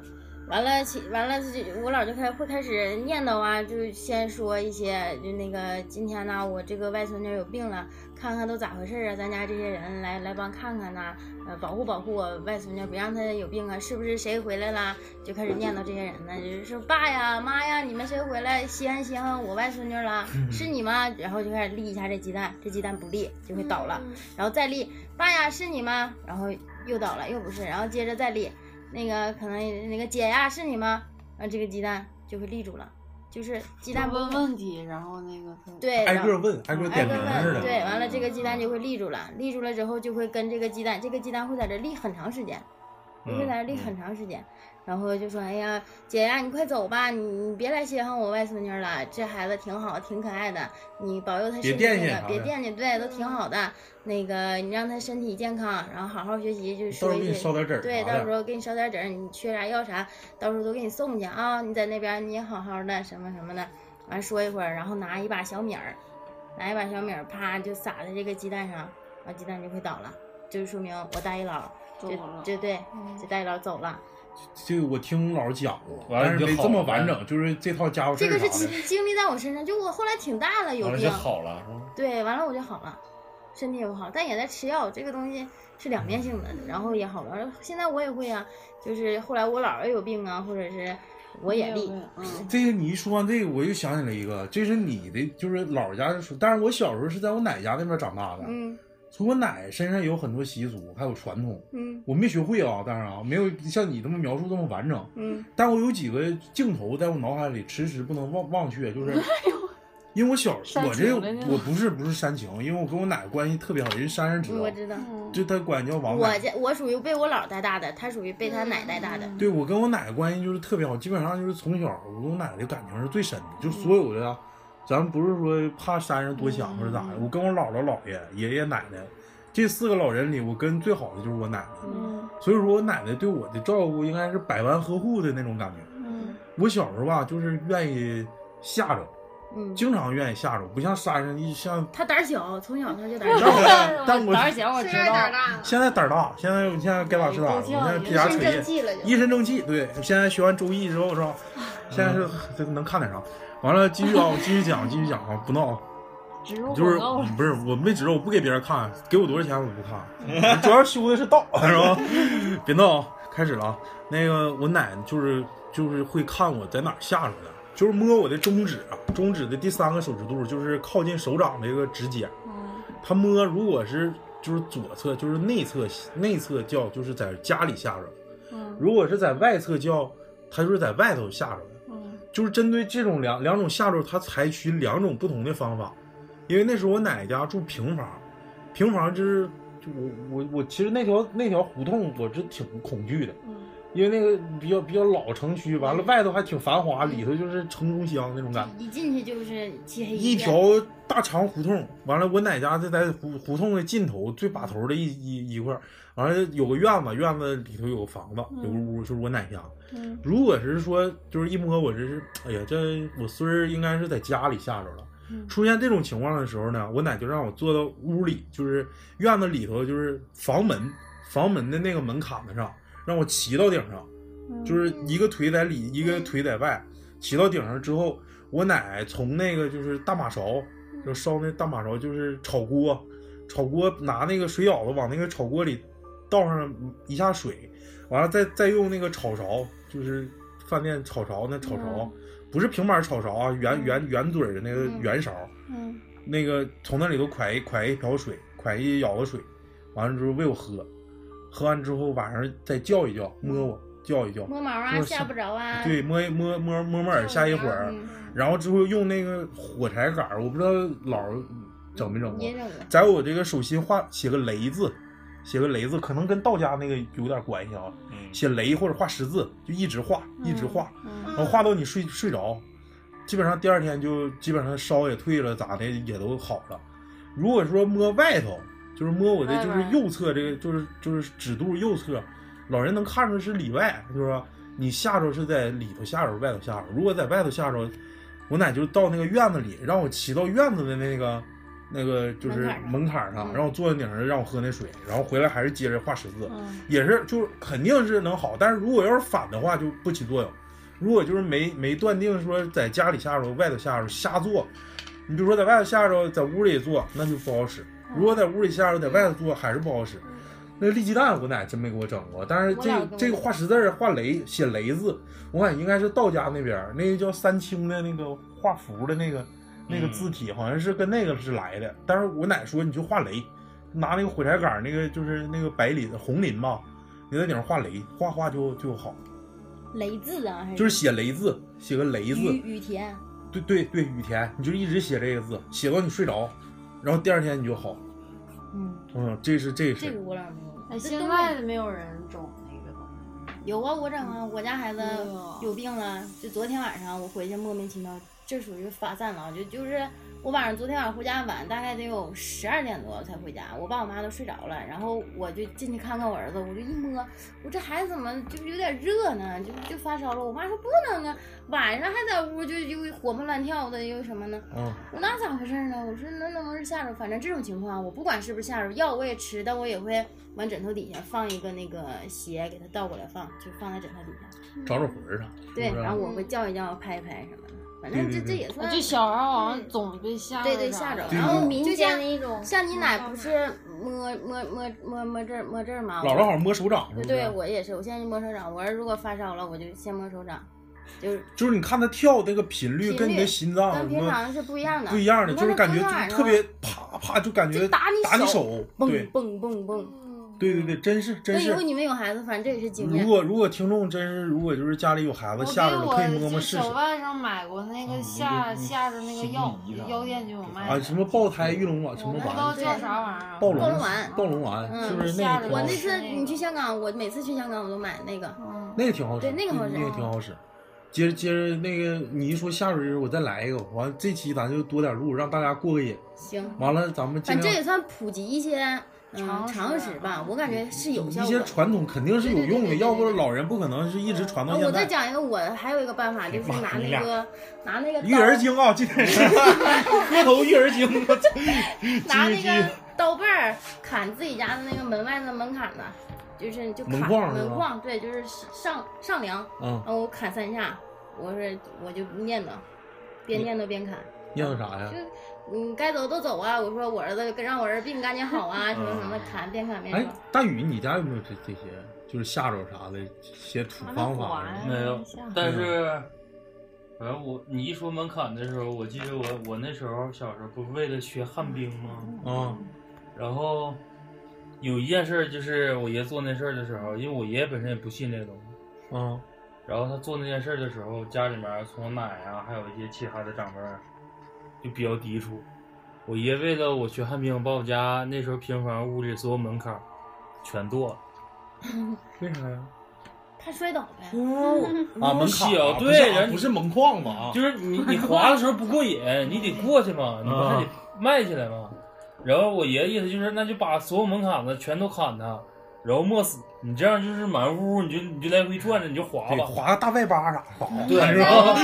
Speaker 4: 完了，其完了，这我姥就开会开始念叨啊，就先说一些，就那个今天呢，我这个外孙女有病了，看看都咋回事儿啊？咱家这些人来来帮看看呐、呃，保护保护我外孙女，别让她有病啊！是不是谁回来啦？就开始念叨这些人呢，就是说爸呀、妈呀，你们谁回来稀罕稀罕我外孙女啦？
Speaker 2: 嗯
Speaker 4: 是你吗？然后就开始立一下这鸡蛋，这鸡蛋不立就会倒了。
Speaker 7: 嗯。
Speaker 4: 然后再立，爸呀，是你吗？然后又倒了，又不是，然后接着再立，那个可能那个姐呀，是你吗？然后这个鸡蛋就会立住了，就是鸡蛋不
Speaker 6: 问问题，然后那个可以
Speaker 4: 对，
Speaker 2: 挨
Speaker 4: 然后
Speaker 2: 个问，挨个
Speaker 4: 哎挨
Speaker 2: 点
Speaker 4: 个
Speaker 2: 名儿似
Speaker 4: 问，
Speaker 2: 的。
Speaker 4: 对，完了这个鸡蛋就会立住了，立住了之后就会跟这个鸡蛋，这个鸡蛋会在这立很长时间，就会在这立很长时间。然后就说：“哎呀，姐呀，你快走吧，你你别来稀罕我外孙女了，这孩子挺好，挺可爱的，你保佑她
Speaker 2: 别
Speaker 4: 身体
Speaker 2: 惦
Speaker 4: 那
Speaker 2: 记
Speaker 4: 个
Speaker 2: 啥
Speaker 4: 别
Speaker 2: 的
Speaker 4: 惦记，对，都挺好的。那个你让她身体健康，然后好好学习，就
Speaker 2: 到时
Speaker 4: 说
Speaker 2: 候给
Speaker 4: 一
Speaker 2: 你
Speaker 4: 句
Speaker 2: 烧点纸儿啊
Speaker 4: 对，
Speaker 2: 啥的
Speaker 4: 到时候给你捎点纸儿，你缺啥要啥，到时候都给你送去啊。你在那边你也好好的，什么什么的。完说一会儿，然后拿一把小米儿，拿一把小米儿，啪就撒在这个鸡蛋上，完鸡蛋就会倒了，就是说明我大姨姥儿
Speaker 6: 走
Speaker 4: 就
Speaker 6: 了。
Speaker 4: 就对，
Speaker 7: 嗯
Speaker 4: 就大姨姥儿走了。
Speaker 2: 这个我听老师讲过，
Speaker 3: 完了
Speaker 2: 但
Speaker 3: 你
Speaker 2: 是
Speaker 3: 就
Speaker 2: 没
Speaker 3: 好
Speaker 2: 这么
Speaker 3: 了呗
Speaker 2: 完整，就是哦这套家伙事
Speaker 4: 这
Speaker 2: 儿
Speaker 4: 个
Speaker 2: 啥
Speaker 4: 是
Speaker 2: 的。啊
Speaker 4: 经经历在我身上，就我后来挺大了，有
Speaker 3: 完了
Speaker 4: 病
Speaker 3: 就，好了是吧？
Speaker 4: 对，完了我就好了，身体也不好，但也在吃药，这个东西是两面性的，然后也好了。现在我也会啊，就是后来我姥姥也有病啊，或者是我也立，
Speaker 6: 嗯，
Speaker 2: 这个你一说完这个，我又想起来一个，这是你的，就是姥儿家的，但是我小时候是在我奶家那边长大的，
Speaker 4: 嗯
Speaker 2: 从我奶身上有很多习俗，还有传统，
Speaker 4: 嗯
Speaker 2: 我没学会啊，当然啊，没有像你这么描述这么完整，
Speaker 4: 嗯
Speaker 2: 但我有几个镜头在我脑海里迟迟不能忘忘却，就是
Speaker 4: 哎
Speaker 2: 因为我小
Speaker 6: 煽
Speaker 2: 我这
Speaker 6: 情了呢
Speaker 2: 我不是不是煽情，因为我跟我奶关系特别好，人珊珊知
Speaker 4: 嗯，
Speaker 2: 道
Speaker 4: 我，知道。
Speaker 2: 就她管叫王
Speaker 4: 我
Speaker 2: 奶。
Speaker 4: 家我属于被我姥儿带大的，她属于被她奶带大
Speaker 7: 嗯
Speaker 4: 的。
Speaker 2: 对我跟我奶奶关系就是特别好，基本上就是从小我跟我奶奶感情是最深的，就所有的
Speaker 7: 嗯
Speaker 2: 啊，咱不是说怕山上多想或者咋的，我跟我姥姥、姥爷、爷爷、奶奶这四个老人里，我跟最好的就是我奶奶，
Speaker 7: 嗯
Speaker 2: 所以说我奶奶对我的照顾应该是百般呵护的那种感觉。
Speaker 7: 嗯
Speaker 2: 我小时候吧，就是愿意吓着，
Speaker 4: 嗯，
Speaker 2: 经常愿意吓着，不像山上一像
Speaker 4: 她胆儿小，从小她就胆儿
Speaker 2: 让
Speaker 4: 小。
Speaker 2: 我，但我
Speaker 6: 胆儿小，我知
Speaker 7: 现在胆儿
Speaker 6: 道。
Speaker 7: 大了，
Speaker 2: 现在胆儿大，现在现在该咋是
Speaker 7: 哎
Speaker 2: 咋，我现在撇牙
Speaker 7: 身
Speaker 2: 扯
Speaker 7: 正
Speaker 2: 叶。
Speaker 7: 气了
Speaker 2: 一
Speaker 7: 嗯就。
Speaker 2: 身正气，对，现在学完周易之后是吧？现在是这个能看点啥？完了，继续啊，我继续讲，继续讲啊，不闹啊，
Speaker 6: 植入
Speaker 2: 就是
Speaker 6: 广告了，
Speaker 2: 不是我没知道，我不给别人看，给我多少钱我不看，主要修的是道，是吧？别闹啊，开始了啊。那个我奶就是就是会看我在哪儿下着的，就是摸我的中指啊，中指的第三个手指肚，就是靠近手掌这个指尖，
Speaker 4: 嗯
Speaker 2: 她摸如果是就是左侧，就是内侧内侧叫就是在家里下着。
Speaker 6: 嗯
Speaker 2: 如果是在外侧叫，他就是在外头下着的，
Speaker 6: 嗯
Speaker 2: 就是针对这种两两种下着，他采取两种不同的方法。因为那时候我奶奶家住平房，平房就是就我我我其实那条那条胡同我是挺恐惧的，
Speaker 6: 嗯
Speaker 2: 因为那个比较比较老城区，完了外头还挺繁华，里头就是城中乡那种感觉。
Speaker 4: 一进去就是漆黑
Speaker 2: 一
Speaker 4: 片
Speaker 2: 条大长胡同，完了我奶家就在胡胡同的尽头最把头的一一一块儿，完了有个院子，院子里头有个房子，有个屋，就是我奶家。
Speaker 6: 嗯
Speaker 2: 如果是说就是一摸我这是，哎呀，这我孙儿应该是在家里吓着了。
Speaker 6: 嗯
Speaker 2: 出现这种情况的时候呢，我奶就让我坐到屋里，就是院子里头，就是房门房门的那个门槛子上，让我骑到顶上，
Speaker 7: 嗯
Speaker 2: 就是一个腿在里，一个腿在外，骑到顶上之后，我奶从那个就是大马勺，就烧那大马勺，就是炒锅，炒锅拿那个水舀子往那个炒锅里倒上一下水，完了再再用那个炒勺，就是饭店炒勺那炒勺，不是平板炒勺啊，圆圆圆嘴儿的那个
Speaker 4: 嗯
Speaker 2: 圆勺，
Speaker 6: 嗯
Speaker 2: 那个从那里头蒯一蒯一瓢水，蒯一舀子水，完了之后喂我喝，喝完之后晚上再叫一叫，摸我叫一叫，
Speaker 4: 摸毛啊，
Speaker 2: 我
Speaker 4: 吓不着啊。
Speaker 2: 对，摸一摸摸摸摸耳下一会儿，
Speaker 4: 嗯，
Speaker 2: 然后之后用那个火柴杆儿，我不知道老儿整没整过
Speaker 4: 也，整过。
Speaker 2: 在我这个手心画写个雷字，写个雷字，可能跟道家那个有点关系啊，
Speaker 3: 嗯，
Speaker 2: 写雷或者画十字，就一直画一直画，
Speaker 6: 嗯
Speaker 2: 然后画到你睡睡着，基本上第二天就基本上烧也退了，咋的也都好了。如果说摸外头，就是摸我的
Speaker 6: 外
Speaker 2: 就
Speaker 6: 边
Speaker 2: 是
Speaker 6: 儿
Speaker 2: 右侧这个，就是就是指肚右侧，老人能看出是里外，就是说你下手是在里头下手，外头下手。如果在外头下手，我奶就到那个院子里，让我骑到院子的那个那个就是门
Speaker 4: 门槛上
Speaker 2: 槛儿上，
Speaker 4: 嗯
Speaker 2: 然后坐在顶上让我喝那水，然后回来还是接着画十字，
Speaker 6: 嗯
Speaker 2: 也是就是肯定是能好，但是如果要是反的话就不起作用。如果就是没没断定说在家里下手，外头下手瞎做，你比如说在外头下手，在屋里做那就不好使。
Speaker 6: 嗯
Speaker 2: 如果在屋里下手，在外头做还是不好使。那立鸡蛋我奶真没给我整过，但是
Speaker 6: 我
Speaker 2: 这
Speaker 6: 俩
Speaker 2: 个
Speaker 6: 给我
Speaker 2: 这个画十字儿画雷写雷字，我感觉应该是道家那边儿那个叫三清的那个画符的那个那个
Speaker 3: 嗯
Speaker 2: 字体，好像是跟那个是来的。但是我奶说你就画雷，拿那个火柴杆儿那个就是那个白磷红磷吧，你在顶上画雷，画画就就好，
Speaker 4: 哎雷字啊，还
Speaker 2: 就是写雷字，写个雷字，
Speaker 4: 雨雨田，
Speaker 2: 对对对，雨田，你就一直写这个字，写到你睡着，然后第二天你就好了。
Speaker 4: 嗯，
Speaker 2: 嗯，这是这
Speaker 4: 这
Speaker 2: 是
Speaker 4: 个我俩没有。
Speaker 6: 哎，
Speaker 4: 这
Speaker 6: 现
Speaker 4: 东
Speaker 6: 在
Speaker 4: 北
Speaker 6: 没有人种那个东西。
Speaker 4: 有啊，我整啊，我家孩子
Speaker 6: 哎呦
Speaker 4: 有病了，就昨天晚上我回去莫名其妙，这属于发散了，就就是我晚上昨天晚上回家晚，大概得有十二点多才回家，我爸我妈都睡着了，然后我就进去看看我儿子，我就一摸，我这孩子怎么就是有点热呢，就就发烧了，我妈说不能啊，晚上还在屋就就活蹦乱跳的又什么呢，
Speaker 2: 啊，
Speaker 4: 我那咋回事呢？我说那能不能是下手？反正这种情况，我不管是不是下手，药我也吃，但我也会往枕头底下放一个那个鞋，给它倒过来放，就放在枕头底下。
Speaker 2: 找找魂儿啥。
Speaker 4: 对，
Speaker 2: 是不是啊
Speaker 4: 然后我会叫一叫，拍一拍什么的。反正这
Speaker 2: 对对对
Speaker 4: 这也
Speaker 6: 我
Speaker 4: 算
Speaker 6: 就小孩好像总被吓
Speaker 4: 嗯对对
Speaker 6: 着
Speaker 4: 吓
Speaker 6: 啥
Speaker 4: 着
Speaker 6: 的，
Speaker 2: 对
Speaker 4: 然
Speaker 2: 对
Speaker 4: 后
Speaker 2: 对
Speaker 7: 民
Speaker 4: 就
Speaker 7: 间
Speaker 4: 像
Speaker 7: 的一种
Speaker 4: 像你奶不
Speaker 7: 方
Speaker 4: 是摸摸摸摸摸这儿摸这儿吗？
Speaker 2: 姥姥好像摸手掌是不
Speaker 4: 对
Speaker 2: 是？啊
Speaker 4: 对，我也是，我现在就摸手掌。我儿子如果发烧了，我就先摸手掌，就是
Speaker 2: 就是你看他跳那个频率
Speaker 4: 频
Speaker 2: 跟你
Speaker 4: 率
Speaker 2: 的心脏
Speaker 4: 跟
Speaker 2: 什
Speaker 4: 平
Speaker 2: 么
Speaker 4: 常是不一样的，
Speaker 2: 啊不一样的，
Speaker 4: 你
Speaker 2: 就是
Speaker 4: 摸
Speaker 2: 感觉
Speaker 4: 手
Speaker 2: 就
Speaker 4: 掌
Speaker 2: 特别啪啪，就感觉
Speaker 4: 就打你
Speaker 2: 打你
Speaker 4: 手
Speaker 2: 手，
Speaker 4: 蹦
Speaker 2: 对
Speaker 4: 蹦蹦蹦。
Speaker 2: 对对对，真是真
Speaker 4: 那以后
Speaker 2: 是。
Speaker 4: 你们有孩子，反正这也是经验
Speaker 2: 如。果如果听众真是如果就是家里有孩子吓着了，
Speaker 6: 我
Speaker 2: 可以
Speaker 6: 给
Speaker 2: 摸
Speaker 6: 我
Speaker 2: 摸
Speaker 6: 就
Speaker 2: 试试嗯
Speaker 6: 手腕上买过那
Speaker 3: 啊
Speaker 6: 个
Speaker 3: 你
Speaker 6: 吓
Speaker 3: 就你
Speaker 6: 吓着那个
Speaker 3: 心
Speaker 6: 药
Speaker 3: 理医生
Speaker 6: 药店就有
Speaker 3: 给
Speaker 6: 卖
Speaker 2: 啊，
Speaker 3: 他
Speaker 6: 的，
Speaker 2: 什么爆胎玉龙丸什么
Speaker 6: 我不知道
Speaker 2: 丸，
Speaker 6: 叫啥玩意儿啊，
Speaker 2: 暴龙
Speaker 4: 暴龙丸
Speaker 2: 暴龙丸
Speaker 4: 嗯
Speaker 2: 是不是那
Speaker 6: 吓
Speaker 2: 个
Speaker 6: 得
Speaker 2: 挺
Speaker 4: 我
Speaker 2: 好
Speaker 4: 那
Speaker 6: 是
Speaker 2: 使？
Speaker 4: 次
Speaker 6: 那
Speaker 4: 你去
Speaker 6: 个
Speaker 4: 香港，我每次去香港我都买那个，
Speaker 6: 嗯，
Speaker 2: 那个挺好使，
Speaker 4: 对那个好使
Speaker 2: 那个挺好使。接着接着那个你一说下水，我再来一个。完这期咱就多点录，让大家过个瘾。
Speaker 4: 行，
Speaker 2: 完了咱们嗯尽
Speaker 4: 反正也
Speaker 2: 量
Speaker 4: 算普及一些嗯
Speaker 6: 常识啊
Speaker 4: 常识吧，我感觉是有效
Speaker 2: 一
Speaker 4: 果
Speaker 2: 些
Speaker 4: 的。
Speaker 2: 传统肯定是有用的，
Speaker 4: 对对对对对对
Speaker 2: 要不老人不可能是一直传
Speaker 4: 啊，
Speaker 2: 到
Speaker 4: 我
Speaker 2: 现
Speaker 4: 再
Speaker 2: 在。
Speaker 4: 讲一个，我还有一个办法，就是
Speaker 3: 妈
Speaker 4: 拿
Speaker 3: 你
Speaker 4: 那
Speaker 3: 俩
Speaker 4: 个拿那个
Speaker 2: 育儿
Speaker 4: 刀
Speaker 2: 经啊，今天 是磕头育儿经，我操！
Speaker 4: 拿 那
Speaker 2: 鸡鸡
Speaker 4: 个刀背儿砍自己家的那个门外的门槛子，就是就砍
Speaker 2: 门框是吧
Speaker 4: 门框，对，就是上上梁，
Speaker 2: 嗯
Speaker 4: 然，后我砍三下，我说我就念叨，边念叨边砍。
Speaker 2: 念叨啥呀？
Speaker 4: 你该走都走啊！我说我儿子跟让我儿子病赶紧好啊，什么什么
Speaker 3: 嗯
Speaker 4: 砍边砍边
Speaker 2: 哎
Speaker 4: 说。，
Speaker 2: 大宇，你家有没有这这些？就是下手啥的，些土方法
Speaker 6: 完
Speaker 5: 没有
Speaker 6: 吓
Speaker 5: 但是，反正我你一说门槛的时候，我记得我我那时候小时候不是为了学旱冰吗？嗯
Speaker 2: 啊？
Speaker 5: 然后有一件事儿就是我爷做那事儿的时候，因为我爷爷本身也不信这个东西，
Speaker 2: 啊
Speaker 5: 然后他做那件事儿的时候，家里面儿从我奶啊，还有一些其他的长辈儿就比较抵触。我爷为了我学旱冰，把我家那时候平房屋里所有门槛儿全剁了。
Speaker 2: 为啥呀？
Speaker 4: 他摔倒呗。
Speaker 2: 啊，门槛
Speaker 5: 小
Speaker 2: 啊不是
Speaker 5: 对
Speaker 2: 啊
Speaker 5: 人
Speaker 2: 不是门框吧？啊，
Speaker 5: 就是你你滑的时候不过瘾，你得
Speaker 2: 嗯
Speaker 5: 过去嘛，你不还得
Speaker 2: 啊
Speaker 5: 迈起来嘛。然后我爷意思就是，那就把所有门槛子全都砍它，然后没死。你这样就是满屋，你就你就来回转着，你就滑
Speaker 2: 对，
Speaker 5: 吧。
Speaker 2: 划个大外八啥，划
Speaker 5: 对
Speaker 2: 是
Speaker 5: 然后
Speaker 2: 吧？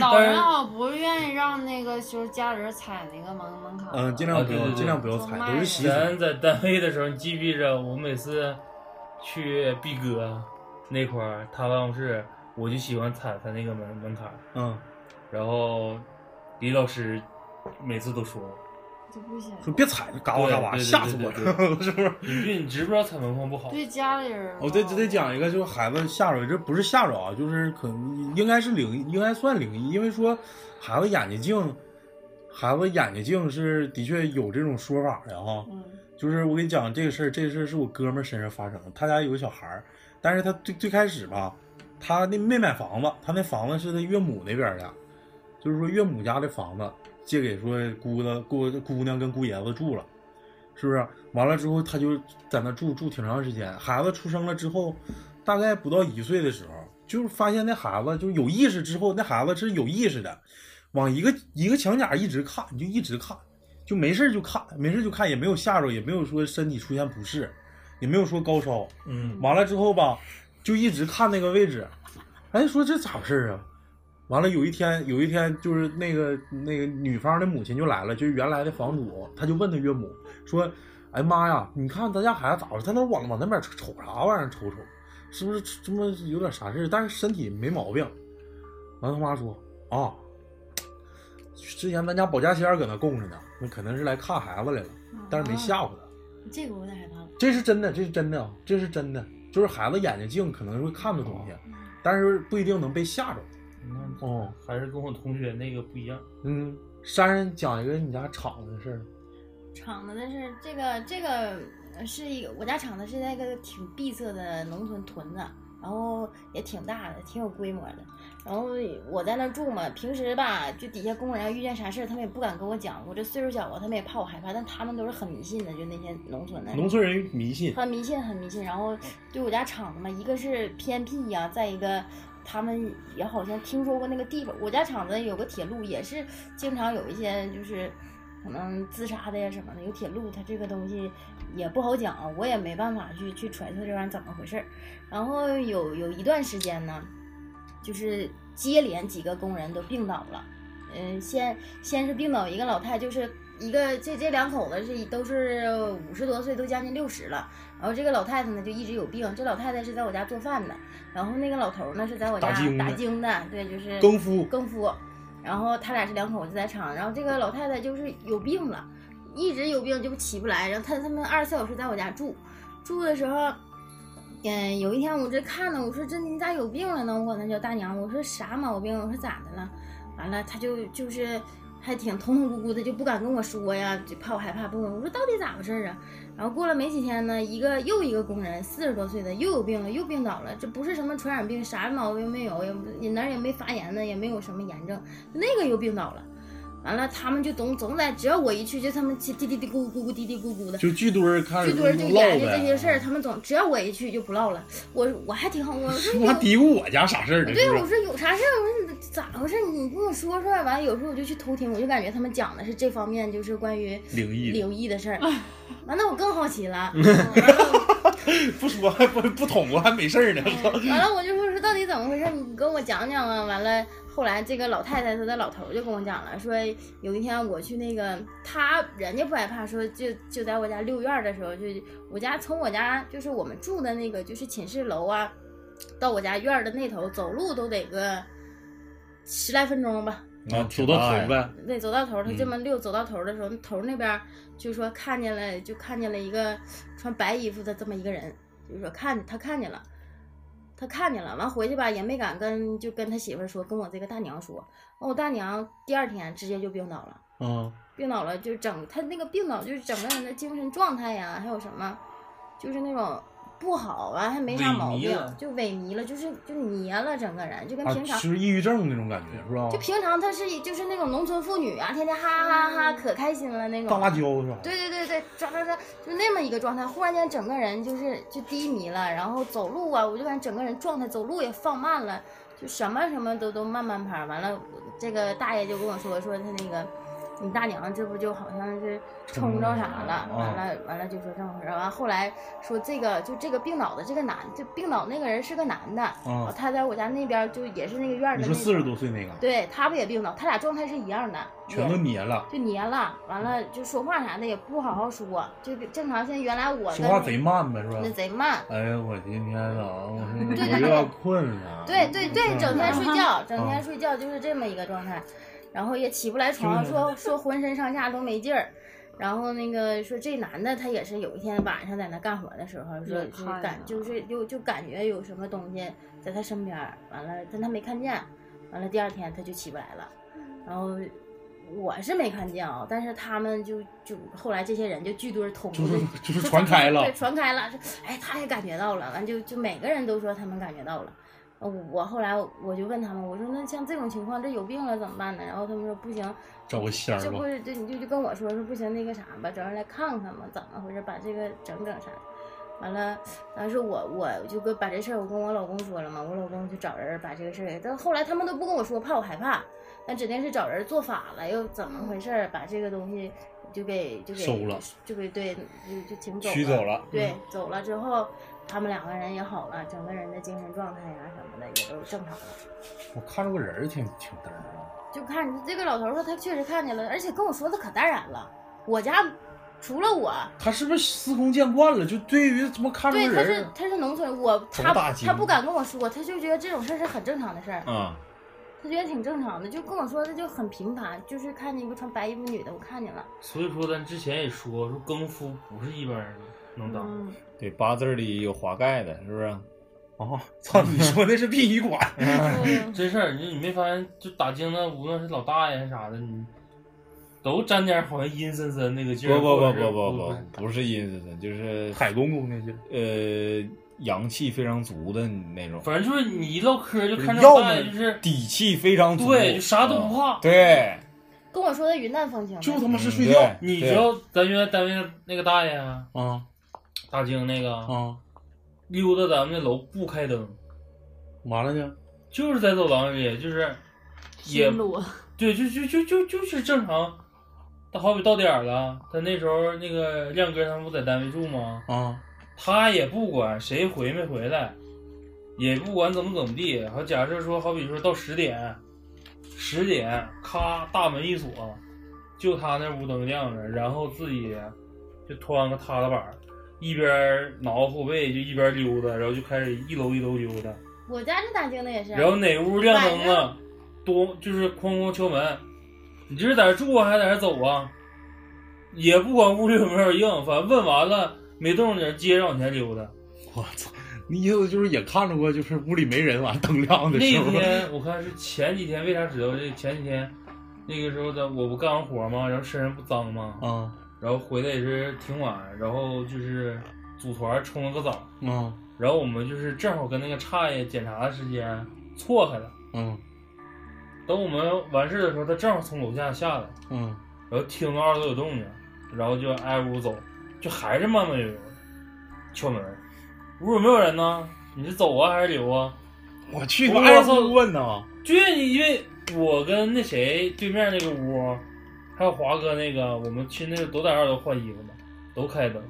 Speaker 6: 老 人好像不愿意让那个就是家人踩那个门门槛，
Speaker 2: 嗯，尽
Speaker 5: 啊
Speaker 2: 量不
Speaker 5: 对
Speaker 2: 要，
Speaker 5: 对对
Speaker 2: 尽量不要踩，都是习俗。
Speaker 5: 咱在单位的时候，你记不记着我每次去毕哥那块儿，他办公室，我就喜欢踩他那个门门槛儿。
Speaker 2: 嗯，
Speaker 5: 然后李老师每次都说我。
Speaker 6: 就不行，
Speaker 2: 说别踩了，嘎巴嘎巴，
Speaker 5: 对对对
Speaker 2: 吓死我
Speaker 5: 对对
Speaker 2: 了，是不是？
Speaker 5: 你对你知不知道踩门框不好？
Speaker 6: 对家里人吧。
Speaker 2: 我再再讲一个，哦就是孩子下手，这不是下手啊，就是可能应该是灵异，应该算灵异，因为说孩子眼睛镜，孩子眼睛镜是的确有这种说法的哈。
Speaker 6: 嗯，
Speaker 2: 就是我跟你讲这个事儿，这个事儿是我哥们儿身上发生的。他家有个小孩儿，但是他最最开始吧，他那没买房子，他那房子是他岳母那边儿的，就是说岳母家的房子借给说姑子姑姑娘跟姑爷子住了，是不是？完了之后他就在那住住挺长时间。孩子出生了之后，大概不到一岁的时候，就是发现那孩子就有意识之后，那孩子是有意识的，往一个一个墙角一直看，就一直看。就没事儿就看，没事儿就看，也没有吓着，也没有说身体出现不适，也没有说高烧。
Speaker 3: 嗯，
Speaker 2: 完了之后吧，就一直看那个位置，哎，说这咋回事儿啊？完了有一天，有一天就是那个那个女方的母亲就来了，就是原来的房主，他就问他岳母说：“哎妈呀，你看咱家孩子咋回事？他那往往那边瞅啥玩意儿？瞅瞅，是不是这么有点啥事儿但是身体没毛病。”完他妈说：“啊，之前咱家保家仙儿搁那供着呢，那可能是来看孩子来了，
Speaker 4: 啊
Speaker 2: 但是没吓唬他。
Speaker 4: 哦这个我有点害怕了。
Speaker 2: 这是真的，这是真的，这是真的，就是孩子眼睛近可能会看到东西，
Speaker 4: 哦
Speaker 2: 但是不一定能被吓着。
Speaker 5: 嗯
Speaker 2: 哦，
Speaker 5: 还是跟我同学那个不一样。
Speaker 2: 嗯，珊珊讲一个你家厂子的事儿。
Speaker 4: 厂子的是这个这个是一个我家厂子是在一个挺闭塞的农村屯子，然后也挺大的，挺有规模的。然后我在那儿住嘛，平时吧就底下工人要遇见啥事儿，他们也不敢跟我讲，我这岁数小啊，他们也怕我害怕，但他们都是很迷信的，就那些农村的人
Speaker 2: 农村人迷信，
Speaker 4: 很迷信，很迷信。然后对我家厂子嘛，一个是偏僻呀、再一个他们也好像听说过那个地方。我家厂子有个铁路，也是经常有一些就是可能自杀的呀什么的，有铁路，它这个东西也不好讲，我也没办法去去揣测这玩意儿怎么回事儿。然后有有一段时间呢，就是接连几个工人都病倒了。嗯，先先是病倒一个老太，就是一个这这两口子是都是五十多岁，都将近六十了。然后这个老太太呢就一直有病，这老太太是在我家做饭的，然后那个老头儿呢是在我家
Speaker 2: 打更的
Speaker 4: 打更的，对，就是
Speaker 2: 更夫
Speaker 4: 更夫。然后他俩是两口子在厂，然后这个老太太就是有病了，一直有病就起不来，然后他他们二十四小时在我家住，住的时候。嗯，有一天我这看呢，我说这你咋有病了呢？我管她叫大娘，我说啥毛病？我说咋的了？完了，他就就是还挺痛痛咕咕的，就不敢跟我说呀，就怕我害怕不敢。我说到底咋回事儿啊？然后过了没几天呢，一个又一个工人，四十多岁的又有病了，又病倒了。这不是什么传染病，啥毛病没有，也也哪儿也没发炎呢，也没有什么炎症。那个又病倒了，完了他们就总总在，只要我一去，就他们叽嘀嘀嘀咕咕咕嘀嘀咕咕的。
Speaker 2: 就聚堆儿开
Speaker 4: 这
Speaker 2: 始
Speaker 4: 堆儿就
Speaker 2: 唠
Speaker 4: 研究这些
Speaker 2: 呗。嗯
Speaker 4: 事儿，他们总只要我一去就不唠了。我我还挺好，我说
Speaker 2: 他
Speaker 4: 有
Speaker 2: 妈嘀咕我家啥事儿呢？
Speaker 4: 对，
Speaker 2: 是不
Speaker 4: 我
Speaker 2: 是
Speaker 4: 说有啥事儿？我说你咋回事？你跟我说说。完，有时候我就去偷听，我就感觉他们讲的是这方面，就是关于
Speaker 2: 灵异的
Speaker 4: 灵异的事儿。完了，我更好奇 了。完了
Speaker 2: 不说还不不捅我还没事儿
Speaker 4: 哎
Speaker 2: 呢。
Speaker 4: 完了，我就说是到底怎么回事？你跟我讲讲啊。完了，后来这个老太太她的老头儿就跟我讲了，说有一天我去那个他人家不害怕，说就就在我家遛院儿的时候，就我家从我家就是我们住的那个就是寝室楼啊，到我家院儿的那头走路都得个十来分钟吧。
Speaker 2: 啊，走到头呗，
Speaker 4: 对，走到头儿，他这
Speaker 5: 嗯
Speaker 4: 么溜走到头儿的时候，头儿那边儿就说看见了，就看见了一个穿白衣服的这么一个人，就说看他看见了，他看见了，完回去吧也没敢跟就跟他媳妇儿说，跟我这个大娘说，完我大娘第二天直接就病倒了，
Speaker 2: 嗯，
Speaker 4: 病倒了就整他那个病倒就是整个人的精神状态呀，还有什么，就是那种。不好啊，还没啥
Speaker 5: 萎
Speaker 4: 毛
Speaker 5: 靡
Speaker 4: 病
Speaker 5: 了，
Speaker 4: 就萎靡了，就是就蔫了，整个人就跟
Speaker 2: 啊，
Speaker 4: 平常
Speaker 2: 就是抑郁症那种感觉，是吧
Speaker 4: 就？平常她是就是那种农村妇女啊，天天哈哈哈可开心了那
Speaker 2: 大
Speaker 4: 种。
Speaker 2: 辣椒是吧？
Speaker 4: 对对对对，抓抓抓，就那么一个状态。忽然间整个人就是就低迷了，然后走路啊，我就感觉整个人状态走路也放慢了，就什么什么都都慢慢拍儿。完了，我这个大爷就跟我说说他那个。你大娘这不就好像是冲着啥了，完了完了就说这么回事儿，完后来说这个就这个病倒的这个男，就病倒那个人是个男的，哦
Speaker 2: 嗯
Speaker 4: 他在我家那边儿就也是那个院儿
Speaker 2: 你
Speaker 4: 的
Speaker 2: 说
Speaker 4: 那
Speaker 2: 四十
Speaker 4: 种
Speaker 2: 多岁那个，
Speaker 4: 对他不也病倒，他俩状态是一样的，
Speaker 2: 全都
Speaker 4: 也
Speaker 2: 黏了，
Speaker 4: 就黏了，完了就说话啥的也不好好说，就正常。现在原来我
Speaker 2: 说
Speaker 4: 跟
Speaker 2: 话贼慢呗，是吧
Speaker 4: 那？贼慢，
Speaker 2: 哎呀，我今天啊，我说
Speaker 4: 对
Speaker 2: 我又要困了。
Speaker 4: 对对对，整天睡觉，整
Speaker 2: 嗯
Speaker 4: 天睡觉就是这么一个状态，然后也起不来床，说说浑身上下都没劲儿。然后那个说这男的他也是有一天晚上在那干活的时候，说
Speaker 6: 也
Speaker 4: 就是
Speaker 6: 看
Speaker 4: 感
Speaker 6: 见
Speaker 4: 就是就就感觉有什么东西在他身边儿，完了但他没看见，完了第二天他就起不来了，然后。我是没看见啊，但是他们就就后来这些人就聚堆儿捅，
Speaker 2: 就是就是
Speaker 4: 就
Speaker 2: 传开了
Speaker 4: 对，传开了，说哎，他也感觉到了，完就就每个人都说他们感觉到了，呃我后来我就问他们，我说那像这种情况，这有病了怎么办呢？然后他们说不行，
Speaker 2: 找个仙儿
Speaker 4: 这
Speaker 2: 吧
Speaker 4: 不。是这你就就跟我说说不行那个啥吧，找人来看看吧，怎么回事？把这个整整啥？完了，当时我我就跟把这事儿我跟我老公说了嘛，我老公就找人把这个事儿给，但后来他们都不跟我说，怕我害怕，那指定是找人做法了，又怎么回事儿？把这个东西就给就给
Speaker 2: 收了，
Speaker 4: 就给对就就请走
Speaker 3: 取走了
Speaker 4: 对，走了之后，他们两个人也好了，整个人的精神状态呀、什么的也都正常了。
Speaker 2: 我看着个人儿挺挺嘚儿的，啊
Speaker 4: 就看这个老头儿说他确实看见了，而且跟我说的可淡然了。我家除了我，
Speaker 2: 他是不是司空见惯了？就对于他妈看着
Speaker 4: 对
Speaker 2: 个
Speaker 4: 他
Speaker 2: 人
Speaker 4: 是
Speaker 2: 儿，
Speaker 4: 他是农村，我
Speaker 3: 头
Speaker 4: 他
Speaker 3: 大筋
Speaker 4: 他不敢跟我说，他就觉得这种事儿是很正常的事儿，
Speaker 3: 啊，
Speaker 4: 他觉得挺正常的，就跟我说的就很平凡，就是看见一个穿白衣服女的，我看见了，
Speaker 5: 所以说咱之前也说说更夫不是一般人能当的，
Speaker 3: 对，八字里有华盖的，是不是？
Speaker 2: 哦，操！你说那是殡仪 馆，
Speaker 5: 真事儿。你你没发现就打经的，无论是老大爷还是啥的，你都沾点好像阴森森那个劲儿。
Speaker 3: 不不
Speaker 5: 或
Speaker 3: 不
Speaker 5: 者是
Speaker 3: 不不不，不是阴森森，就是
Speaker 2: 海公公那是。
Speaker 3: 呃阳气非常足的那种，
Speaker 5: 反正就是你一唠嗑就看这
Speaker 3: 要
Speaker 5: 老大
Speaker 3: 么
Speaker 5: 爷就是
Speaker 3: 底气非常足，啊
Speaker 5: 对，就啥都不怕。
Speaker 3: 对，
Speaker 4: 跟我说的云淡风轻的，
Speaker 2: 就他
Speaker 3: 他
Speaker 2: 妈是睡觉
Speaker 5: 你知道咱原来单位那个大爷啊
Speaker 2: 啊
Speaker 5: 大经那个
Speaker 2: 啊！
Speaker 5: 溜达咱们那楼不开灯，
Speaker 2: 完了呢，
Speaker 5: 就是在走廊里，就是也
Speaker 6: 新路
Speaker 5: 对，就就就就就是正常。他好比到点儿了，他那时候那个亮哥他们不在单位住吗？
Speaker 2: 啊，
Speaker 5: 他也不管谁回没回来，也不管怎么怎么地。好，假设说，好比说到十点，十点，咔，大门一锁，就他那屋灯亮着，然后自己就穿个踏踏板儿，一边挠后背就一边溜达，然后就开始一楼一楼溜达。
Speaker 4: 我家这打更的也是，
Speaker 5: 然后哪屋亮灯了，咚，就是哐哐敲门。你这是在这住啊，还是在这走啊？也不管屋里有没有硬，反正问完了没动静，接着往前溜达。
Speaker 2: 我操！你意思就是也看着过，就是屋里没人，完了灯亮
Speaker 5: 那
Speaker 2: 的时候，
Speaker 5: 天我看是前几天，为啥知道这？前几天那个时候咱我不干完活吗？然后身上不脏吗？
Speaker 2: 啊
Speaker 5: 然后回来也是挺晚，然后就是组团冲了个澡，
Speaker 2: 啊
Speaker 5: 然后我们就是正好跟那个差爷检查的时间错开了。
Speaker 2: 嗯
Speaker 5: 等我们完事儿的时候，他正好从楼下下来。
Speaker 2: 嗯
Speaker 5: 然后听到二楼有动静，然后就挨屋走，就还是慢慢悠悠的敲门。屋有没有人呢？你是走啊还是留啊？
Speaker 2: 我去，
Speaker 5: 我
Speaker 2: 挨嗯
Speaker 5: 操
Speaker 2: 屋问呢，
Speaker 5: 对，你因为我跟那谁对面那个屋，还有华哥那个，我们去那个都在二楼换衣服嘛，都开灯。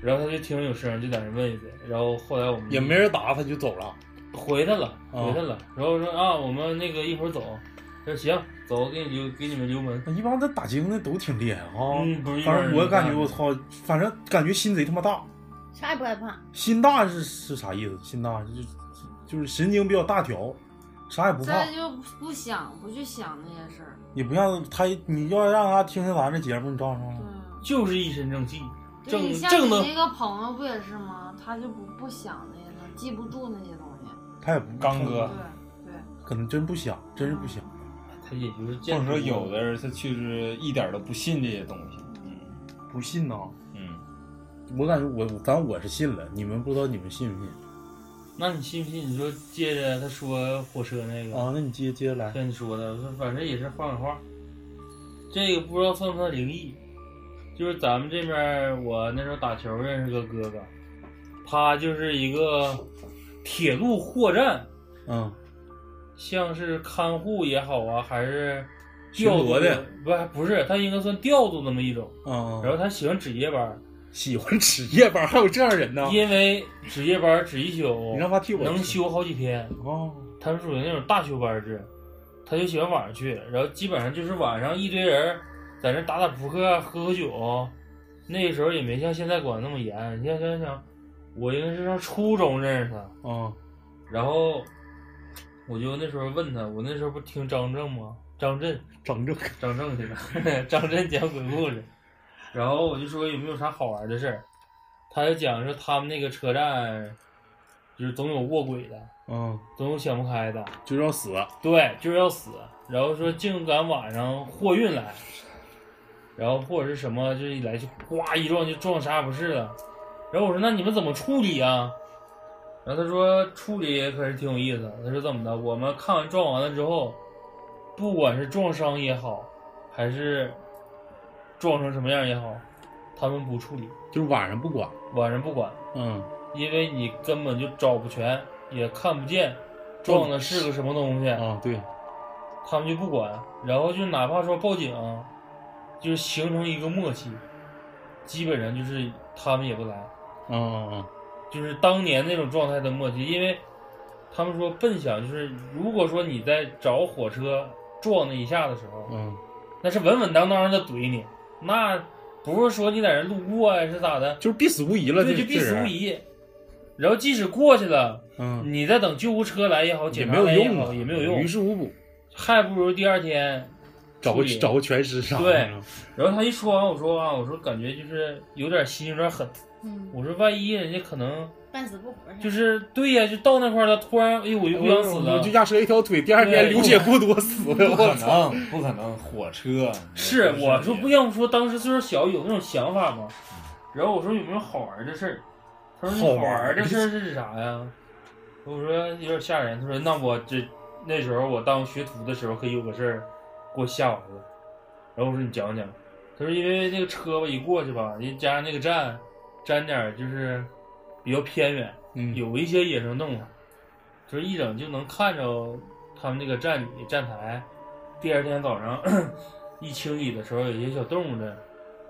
Speaker 5: 然后他就听有声，就在那问一问。然后后来我们
Speaker 2: 也没人答，他就走了。
Speaker 5: 回他了，
Speaker 2: 啊
Speaker 3: 哦
Speaker 5: 回他了。然后说啊，我们那个一会儿走。他说行，走，给你留给你们留门。
Speaker 2: 一帮这打精的都挺厉害啊，
Speaker 5: 嗯不是一般
Speaker 2: 反正
Speaker 5: 人
Speaker 2: 我感觉
Speaker 5: 干的
Speaker 2: 我操，反正感觉心贼他妈大，
Speaker 4: 啥也不害怕，
Speaker 2: 心大是是啥意思？心大就是就是神经比较大条，啥也不怕
Speaker 6: 再，就不想不去想那些事儿，
Speaker 2: 也不像他，你要让他听听咱这节目，你照上
Speaker 6: 对
Speaker 4: 嗯
Speaker 2: 了。
Speaker 6: 啊。
Speaker 5: 就是一身正气，
Speaker 6: 就
Speaker 5: 正
Speaker 6: 你像
Speaker 5: 正
Speaker 6: 你
Speaker 5: 能
Speaker 6: 那个朋友不也是吗？他就不不想那些东西，记不住那些东西。
Speaker 2: 他也不
Speaker 3: 刚哥
Speaker 6: 对
Speaker 3: 啊
Speaker 6: 对，
Speaker 2: 可能真不想，真是不想。
Speaker 5: 他也就是
Speaker 3: 或
Speaker 5: 见
Speaker 3: 者
Speaker 5: 识
Speaker 3: 说
Speaker 5: 过
Speaker 3: 有的人他确实一点都不信这些东西，
Speaker 2: 不信呐、
Speaker 3: 嗯，
Speaker 2: 我感觉我反正我是信了，你们不知道你们信不信
Speaker 5: 那你信不信？你说接着他说火车那个，
Speaker 2: 啊？那你接接着来，
Speaker 5: 像你说的，反正也是画个画。这个不知道算不算灵异？就是咱们这边儿，我那时候打球认识个哥哥，他就是一个铁路货站，
Speaker 2: 嗯，
Speaker 5: 像是看护也好啊，还是
Speaker 2: 巡
Speaker 5: 调
Speaker 2: 逻
Speaker 5: 度
Speaker 2: 的，
Speaker 5: 不不是，他应该算调度那么一种。
Speaker 2: 啊、
Speaker 5: 然后他喜欢值夜班儿，
Speaker 2: 喜欢值夜班，还有这样人呢？
Speaker 5: 因为值夜班儿值一宿，
Speaker 2: 哦你让他替我
Speaker 5: 能
Speaker 2: 值
Speaker 5: 休好几天。
Speaker 2: 哦，
Speaker 5: 他是属于那种大休班制，他就喜欢晚上去，然后基本上就是晚上一堆人在那打打扑克、啊喝喝酒。那时候也没像现在管那么严，你要想想，我应该是上初中认识他，
Speaker 2: 啊
Speaker 5: 然后我就那时候问他，我那时候不听张震吗？张震，
Speaker 2: 整整
Speaker 5: 张震去了， 张震讲鬼故事，然后我就说有没有啥好玩的事儿，他就讲说他们那个车站就是总有卧轨的，
Speaker 2: 嗯，
Speaker 5: 总有想不开的，
Speaker 2: 就要死，
Speaker 5: 对，就是要死。然后说竟敢晚上货运来，然后或者是什么，就是一来就哗一撞就撞啥也不是了。然后我说那你们怎么处理啊？然后他说处理可是挺有意思的。他说怎么的？我们看完撞完了之后，不管是撞伤也好，还是撞成什么样也好，他们不处理，
Speaker 2: 就是晚上不管，
Speaker 5: 晚上不管，
Speaker 2: 嗯，
Speaker 5: 因为你根本就找不全，也看不见撞的是个什么东西。
Speaker 2: 啊，对，
Speaker 5: 他们就不管，然后就哪怕说报警，就是形成一个默契，基本上就是他们也不来。
Speaker 2: 嗯嗯嗯，
Speaker 5: 就是当年那种状态的墨迹，因为他们说笨响就是，如果说你在找火车撞那一下的时候，
Speaker 2: 嗯，
Speaker 5: 那是稳稳当当的怼你，那不是说你在这路过呀、是咋的，
Speaker 2: 就是必死无疑了，
Speaker 5: 对，
Speaker 2: 这
Speaker 5: 就必死无。
Speaker 2: 这人
Speaker 5: 疑。然后即使过去了，
Speaker 2: 嗯，
Speaker 5: 你再等救护车来也好，
Speaker 2: 也
Speaker 5: 警
Speaker 2: 没
Speaker 5: 察
Speaker 2: 有
Speaker 5: 来也
Speaker 2: 用
Speaker 5: 好，
Speaker 2: 啊，
Speaker 5: 也没有用
Speaker 2: 于，事无补，
Speaker 5: 还不如第二天
Speaker 2: 找个
Speaker 5: 处理
Speaker 2: 找个全尸啥
Speaker 5: 对
Speaker 2: 的。
Speaker 5: 然后他一说完，我说啊，我说感觉就是有点心有点狠。
Speaker 4: 嗯，
Speaker 5: 我说万一人家可能
Speaker 4: 半死不活是吧
Speaker 5: 就是对呀，就到那块儿了，突然哎呦我就不想死
Speaker 2: 我
Speaker 5: 了
Speaker 2: 就，压折一条腿，第二天
Speaker 5: 对
Speaker 2: 流血过多死了。
Speaker 3: 不可
Speaker 2: 我操！
Speaker 3: 能，不可能，火车
Speaker 5: 是
Speaker 3: 不
Speaker 5: 我说不
Speaker 3: 要，
Speaker 5: 要不说当时岁数小有那种想法吗？然后我说有没有好玩的事儿？他说
Speaker 2: 好
Speaker 5: 那好
Speaker 2: 玩儿
Speaker 5: 玩的事儿是指啥呀？我说有点吓人。他说那我这那时候我当学徒的时候可有个事儿给我吓完了。然后我说你讲讲。他说因为那个车吧一过去吧，人加上那个站沾点儿就是比较偏远，
Speaker 2: 嗯，
Speaker 5: 有一些野生动物，就是一整就能看着他们那个站站台。第二天早上 一清理的时候，有一些小动物的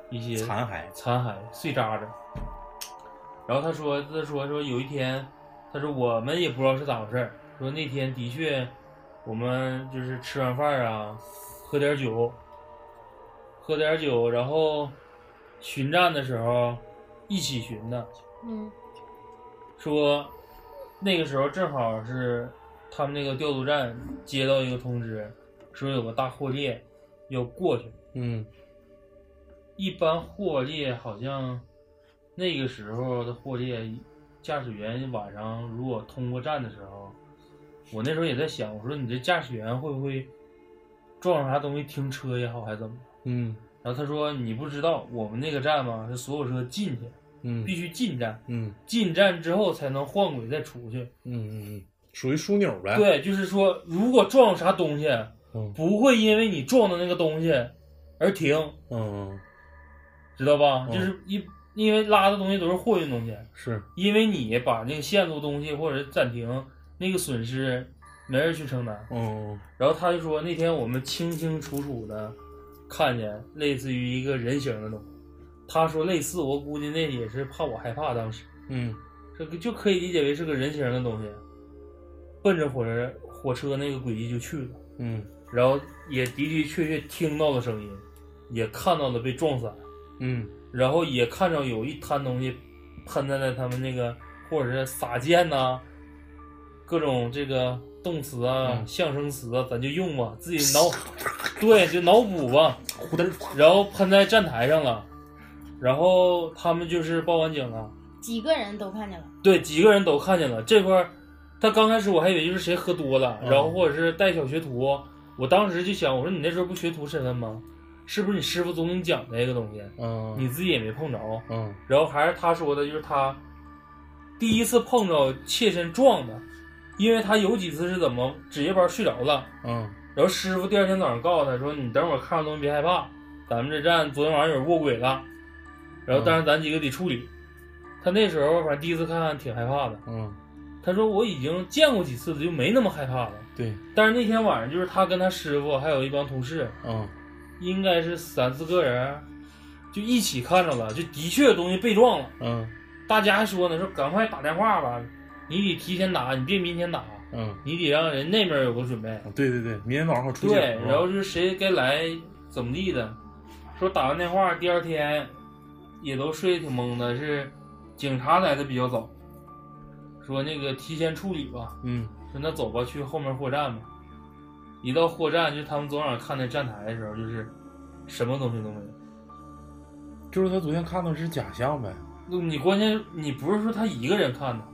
Speaker 5: 一些
Speaker 2: 残骸。
Speaker 5: 残骸碎渣子。然后他说，他说说有一天，他说我们也不知道是咋回事儿，说那天的确，我们就是吃完饭啊，喝点酒，喝点酒，然后巡站的时候一起巡的，
Speaker 4: 嗯
Speaker 5: 说那个时候正好是他们那个调度站接到一个通知，说有个大货列要过去。
Speaker 2: 嗯
Speaker 5: 一般货列好像那个时候的货列驾驶员晚上如果通过站的时候，我那时候也在想，我说你这驾驶员会不会撞上啥东西停车也好，还是怎么？
Speaker 2: 嗯
Speaker 5: 然后他说你不知道，我们那个站嘛是所有车进去，
Speaker 2: 嗯
Speaker 5: 必须进站，
Speaker 2: 嗯
Speaker 5: 进站之后才能换轨再出去。
Speaker 2: 嗯嗯嗯，属于枢纽呗。，
Speaker 5: 对，就是说，如果撞啥东西，
Speaker 2: 嗯
Speaker 5: 不会因为你撞的那个东西而停，
Speaker 2: 嗯
Speaker 5: 知道吧？
Speaker 2: 嗯
Speaker 5: 就是一因为拉的东西都是货运东西，
Speaker 2: 是，
Speaker 5: 因为你把那个线路东西或者暂停，那个损失没人去承担。
Speaker 2: 嗯
Speaker 5: 然后他就说，那天我们清清楚楚的看见类似于一个人形的东西。他说类似，我估计那也是怕我害怕，当时
Speaker 2: 嗯
Speaker 5: 这个就可以理解为是个人形的东西，奔着火车火车那个轨迹就去了。
Speaker 2: 嗯
Speaker 5: 然后也的的确确听到了声音，也看到了被撞散，
Speaker 2: 嗯
Speaker 5: 然后也看着有一滩东西喷在了他们那个，或者是撒箭呐、各种这个动词啊、
Speaker 2: 嗯
Speaker 5: 象声词啊，咱就用吧，自己脑，对，就脑补吧，
Speaker 2: 呼嘚儿
Speaker 5: 然后喷在站台上了，然后他们就是报完警了，
Speaker 4: 几个人都看见了，
Speaker 5: 对，几个人都看见了这块儿。他刚开始我还以为就是谁喝多了，
Speaker 2: 嗯
Speaker 5: 然后或者是带小学徒，我当时就想，我说你那时候不学徒身份吗？是不是你师傅总给你讲这个东西，
Speaker 2: 嗯
Speaker 5: 你自己也没碰着？
Speaker 2: 嗯
Speaker 5: 然后还是他说的，就是他第一次碰着切身撞的，因为他有几次是怎么值夜班睡着了，
Speaker 2: 嗯
Speaker 5: 然后师傅第二天早上告诉他说：“你等会儿看着东西别害怕，咱们这站昨天晚上有人卧轨了，然后
Speaker 2: 嗯
Speaker 5: 但是咱几个得处理。他那时候反正第一次看挺害怕的，
Speaker 2: 嗯，
Speaker 5: 他说我已经见过几次了，就没那么害怕了。
Speaker 2: 对，
Speaker 5: 但是那天晚上就是他跟他师傅还有一帮同事，
Speaker 2: 嗯
Speaker 5: 应该是三四个人，就一起看着了，就的确有东西被撞了。
Speaker 2: 嗯
Speaker 5: 大家还说呢，说赶快打电话吧，你得提前打，你别明天打，
Speaker 2: 嗯，
Speaker 5: 你得让人那边有个准备。
Speaker 2: 对对对，明天早上好出警。
Speaker 5: 对，
Speaker 2: 嗯
Speaker 5: 然后就是谁该来怎么地的，说打完电话第二天也都睡得挺懵的，是警察来的比较早，说那个提前处理吧，
Speaker 2: 嗯
Speaker 5: 说那走吧，去后面货站吧。一到货站，就他们昨晚看那站台的时候，就是什么东西都没有。
Speaker 2: 就是他昨天看到是假象呗。
Speaker 5: 那你关键你不是说他一个人看的，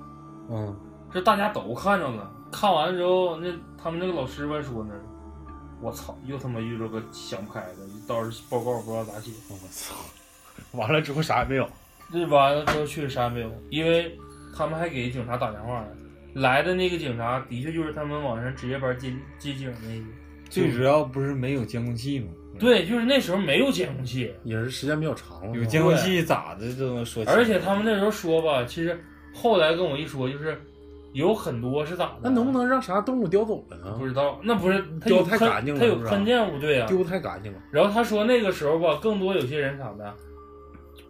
Speaker 2: 嗯
Speaker 5: 这大家都看着了。看完之后，那他们那个老师还说呢，我操，又他妈遇着个想不开的，到时候报告不知道咋写。
Speaker 2: 我操， 完了之后啥也没有。
Speaker 5: 这完了之后确实啥也没有，因为他们还给警察打电话了。来的那个警察的确就是他们晚上值夜班接接警那个，
Speaker 2: 嗯
Speaker 3: 最主要不是没有监控器吗？，
Speaker 5: 对，就是那时候没有监控器，
Speaker 2: 也是时间比较长了，
Speaker 3: 有监控器咋的都能说清。
Speaker 5: 而且他们那时候说吧，其实后来跟我一说，就是有很多是咋的，
Speaker 2: 那能不能让啥动物叼走了呢？
Speaker 5: 不知道？那不是
Speaker 2: 他有
Speaker 5: 有
Speaker 2: 太
Speaker 5: 喷
Speaker 2: 干净了
Speaker 5: 他有
Speaker 2: 是吧
Speaker 5: 喷溅物，对啊。
Speaker 2: 丢太干净了。
Speaker 5: 然后他说那个时候吧，更多有些人啥的，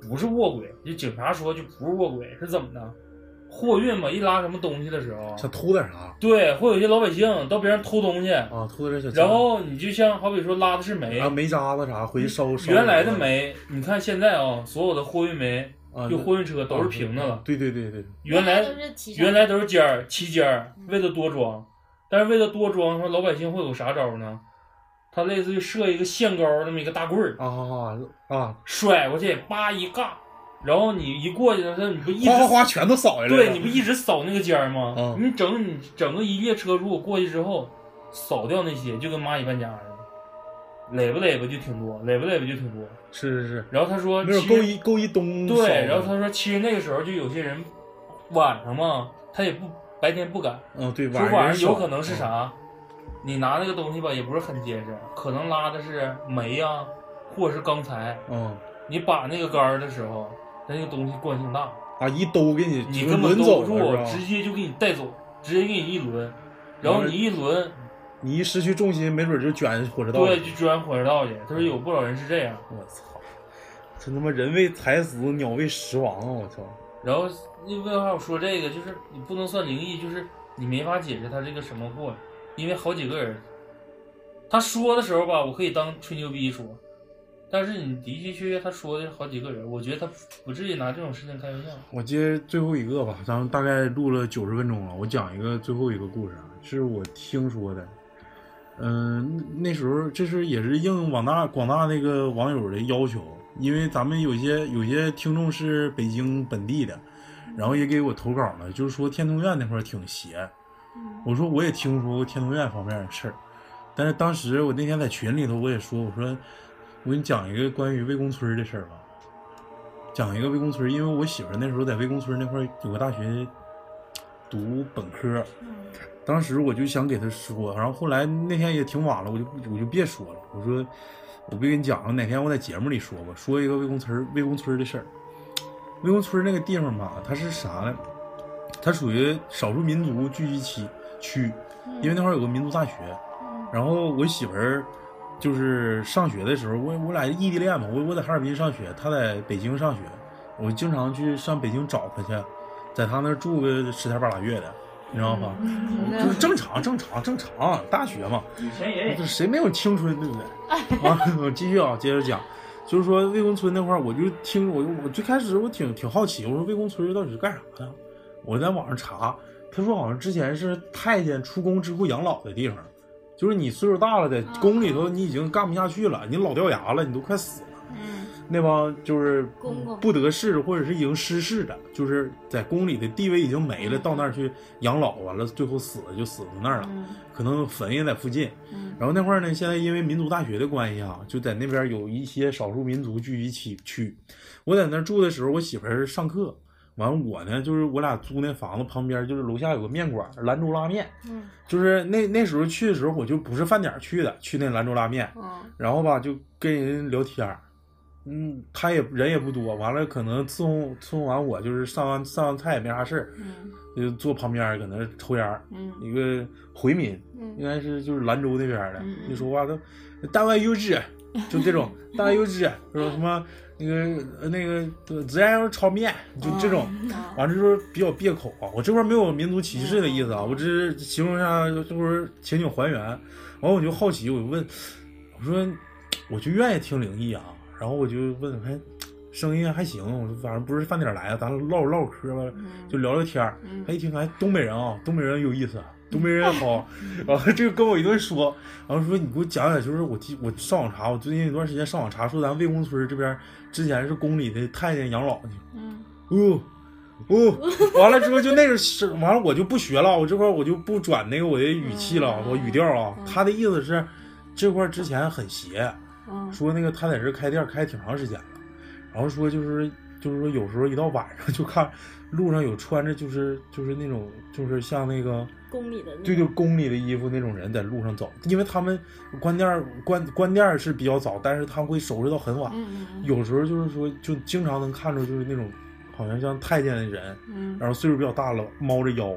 Speaker 5: 不是卧轨，就警察说就不是卧轨，是怎么的？货运嘛，一拉什么东西的时候，
Speaker 2: 想偷点啥
Speaker 5: 对，会有些老百姓到边上偷东西，
Speaker 2: 啊？偷点小钱，
Speaker 5: 然后你就像好比说拉的是煤，
Speaker 2: 啊煤渣子啥，回去烧烧。
Speaker 5: 嗯原来的煤，你看现在啊、所有的货运煤
Speaker 2: 啊，
Speaker 5: 就
Speaker 2: 那
Speaker 5: 货运车都是平的
Speaker 2: 啊
Speaker 5: 了，
Speaker 2: 对对对对，
Speaker 5: 原
Speaker 4: 都
Speaker 5: 来
Speaker 4: 是提倡
Speaker 5: 原来都是尖儿齐尖儿，为了多装，但是为了多装，说老百姓会有啥招呢？他类似于设一个限高那么一个大棍儿，
Speaker 2: 啊啊啊啊！
Speaker 5: 甩过去，叭一尬，然后你一过去，他你不一直
Speaker 2: 哗哗哗，全都扫下来了。
Speaker 5: 对，你不一直扫那个尖儿吗？
Speaker 2: 嗯
Speaker 5: 你整你整个一列车如果过去之后，扫掉那些，就跟蚂蚁搬家似的，垒吧垒吧就挺多，垒吧垒吧就挺多。
Speaker 2: 是是是，
Speaker 5: 然后他说，
Speaker 2: 没有
Speaker 5: 其实
Speaker 2: 够一够一冬扫的。
Speaker 5: 对，然后他说，其实那个时候就有些人晚上嘛，他也不白天不敢，
Speaker 2: 嗯对，
Speaker 5: 说
Speaker 2: 晚
Speaker 5: 晚
Speaker 2: 人
Speaker 5: 上有
Speaker 2: 少
Speaker 5: 可能是
Speaker 2: 啊
Speaker 5: 啥，你拿那个东西吧，也不是很结实，可能拉的是煤呀、或者是钢材。
Speaker 2: 嗯
Speaker 5: 你把那个杆儿的时候，它那个东西惯性大，
Speaker 2: 啊，一兜给你
Speaker 5: 你
Speaker 2: 就是
Speaker 5: 根本
Speaker 2: 轮
Speaker 5: 兜
Speaker 2: 走
Speaker 5: 不
Speaker 2: 了
Speaker 5: 住
Speaker 2: 是，
Speaker 5: 啊
Speaker 2: 吧
Speaker 5: 直接就给你带走，直接给你一轮，然后你一轮，
Speaker 2: 你一失去重心，没准就卷火车道嗯
Speaker 5: 对，
Speaker 2: 里。
Speaker 5: 就钻火车道去。他说有不少人是这样，
Speaker 2: 我操，真他妈人为财死，鸟为食亡啊！我操，
Speaker 5: 然后因为啥我说这个，就是你不能算灵异，就是你没法解释他这个什么货，因为好几个人，他说的时候吧，我可以当吹牛逼说，但是你的的确确他说的好几个人，我觉得他不至于拿这种事情开玩笑。
Speaker 2: 我接最后一个吧，咱们大概录了九十分钟了，我讲一个最后一个故事啊，是我听说的。嗯、那时候这是也是应广大广大那个网友的要求，因为咱们有些有些听众是北京本地的，然后也给我投稿了，就是说天通苑那块儿挺邪。我说我也听说过天通苑方面的事儿，但是当时我那天在群里头我也说，我说我给你讲一个关于魏公村儿的事儿吧。讲一个魏公村儿，因为我媳妇儿那时候在魏公村儿那块儿有个大学读本科，
Speaker 6: 嗯
Speaker 2: 当时我就想给她说，然后后来那天也挺晚了，我就我就别说了，我说我不跟你讲了，哪天我在节目里说吧，说一个魏公村儿魏公村儿的事儿。魏公村儿那个地方吧，它是啥呢？它属于少数民族聚集区区，因为那块儿有个民族大学，然后我媳妇儿就是上学的时候，我我俩异地恋嘛，我我在哈尔滨上学，她在北京上学，我经常去上北京找她去，在她那儿住个十天半拉月的，你知道吗？就是正常正常正常，大学嘛，
Speaker 5: 以前也
Speaker 2: 这谁没有青春，对不对？啊，我继续啊，接着讲，就是说魏公村那块儿，我就听我就我最开始我挺挺好奇，我说魏公村到底是干啥的？我在网上查，他说好像之前是太监出宫之后养老的地方，就是你岁数大了，在宫里头你已经干不下去了，你老掉牙了，你都快死了。
Speaker 4: 嗯，
Speaker 2: 那帮就是
Speaker 4: 公公
Speaker 2: 不得势或者是已经失势的，就是在宫里的地位已经没了，
Speaker 4: 嗯
Speaker 2: 到那儿去养老，完了最后死了就死在那儿了，
Speaker 4: 嗯
Speaker 2: 可能坟也在附近。然后那块儿呢，现在因为民族大学的关系啊，就在那边有一些少数民族聚集区区。我在那儿住的时候，我媳妇儿上课，完我呢就是我俩租那房子旁边就是楼下有个面馆儿兰州拉面，
Speaker 7: 嗯，
Speaker 2: 就是那那时候去的时候我就不是饭点儿去的，去那兰州拉面，
Speaker 6: 嗯
Speaker 2: 然后吧就跟人聊天儿，嗯，他也人也不多，完了可能伺候伺候完我就是上完上完菜也没啥事儿，
Speaker 6: 嗯
Speaker 2: 就坐旁边儿搁那抽烟儿，
Speaker 6: 嗯
Speaker 2: 一个回民，应
Speaker 7: 嗯，
Speaker 2: 该是就是兰州那边儿的
Speaker 6: 嗯，嗯
Speaker 2: 一说话都大外优质，就这 种大外优质，说什么那个呃那个呃孜然肉炒面，就这种，
Speaker 6: 哦
Speaker 2: 完了就是比较别口啊。我这块儿没有民族歧视的意思啊，
Speaker 6: 哦
Speaker 2: 我只是形容一下就是情景还原。完我就好奇，我就问我说我就愿意听灵异啊，然后我就问还声音还行，我说反正不是饭点儿来的，咱唠唠嗑吧，就聊聊天儿。哎
Speaker 6: 嗯
Speaker 2: 他一听还东北人啊，东北人有意思，东北人好。然后这个跟我一顿说，然后说你给我讲讲，就是我记我上网查，我最近有段时间上网查，说咱魏公村这边之前是宫里的太监养老去。
Speaker 6: 嗯
Speaker 2: 哦哦，完了之后就那个是，完了我就不学了，我这块儿我就不转那个我的语气了，我语调啊。他的意思是，这块儿之前很邪，
Speaker 6: 嗯
Speaker 2: 说那个他在这儿开店儿开挺长时间了，然后说就是就是说有时候一到晚上就看路上有穿着就是就是那种就是像那个
Speaker 4: 宫里的那
Speaker 2: 对对宫里的衣服那种人在路上走，因为他们关店儿关关店儿是比较早，但是他们会收拾到很晚，
Speaker 6: 嗯
Speaker 2: 有时候就是说就经常能看着就是那种好像像太监的人，
Speaker 6: 嗯
Speaker 2: 然后岁数比较大了，猫着腰，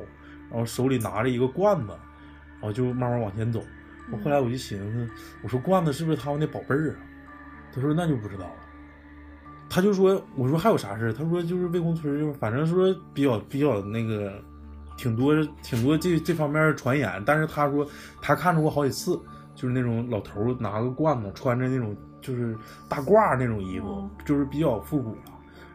Speaker 2: 然后手里拿着一个罐子，然后就慢慢往前走。我后来我就寻思，我说罐子是不是他们的宝贝儿啊？他说那就不知道了。他就说，我说还有啥事儿？他说就是魏公村儿，就是反正说比较比较那个，挺多挺多这这方面儿传言。但是他说他看着过好几次，就是那种老头儿拿个罐子，穿着那种就是大褂儿那种衣服，
Speaker 6: 哦
Speaker 2: 就是比较复古了。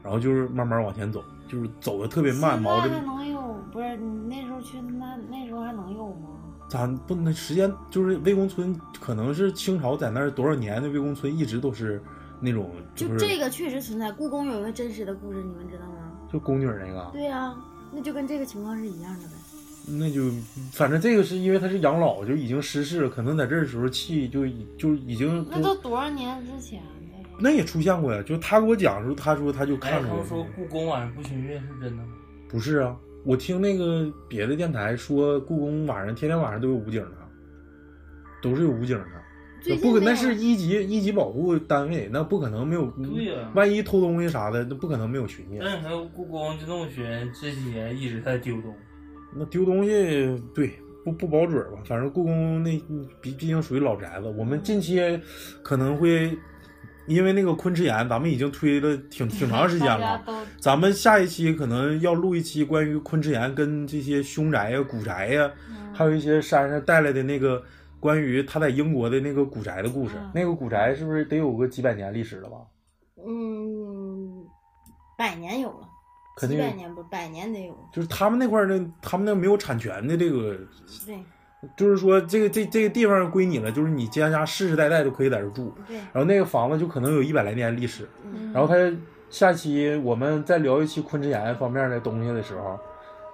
Speaker 2: 然后就是慢慢往前走，就是走的特别慢，
Speaker 6: 现
Speaker 2: 毛
Speaker 6: 在
Speaker 2: 着
Speaker 6: 还能有？不是你那时候去那那时候还能有吗？
Speaker 2: 咱不能时间就是魏公村，可能是清朝在那儿多少年的魏公村一直都是那种
Speaker 4: 就是这个确实存在，故宫有一个真实的故事，你们知道吗？
Speaker 2: 就宫女儿那个啊，
Speaker 4: 对呀、那就跟这个情况是一样的呗。
Speaker 2: 那就反正这个是因为他是养老就已经失势了，可能在这时候气就已就已经
Speaker 6: 那都多少年之前的了？
Speaker 2: 那也出现过呀。就他给我讲的时候，他说他就
Speaker 5: 哎，
Speaker 2: 看着
Speaker 5: 他
Speaker 2: 过
Speaker 5: 们说故宫晚上不巡夜是真的吗？
Speaker 2: 不是啊，我听那个别的电台说故宫晚上天天晚上都有武警的，都是有武警的。那
Speaker 4: 最近
Speaker 2: 不可，
Speaker 4: 没
Speaker 2: 那
Speaker 4: 有
Speaker 2: 是一级一级保护单位，那不可能没有。
Speaker 5: 对呀
Speaker 2: 万一偷东西啥的，那不可能没有巡夜。
Speaker 5: 但是你看故宫这洞穴这几年一直在丢东西，
Speaker 2: 那丢东西，对，不不保准儿吧？反正故宫那毕毕竟属于老宅子，我们近期可能会因为那个昆池岩，咱们已经推了挺挺长时间
Speaker 6: 大家
Speaker 2: 了。
Speaker 6: 都
Speaker 2: 咱们下一期可能要录一期关于昆池岩跟这些凶宅呀、古宅呀，
Speaker 6: 嗯
Speaker 2: 还有一些山上带来的那个关于他在英国的那个古宅的故事。
Speaker 6: 嗯
Speaker 2: 那个古宅是不是得有个几百年历史了吧？
Speaker 4: 嗯，百年有了，
Speaker 2: 肯
Speaker 4: 几
Speaker 2: 定有
Speaker 4: 百年不，百年得有了。
Speaker 2: 就是他们那块儿呢，他们那没有产权的这个，
Speaker 4: 对
Speaker 2: 就是说这个这这个地方归你了，就是你家家世世代代都可以在这住。
Speaker 4: 对，
Speaker 2: 然后那个房子就可能有一百来年历史。
Speaker 4: 嗯
Speaker 2: 然后他下期我们再聊一期昆池岩方面的东西的时候，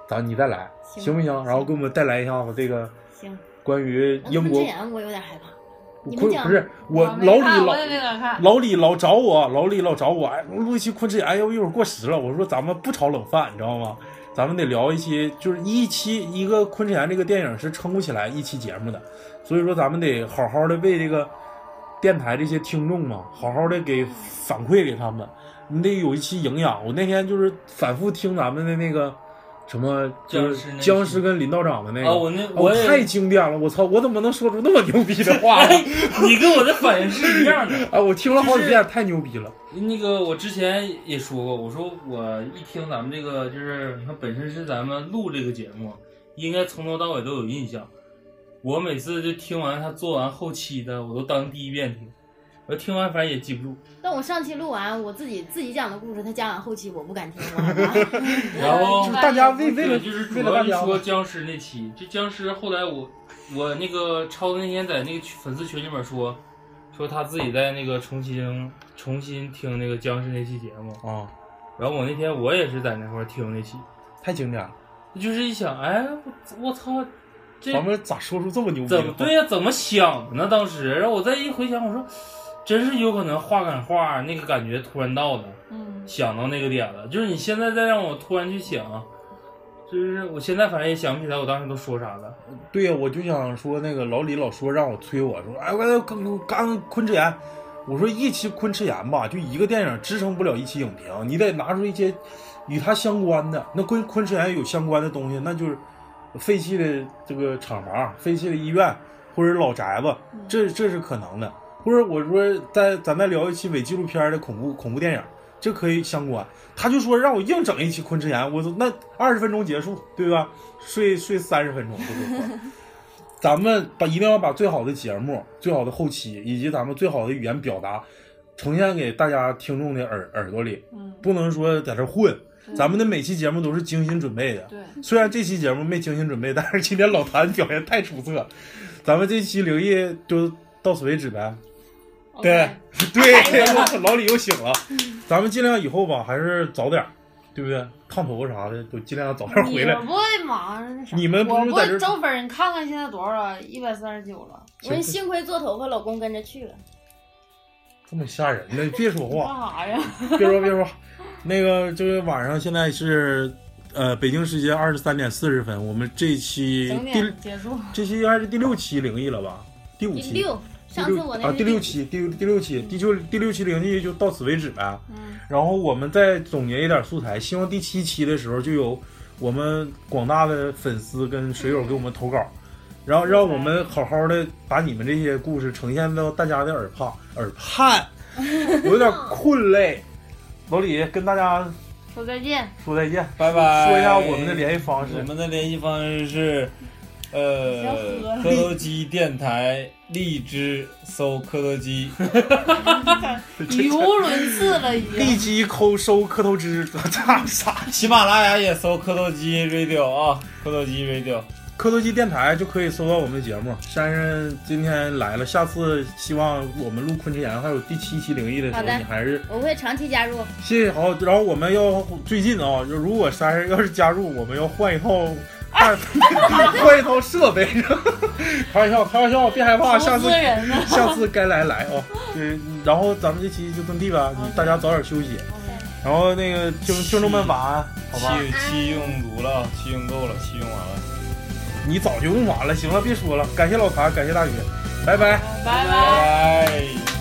Speaker 2: 咱你再来
Speaker 4: 行
Speaker 2: 行不行？然后给我们带来一下子这个
Speaker 4: 行。
Speaker 2: 关于
Speaker 4: 那
Speaker 2: 英
Speaker 4: 昆
Speaker 2: 国
Speaker 4: 之眼我有点害怕。你们
Speaker 2: 昆
Speaker 4: 讲
Speaker 2: 不是我
Speaker 6: 没
Speaker 2: 老李
Speaker 6: 看
Speaker 2: 老
Speaker 6: 我也没敢看
Speaker 2: 老李老找我，老李老找我，哎，录一期昆池岩，哎呦，一会儿过时了。我说咱们不炒冷饭，你知道吗？咱们得聊一期，就是一期一个昆池岩这个电影是撑不起来一期节目的，所以说咱们得好好的为这个电台这些听众嘛，好好的给反馈给他们，你得有一期营养。我那天就是反复听咱们的那个什么，就
Speaker 5: 僵尸
Speaker 2: 是
Speaker 5: 那期
Speaker 2: 僵尸跟林道长的那个，
Speaker 5: 啊我那
Speaker 2: 啊
Speaker 5: 我也
Speaker 2: 太经典了，我操，我怎么能说出那么牛逼的话？
Speaker 5: 哎，你跟我的反应是一样的。
Speaker 2: 啊，我听了好几遍，太牛逼了。
Speaker 5: 那个我之前也说过，我说我一听咱们这个，就是你看本身是咱们录这个节目，应该从头到尾都有印象。我每次就听完他做完后期的，我都当第一遍听，我听完反正也记不住。
Speaker 4: 但我上期录完我自己自己讲的故事，他讲完后期我不敢听，我害怕。
Speaker 5: 然后
Speaker 2: 就是大家为为了
Speaker 5: 对，就是主
Speaker 2: 为了大
Speaker 5: 要就
Speaker 2: 家
Speaker 5: 说
Speaker 2: 嘛，
Speaker 5: 僵尸那期，这僵尸后来我我那个超子那天在那个粉丝群里面说，说他自己在那个重新重新听那个僵尸那期节目，
Speaker 2: 啊，
Speaker 5: 然后我那天我也是在那块儿听那期，
Speaker 2: 太经典了。
Speaker 5: 就是一想，哎，我我操，这
Speaker 2: 咱们咋说出这么牛逼
Speaker 5: 怎
Speaker 2: 的
Speaker 5: 么
Speaker 2: 话？
Speaker 5: 对呀、怎么想的呢？当时，然后我再一回想，我说，真是有可能话赶话，那个感觉突然到了。
Speaker 6: 嗯，
Speaker 5: 想到那个点了，就是你现在再让我突然去想，就是我现在反正也想不起来我当时都说啥了。
Speaker 2: 对呀，我就想说那个老李老说让我催我说，哎，我要刚刚昆池岩，我说一期昆池岩吧，就一个电影支撑不了一期影评，你得拿出一些与它相关的。那昆昆池岩有相关的东西，那就是废弃的这个厂房、废弃的医院或者老宅子，这这是可能的。或者我说再咱再聊一期伪纪录片的恐怖恐怖电影，这可以相关。他就说让我硬整一期昆池岩，我说那二十分钟结束，对吧？睡睡三十分钟这都说。咱们把一定要把最好的节目、最好的后期以及咱们最好的语言表达呈现给大家听众的耳耳朵里，
Speaker 6: 嗯
Speaker 2: 不能说在这混。咱们的每期节目都是精心准备的，
Speaker 6: 对，
Speaker 2: 虽然这期节目没精心准备， 但是今天老谭表现太出色，咱们这期灵异就到此为止呗。对
Speaker 6: OK，
Speaker 2: 对，老李又醒了，咱们尽量以后吧，还是早点儿，对不对？烫头发啥的都尽量早点回来
Speaker 6: 你。们不会忙着那啥？
Speaker 2: 你们不
Speaker 6: 我
Speaker 2: 是
Speaker 6: 不
Speaker 2: 在这
Speaker 6: 会涨粉儿，你看看现在多少了？一百三十九了，
Speaker 4: 我说幸亏做头发，老公跟着去了。
Speaker 2: 这么吓人呢？别说
Speaker 6: 干
Speaker 2: 话，
Speaker 6: 啥呀？
Speaker 2: 别说别说，那个就是晚上现在是呃北京时间二十三点四十分，我们这期
Speaker 6: 整
Speaker 2: 第
Speaker 6: 点结束。
Speaker 2: 这期应该是第六期灵异了吧？第五
Speaker 4: 第
Speaker 2: 期。
Speaker 4: 六，上次我那
Speaker 2: 啊
Speaker 4: 是
Speaker 2: 第六期第第六期第九第六期灵异就到此为止呗。
Speaker 6: 嗯，
Speaker 2: 然后我们再总结一点素材，希望第七期的时候就有我们广大的粉丝跟水友给我们投稿，
Speaker 4: 嗯
Speaker 2: 然后让我们好好的把你们这些 故事呈现到大家的耳畔耳畔，我有点困累。老李跟大家
Speaker 6: 说再见。
Speaker 2: 说再见，
Speaker 3: 拜拜。
Speaker 2: 说一下我们的联系方
Speaker 3: 我
Speaker 2: 式。
Speaker 3: 们的联系方式是，
Speaker 6: 想
Speaker 3: 呃，
Speaker 6: 喝
Speaker 3: 磕头机电台荔枝搜磕头机，
Speaker 6: 语无伦次了已经。
Speaker 2: 立即抠收磕头 枝，啥啥
Speaker 3: 喜马拉雅也搜磕头机 radio 啊，磕头机 radio。
Speaker 2: 磕头机电台就可以搜到我们的节目。珊珊今天来了，下次希望我们录昆池岩还有第七期灵异的时候，
Speaker 4: 好的
Speaker 2: 你还是
Speaker 4: 我会长期加入。
Speaker 2: 谢谢好。然后我们要最近啊、就如果珊珊要是加入，我们要换一套。
Speaker 6: 啊
Speaker 2: 换 换一套设备， 开玩笑，开玩笑，别害怕，下
Speaker 6: 投
Speaker 2: 次
Speaker 6: 资人呢？
Speaker 2: 下次该来来啊、对，然后咱们这期就这么地吧，你大家早点休息，然后那个听听众们晚安，好吧？
Speaker 3: 气气用足了，气用够了，气用完了。
Speaker 2: 你早就用完了，行了，别说了，感谢老谭，感谢大宇，拜拜。
Speaker 6: 拜
Speaker 3: 拜
Speaker 6: 拜。
Speaker 3: 拜